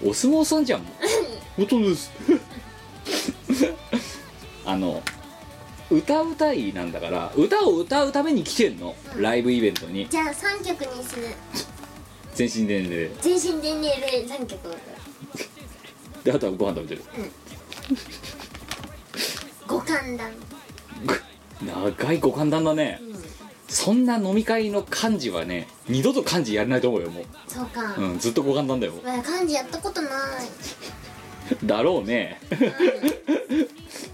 Speaker 3: お相撲さんじゃんもう本当です <laughs> あの歌うたいなんだから歌を歌うために来てんのライブイベントに
Speaker 1: じゃあ3曲にする
Speaker 3: 全身全霊で
Speaker 1: 全身全霊で3曲
Speaker 3: であとはご飯食べてる
Speaker 1: 五感談
Speaker 3: 長い五感談だね、そんな飲み会の幹事はね二度と幹事やれないと思うよも
Speaker 1: そうか、
Speaker 3: う、うん、ずっと五感談だよもう
Speaker 1: まだ漢字やったことない
Speaker 3: <laughs> だろうね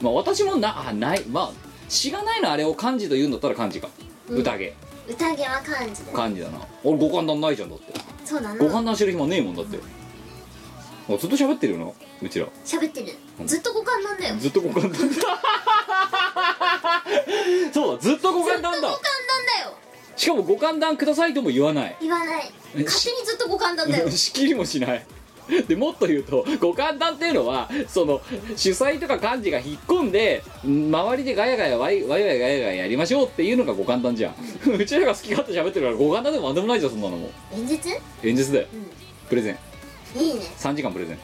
Speaker 3: まあ私もなあないまあ詩がないのあれを漢字と言うんだったら漢字か、
Speaker 1: うん
Speaker 3: 宴
Speaker 1: 宴は漢字だ
Speaker 3: 漢字だな俺五感談ないじゃんだって
Speaker 1: そうだな
Speaker 3: 五感談してる暇ねえもんだってあずっと喋ってるよなうちら
Speaker 1: 喋ってる
Speaker 3: うん
Speaker 1: ずっと五感なんだよ
Speaker 3: ずっと五感談そうだずっと五
Speaker 1: ずっ
Speaker 3: 感
Speaker 1: と五感なんだ
Speaker 3: 談だ
Speaker 1: よ
Speaker 3: しかも五感談くださいとも言わない
Speaker 1: 言わない
Speaker 3: え
Speaker 1: 勝手にずっと五感なん
Speaker 3: <laughs>
Speaker 1: だよ
Speaker 3: しきりもしないでもっと言うと五感談っていうのはその主催とか幹事が引っ込んでん周りでガヤガヤワイワイワイガヤガヤやりましょうっていうのが五感談じゃん <laughs> うちらが好き勝手喋ってるから五感談でもなんでもないじゃんそんなのもう
Speaker 1: 演説
Speaker 3: 演説だよ
Speaker 1: うん
Speaker 3: プレゼン
Speaker 1: いいね
Speaker 3: 3時間プレゼン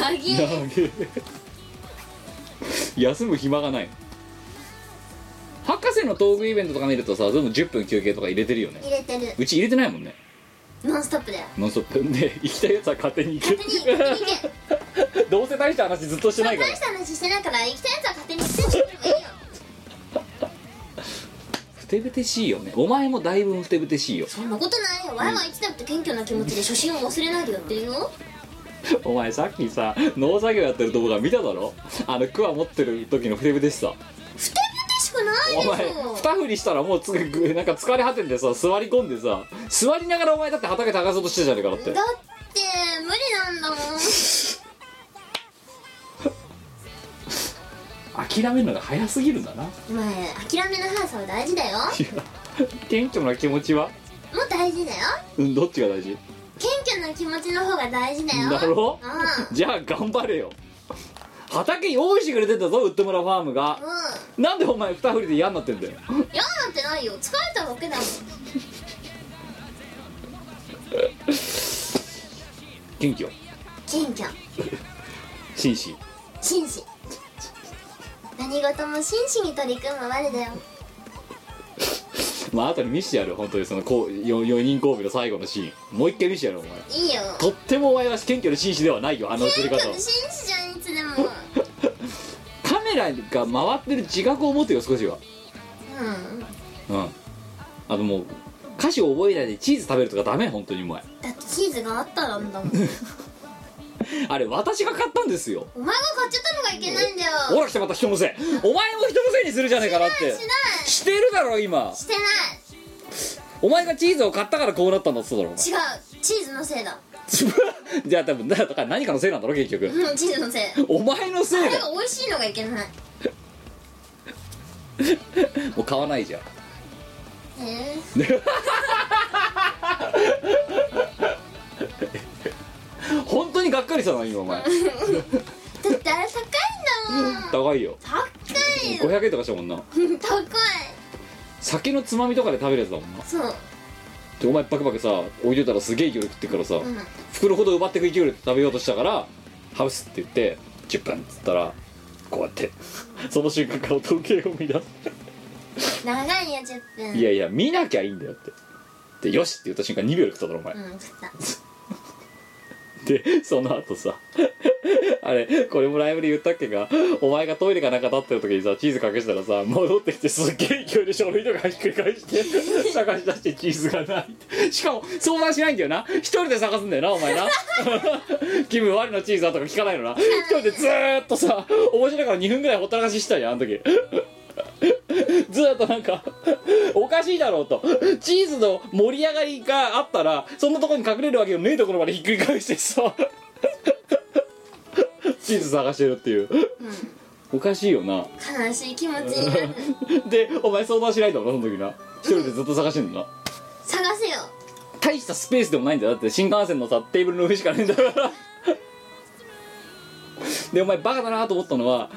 Speaker 1: なぎ
Speaker 3: 長え <laughs> 休む暇がない博士のトークイベントとか見るとさ全部10分休憩とか入れてるよね
Speaker 1: 入れてる
Speaker 3: うち入れてないもんね
Speaker 1: ノンストップだよ
Speaker 3: 「ノンストップ!」で行きたいやつは勝手に行け
Speaker 1: 勝
Speaker 3: <laughs>
Speaker 1: 手に勝手に行け
Speaker 3: どうせ大した話ずっとしてない
Speaker 1: 大
Speaker 3: から
Speaker 1: した話してないから行きたいやつは勝手に行ってくればいいよ
Speaker 3: ふてぶてしいよねお前もだいぶふてぶてしいよ
Speaker 1: そんなことないよわいわい生きたって謙虚な気持ちで初心を忘れないでやってるよ
Speaker 3: お前さっきさ農作業やってるとこが見ただろあのクワ持ってる時のふてぶてしさ
Speaker 1: ふてぶてしくない
Speaker 3: お
Speaker 1: で
Speaker 3: 前
Speaker 1: しょ
Speaker 3: 二振りしたらもうつぐなんか疲れ果てんでさ座り込んでさ座りながらお前だって畑探そうとしてたじゃねえからって
Speaker 1: だって無理なんだもん
Speaker 3: 諦めるのが早すぎるんだな
Speaker 1: お前諦めの速さは大事だよ
Speaker 3: 謙虚な気持ちは
Speaker 1: もう大事だよ
Speaker 3: うんどっちが大事
Speaker 1: 謙虚な気持ちの方が大事だよ
Speaker 3: だろ
Speaker 1: う
Speaker 3: じゃあ頑張れよ畑用意してくれてんだぞウッド村ファームが
Speaker 1: んうん
Speaker 3: なんでお前二振りで嫌になってんだよ
Speaker 1: 嫌なんてないよ疲れただけだもん
Speaker 3: 謙虚
Speaker 1: 謙虚
Speaker 3: 紳士
Speaker 1: 紳士何事も真摯に取り組む我だよ
Speaker 3: まあ後に見してやる本当にそのこう 4, 人交尾の最後のシーンもう一回見してやるお前
Speaker 1: いいよ
Speaker 3: とってもお前は謙虚で紳士ではないよあの映り
Speaker 1: 謙
Speaker 3: 方
Speaker 1: 虚
Speaker 3: は
Speaker 1: で紳士じゃんいつで
Speaker 3: <laughs>
Speaker 1: も
Speaker 3: カメラが回ってる自覚を持てよ少しは
Speaker 1: うん
Speaker 3: うんあともう歌詞を覚えないでチーズ食べるとかダメ本当にお前
Speaker 1: だってチーズがあったらん
Speaker 3: <laughs>
Speaker 1: だもんお前が
Speaker 3: あれ私が買ったんですよ
Speaker 1: 買っちゃったのがいけないんだよ
Speaker 3: ほら来てまた人のせいお前も人のせいにするじゃねえかなっ
Speaker 1: して
Speaker 3: て
Speaker 1: ない
Speaker 3: してるだろ今
Speaker 1: してな
Speaker 3: お前がチーズを買ったからこうなったんだっつっただろお前
Speaker 1: い違うチーズのせいだ
Speaker 3: <laughs> じゃあ多分だから何かのせいなんだろ結局
Speaker 1: うんチーズのせい
Speaker 3: お前のせ
Speaker 1: あ
Speaker 3: い
Speaker 1: れ
Speaker 3: だ
Speaker 1: が美味しいのがいけない
Speaker 3: もう買わないじゃん
Speaker 1: え
Speaker 3: 本当にがっかりしたな今お
Speaker 1: ー、
Speaker 3: 前
Speaker 1: だってあれ高いんだもん
Speaker 3: 高いよ
Speaker 1: 高いよ
Speaker 3: 500円とかしたもんな
Speaker 1: 高い
Speaker 3: 酒のつまみとかで食べるやつだもんな
Speaker 1: そう
Speaker 3: でお前バクバクさ置いといたらすげえ勢いで食ってっからさ、
Speaker 1: うん
Speaker 3: 袋ほど奪ってく勢いで食べようとしたからハウスって言って10分っつったらこうやってその瞬間から時計を見出す
Speaker 1: 長いよ10分
Speaker 3: いやいや見なきゃいいんだよってでよしって言った瞬間2秒で食っただろお前、
Speaker 1: うんちょっと
Speaker 3: でその後さ <laughs> あれこれもライブで言ったっけかお前がトイレかなんか立ってる時にさチーズ隠したらさ戻ってきてすっげえ勢いで書類とかひっくり返して探し出してチーズがないしかも相談しないんだよな一人で探すんだよなお前な <laughs> 君我のチーズだとか聞かないのな一人でずーっとさ面白いから2分ぐらいほったらかししたじゃんあの時ずーっとなんか <laughs> おかしいだろうとチーズの盛り上がりがあったらそんなとこに隠れるわけよねえところまでひっくり返してさ <laughs> チーズ探してるっていうおかしいよな
Speaker 1: 悲しい気持ちになる
Speaker 3: でお前相談しないだろその時な一人でずっと探してんのな
Speaker 1: 探せよ
Speaker 3: 大したスペースでもないんだよだって新幹線のさテーブルの上しかないんだから <laughs> でお前バカだなと思ったのは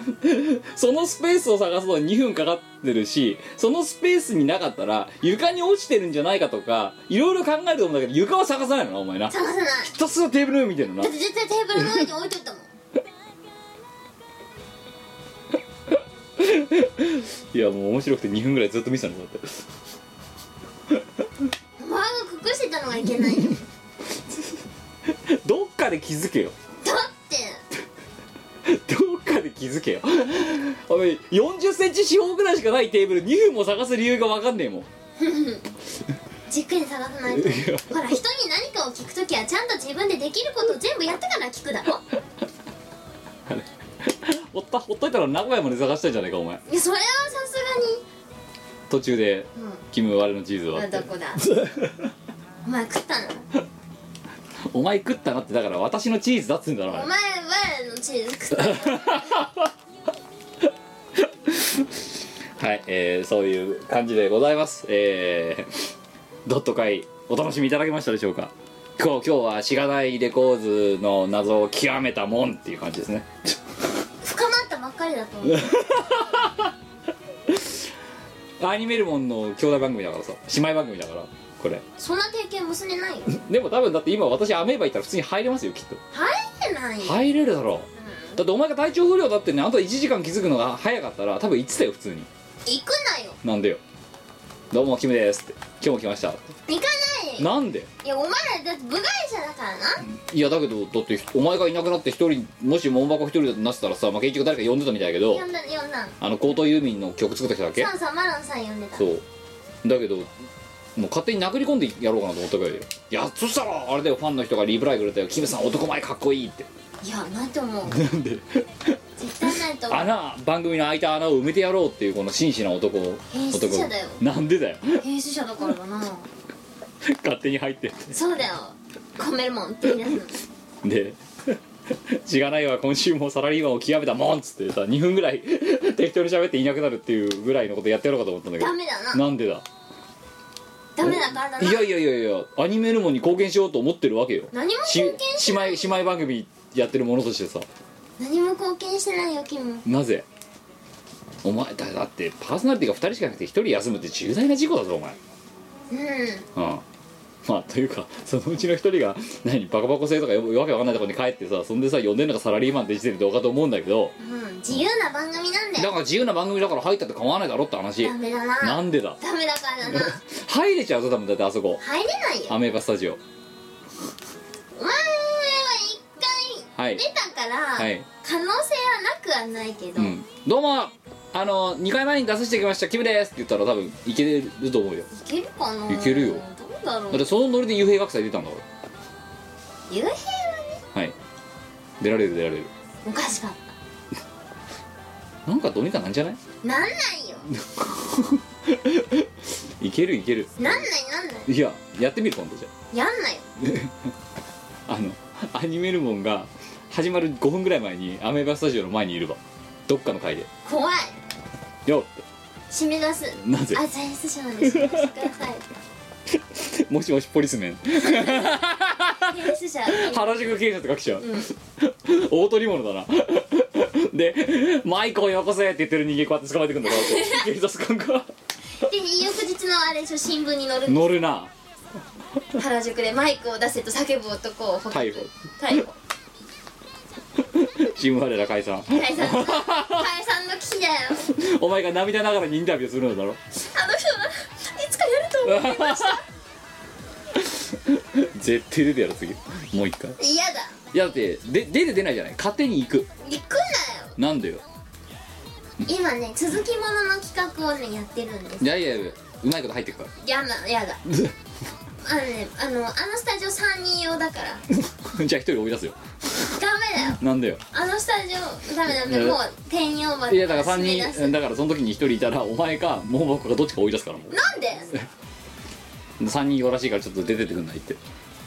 Speaker 3: そのスペースを探すのに2分かかってるしそのスペースになかったら床に落ちてるんじゃないかとかいろいろ考えると思うんだけど床は探さないのなお前なひ
Speaker 1: 探さない
Speaker 3: たすらテーブルの上見てるのな
Speaker 1: だって絶対テーブルの上に置いとったもん
Speaker 3: いやもう面白くて2分ぐらいずっと見てたのだって
Speaker 1: お前が隠してたのがいけないよだっ
Speaker 3: どっかで気づけよ
Speaker 1: て
Speaker 3: どっかで気づけよお前40センチ四方ぐらいしかないテーブル2分も探す理由が分かんねえもん
Speaker 1: じっくり探さないとほら人に何かを聞くときはちゃんと自分でできることを全部やってから聞くだろ
Speaker 3: <laughs> ほったほっといたら名古屋まで探したんじゃないかお前
Speaker 1: いやそれはさす
Speaker 3: 途中で
Speaker 1: がに
Speaker 3: 「キム我のチーズは」
Speaker 1: うん
Speaker 3: って
Speaker 1: どこだお前食ったの
Speaker 3: お前食ったな」ってだから私のチーズだっつうんだろお
Speaker 1: お前
Speaker 3: 前
Speaker 1: 我のチーズ食った
Speaker 3: はい、えー、そういう感じでございますえー、ドット会お楽しみいただけましたでしょうか今日今日はしがないレコーズの謎を極めたもんっていう感じですね
Speaker 1: 深まったばっかりだと思う
Speaker 3: アニメルモンの兄弟番組だからさ姉妹番組だからこれ
Speaker 1: そんな経験結んでないよ
Speaker 3: でも多分だって今私アメーバ行ったら普通に入れますよきっと
Speaker 1: 入ってないよ、
Speaker 3: 入れるだ
Speaker 1: う
Speaker 3: ろうんだってお前が体調不良だってねあと1時間気づくのが早かったら多分言ってたよ普通に
Speaker 1: 行くなよ
Speaker 3: なんでよどうもキムですって今日も来ました
Speaker 1: 行かないよ
Speaker 3: なんで
Speaker 1: いやお前らだって部外者だからない
Speaker 3: やだけどだってお前がいなくなって一人もし桃箱一人だとなってたらさ、まあ、結局誰か呼んでたみたいだけど
Speaker 1: 呼んだ呼んだの
Speaker 3: あの高等郵便の曲作った人だっけ
Speaker 1: サンさんマロンさん呼んでた
Speaker 3: そうだけどもう勝手に殴り込んでやろうかなと思ったぐらいだよいやそしたらあれだよファンの人がリプライくれたよキムさん男前かっこいいって
Speaker 1: いやないと思う
Speaker 3: なん <laughs> で
Speaker 1: 絶対ないと思う
Speaker 3: 穴番組の空いた穴を埋めてやろうっていうこの真摯な男を
Speaker 1: 変質
Speaker 3: 男
Speaker 1: 者だよ
Speaker 3: なんでだよ
Speaker 1: 編集者だからかな
Speaker 3: <laughs> 勝手に入ってって
Speaker 1: そうだよカメラマンって言い出す
Speaker 3: で <laughs> 「しがないわ今週もサラリーマンを極めたもん」っつってさ2分ぐらい <laughs> 適当に喋っていなくなるっていうぐらいのことやってやろうかと思ったんだけ
Speaker 1: の
Speaker 3: ど
Speaker 1: ダメだな
Speaker 3: なんでだ
Speaker 1: ダメだからだない
Speaker 3: やいやいやいやアニメルモンに貢献しようと思ってるわけよ
Speaker 1: 何も
Speaker 3: し
Speaker 1: 貢献し
Speaker 3: 姉妹
Speaker 1: ない
Speaker 3: 姉妹番組やってるものとしてさ
Speaker 1: 何も貢献してないよ君
Speaker 3: なぜお前だだってパーソナリティが2人しかなくて1人休むって重大な事故だぞお前
Speaker 1: うん
Speaker 3: うんまあというかそのうちの一人が何バカバカ性とかよわけわかんないところに帰ってさそんでさ呼んでるのがサラリーマンって時点でどうかと思うんだけど
Speaker 1: うん自由な番組なんだ
Speaker 3: だか
Speaker 1: よ
Speaker 3: ら自由な番組だから入ったって構わないだろって話
Speaker 1: ダメだな
Speaker 3: なんでだ
Speaker 1: ダメだからだな
Speaker 3: 入れちゃうぞ多分だってあそこ
Speaker 1: 入れない
Speaker 3: ア
Speaker 1: よ
Speaker 3: メーバスタジオ
Speaker 1: お前は一
Speaker 3: は
Speaker 1: 回
Speaker 3: い
Speaker 1: 出たから、
Speaker 3: はい
Speaker 1: 可能性はなくはないけど、
Speaker 3: うんどうもあの2回前に出させてきましたキムですって言ったら多分いけると思うよ
Speaker 1: いけるかない
Speaker 3: けるよ
Speaker 1: どうだろ
Speaker 3: だって
Speaker 1: う
Speaker 3: そのノリで幽閉学祭出たんだか
Speaker 1: 幽閉はね
Speaker 3: らはい出られる出られる
Speaker 1: おかしかった
Speaker 3: なんかどうにかなんじゃない
Speaker 1: なんないよ
Speaker 3: <laughs> いけるいける
Speaker 1: なんないなんない
Speaker 3: いややってみる今度じゃ
Speaker 1: や
Speaker 3: あ
Speaker 1: んないよ
Speaker 3: あのアニメルモンが始まる5分ぐらい前にアメーバスタジオの前にいるわどっかの回で
Speaker 1: 怖い
Speaker 3: よ
Speaker 1: 締め出す
Speaker 3: っなぜ
Speaker 1: あ財布者なんで締め出してください
Speaker 3: もしもしポリスメン
Speaker 1: 財布者
Speaker 3: <laughs> 原宿警察学者、
Speaker 1: うん
Speaker 3: 大取り物だなで「マイコをよこせ!」って言ってる人間こうやって捕まえてくんだろ <laughs> うと警察官が
Speaker 1: で翌日のあれでしょ新聞に載る
Speaker 3: 乗るな
Speaker 1: 原宿でマイクを出せと叫ぶ男を捕獲
Speaker 3: 逮捕
Speaker 1: 逮捕
Speaker 3: チーム我ら解散
Speaker 1: 解散の解散の危機だよ
Speaker 3: お前が涙ながらにインタビューするのだ <laughs> ろ
Speaker 1: あの人はいつかやると思ってました
Speaker 3: 絶対出てやる次もう一回
Speaker 1: 嫌だ
Speaker 3: いやだってで出て出ないじゃない勝手に行く
Speaker 1: 行く
Speaker 3: なんでよ
Speaker 1: なよ今ね続きものの企画をねやってるんです
Speaker 3: いやいやいやうまいこと入ってくから <laughs>
Speaker 1: やだやだあのねあのあのスタジオ3人用だから
Speaker 3: じゃあ一人追い出すよ
Speaker 1: ダメだよ
Speaker 3: なんだよ
Speaker 1: あのスタジオダメダメ
Speaker 3: ね
Speaker 1: もう転用場
Speaker 3: いやだか
Speaker 1: 閉
Speaker 3: ら
Speaker 1: め出
Speaker 3: 3
Speaker 1: す
Speaker 3: 人だからその時に1人いたらお前かモモコかどっちか追い出すからもう
Speaker 1: なんで
Speaker 3: 3人いるらしいからちょっと出てってくんないって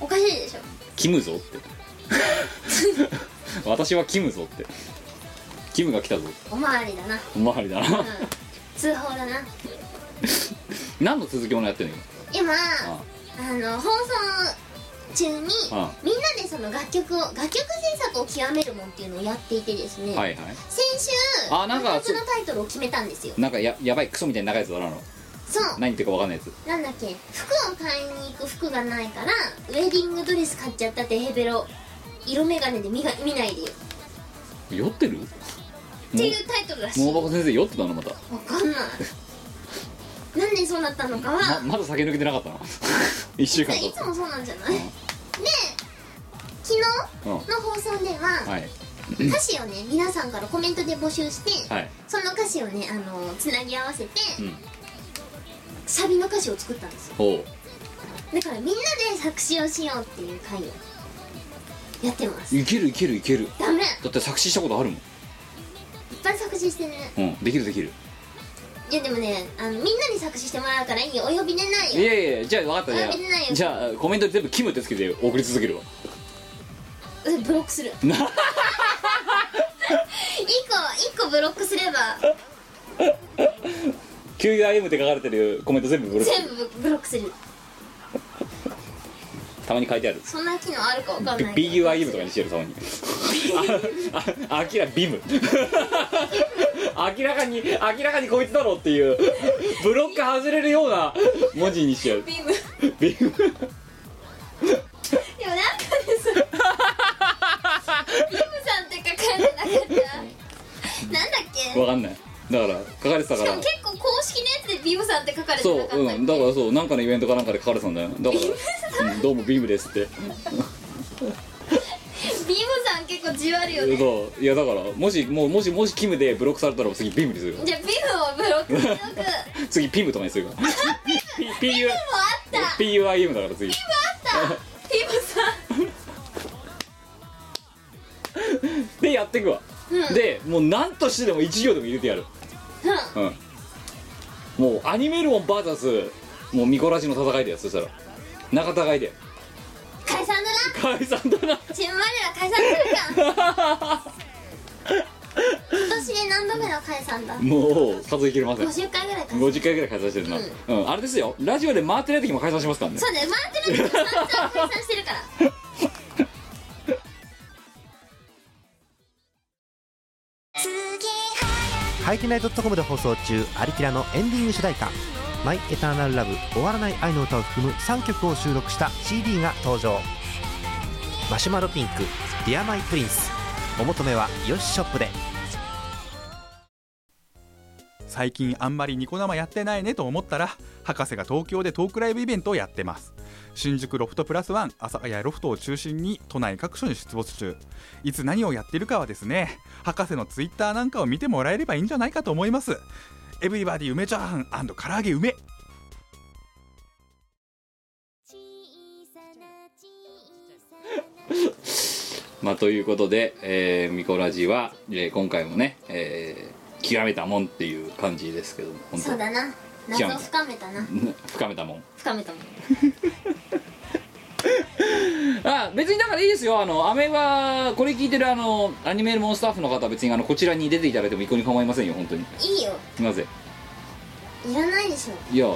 Speaker 1: おかしいでしょ
Speaker 3: キムぞって
Speaker 1: <laughs>
Speaker 3: 私はキムぞってキムが来たぞ
Speaker 1: おまわり
Speaker 3: <laughs>
Speaker 1: だなうん
Speaker 3: おまわりだな
Speaker 1: 通報だな
Speaker 3: 何の続きものやってんの
Speaker 1: 今
Speaker 3: 今あ
Speaker 1: あの放送中にみんな
Speaker 3: あ
Speaker 1: でその楽曲を楽曲制作を極めるもんっていうのをやっていてですね、
Speaker 3: はいは
Speaker 1: 先週
Speaker 3: あなんか
Speaker 1: 楽曲のタイトルを決めたんですよ
Speaker 3: いなんかややばいクソみたいな長いやつだなの
Speaker 1: そう
Speaker 3: 何言ってるか分かんないやつ
Speaker 1: なんだっけ服を買いに行く服がないからウェディングドレス買っちゃったってヘベロ色眼鏡で見が見ないでよ
Speaker 3: 酔ってるも
Speaker 1: っていうタイトルらしい
Speaker 3: モモ
Speaker 1: わ
Speaker 3: バコ先生酔ってたのまた
Speaker 1: かんないなんでそうなったのかは
Speaker 3: ままだ酒抜けてな
Speaker 1: <laughs>
Speaker 3: かったな1週間
Speaker 1: い
Speaker 3: と
Speaker 1: つもそうなんじゃない
Speaker 3: うん
Speaker 1: で昨日
Speaker 3: うん
Speaker 1: の放送では
Speaker 3: はい
Speaker 1: 歌詞をね皆さんからコメントで募集して
Speaker 3: はい
Speaker 1: その歌詞をねあのつなぎ合わせて
Speaker 3: うん
Speaker 1: サビの歌詞を作ったんですよ
Speaker 3: おう
Speaker 1: だからみんなで作詞をしようっていう会をやってます
Speaker 3: いけるいけるいける
Speaker 1: ダメいっ
Speaker 3: だって作詞したことあるもん
Speaker 1: ぱい作詞してね
Speaker 3: うんできるできる
Speaker 1: いやでもねあのみんなに作詞してもらうからいいよお呼びでない
Speaker 3: い
Speaker 1: よ
Speaker 3: やいやいやじゃあ分かったじゃ
Speaker 1: あ見てない
Speaker 3: あ
Speaker 1: よ
Speaker 3: じゃあコメントで全部キムってつけて送り続けるわ
Speaker 1: うんブロックす
Speaker 3: <laughs>
Speaker 1: る一個一個ブロックすれば
Speaker 3: QIM って書かれてるコメント全部ブロック
Speaker 1: 全部ブロックする
Speaker 3: たまに書いてある
Speaker 1: そんな機能あるかわかんないけど
Speaker 3: BUIM とかにしてるたまにああ明らビム明らかに明らかにこいつだろっていうブロック外れるような文字にしちゃう
Speaker 1: ビームで
Speaker 3: ビム
Speaker 1: もなんかでさビームさんって書かれてなかったなんだっけ
Speaker 3: わかんないだから書かれてたか
Speaker 1: しからも結構公式のやつでビームさんって書かれて
Speaker 3: そ
Speaker 1: なかったっけ
Speaker 3: ううんだからそうなんかのイベントかなんかで書かれてたんだよだから、うんどうもビムですって
Speaker 1: ビームさん結構じわるよね
Speaker 3: そういやだからもしもうもしもしキムでブロックされたら次ビムにするよ
Speaker 1: じゃあビームをブロックブロック
Speaker 3: 次ピムとかにするから P- PU
Speaker 1: もうあった
Speaker 3: PUIM だから次
Speaker 1: あったピムさん
Speaker 3: でやっていくわ、
Speaker 1: うん
Speaker 3: でもう何としてでも1行でも入れてやる
Speaker 1: うん
Speaker 3: うんもうアニメルモン VS もうミコラジの戦いだよそしたら仲違いで
Speaker 1: 解散だな
Speaker 3: 解散だな
Speaker 1: チーム我ら解散す
Speaker 3: <laughs>
Speaker 1: るか今年で何度目の解散だ
Speaker 3: もう数えきれません
Speaker 1: 50回ぐらい解散
Speaker 3: 50回ぐらい解散してるな、うんあれですよラジオで回ってない時も解散しますからね
Speaker 1: そうだよ回ってる時も散々解散してるから
Speaker 2: ハイテナイドットコムで放送中「アリキラ」のエンディング主題歌「マイ・エターナル・ラブ終わらない愛の歌」を含む3曲を収録した CD が登場マシュマロピンク「ディアマイ・プリンス」お求めはよしショップで
Speaker 5: 最近あんまりニコ生やってないねと思ったら博士が東京でトークライブイベントをやってます新宿ロフトプラスワン朝早ロフトを中心に都内各所に出没中いつ何をやってるかはですね博士のツイッターなんかを見てもらえればいいんじゃないかと思いますエブリバディ梅チャーハン唐揚げ梅
Speaker 3: まあということで、えーミコラジは、えー今回もね、えー極めたもんっていう感じですけども本
Speaker 1: そう
Speaker 3: 当
Speaker 1: だな謎を深めたな
Speaker 3: に <laughs> 深めたもん
Speaker 1: 深めたもん
Speaker 3: あ別にだからいいですよあのアメはこれ聞いてるあのアニメルモンスタッフの方は別にあのこちらに出ていただいても一向に構いませんよ本当に
Speaker 1: いいよ
Speaker 3: なぜ
Speaker 1: いらないでしょ
Speaker 3: いや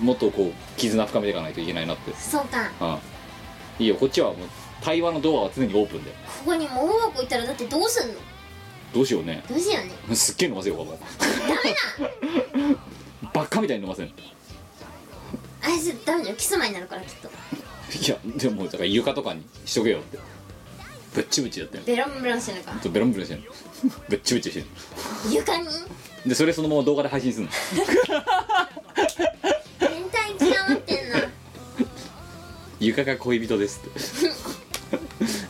Speaker 3: もっとこう絆深めていかないといけないなって
Speaker 1: そうか
Speaker 3: あいいよこっちはもう対話のドアは常にオープンで
Speaker 1: ここにもう大箱いたらだってどうすんの
Speaker 3: どうしようね
Speaker 1: どうしようね
Speaker 3: すっげえ飲ませようかもダメだバカみたいに飲ませんい
Speaker 1: あいつダメだよキスマになるからきっと
Speaker 3: やでもだから床とかにしとけよってぶっちぶちやってん
Speaker 1: ベロンベロンしてるから
Speaker 3: のベロンベロンしてんのぶっちぶちしてんの
Speaker 1: 床に
Speaker 3: でそれそのまま動画で配信するの
Speaker 1: 変態極まってん
Speaker 3: <laughs>
Speaker 1: な
Speaker 3: 床が恋人ですって <laughs>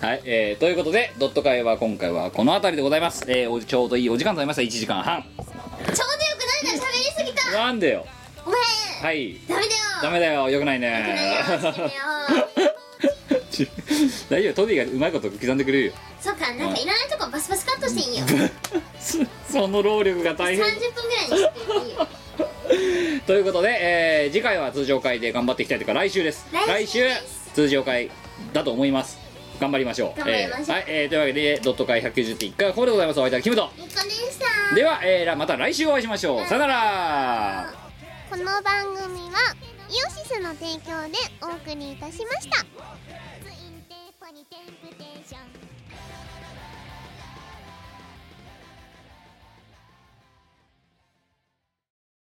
Speaker 3: はい、えーということでドット会は今回はこの辺りでございます、えーおちょうどいいお時間となりました1時間半
Speaker 1: ちょうどよくないから喋りすぎた
Speaker 3: なんでよ
Speaker 1: お前
Speaker 3: はい
Speaker 1: ダメだよ
Speaker 3: ダメだよよくない
Speaker 1: ダメだよ
Speaker 3: ね
Speaker 1: ダメだよ
Speaker 3: ち <laughs> 大丈夫トディがうまいこと刻んでくれるよ
Speaker 1: そっかなんかいらないとこバスバスカットしていいよ
Speaker 3: そその労力が大変
Speaker 1: 30分ぐらいにしていいよ
Speaker 3: ということで、えー次回は通常会で頑張っていきたいというか来週です
Speaker 1: 来週です
Speaker 3: 通常会だと思います頑張りましょう
Speaker 1: 頑張りましょう
Speaker 3: えーはい、えーというわけで「ドット会190」って1回ここでございますお相手はキムト
Speaker 1: みっこでした
Speaker 3: では、えーらまた来週お会いしましょうさよなら
Speaker 6: この番組はイオシスの提供でお送りいたしました。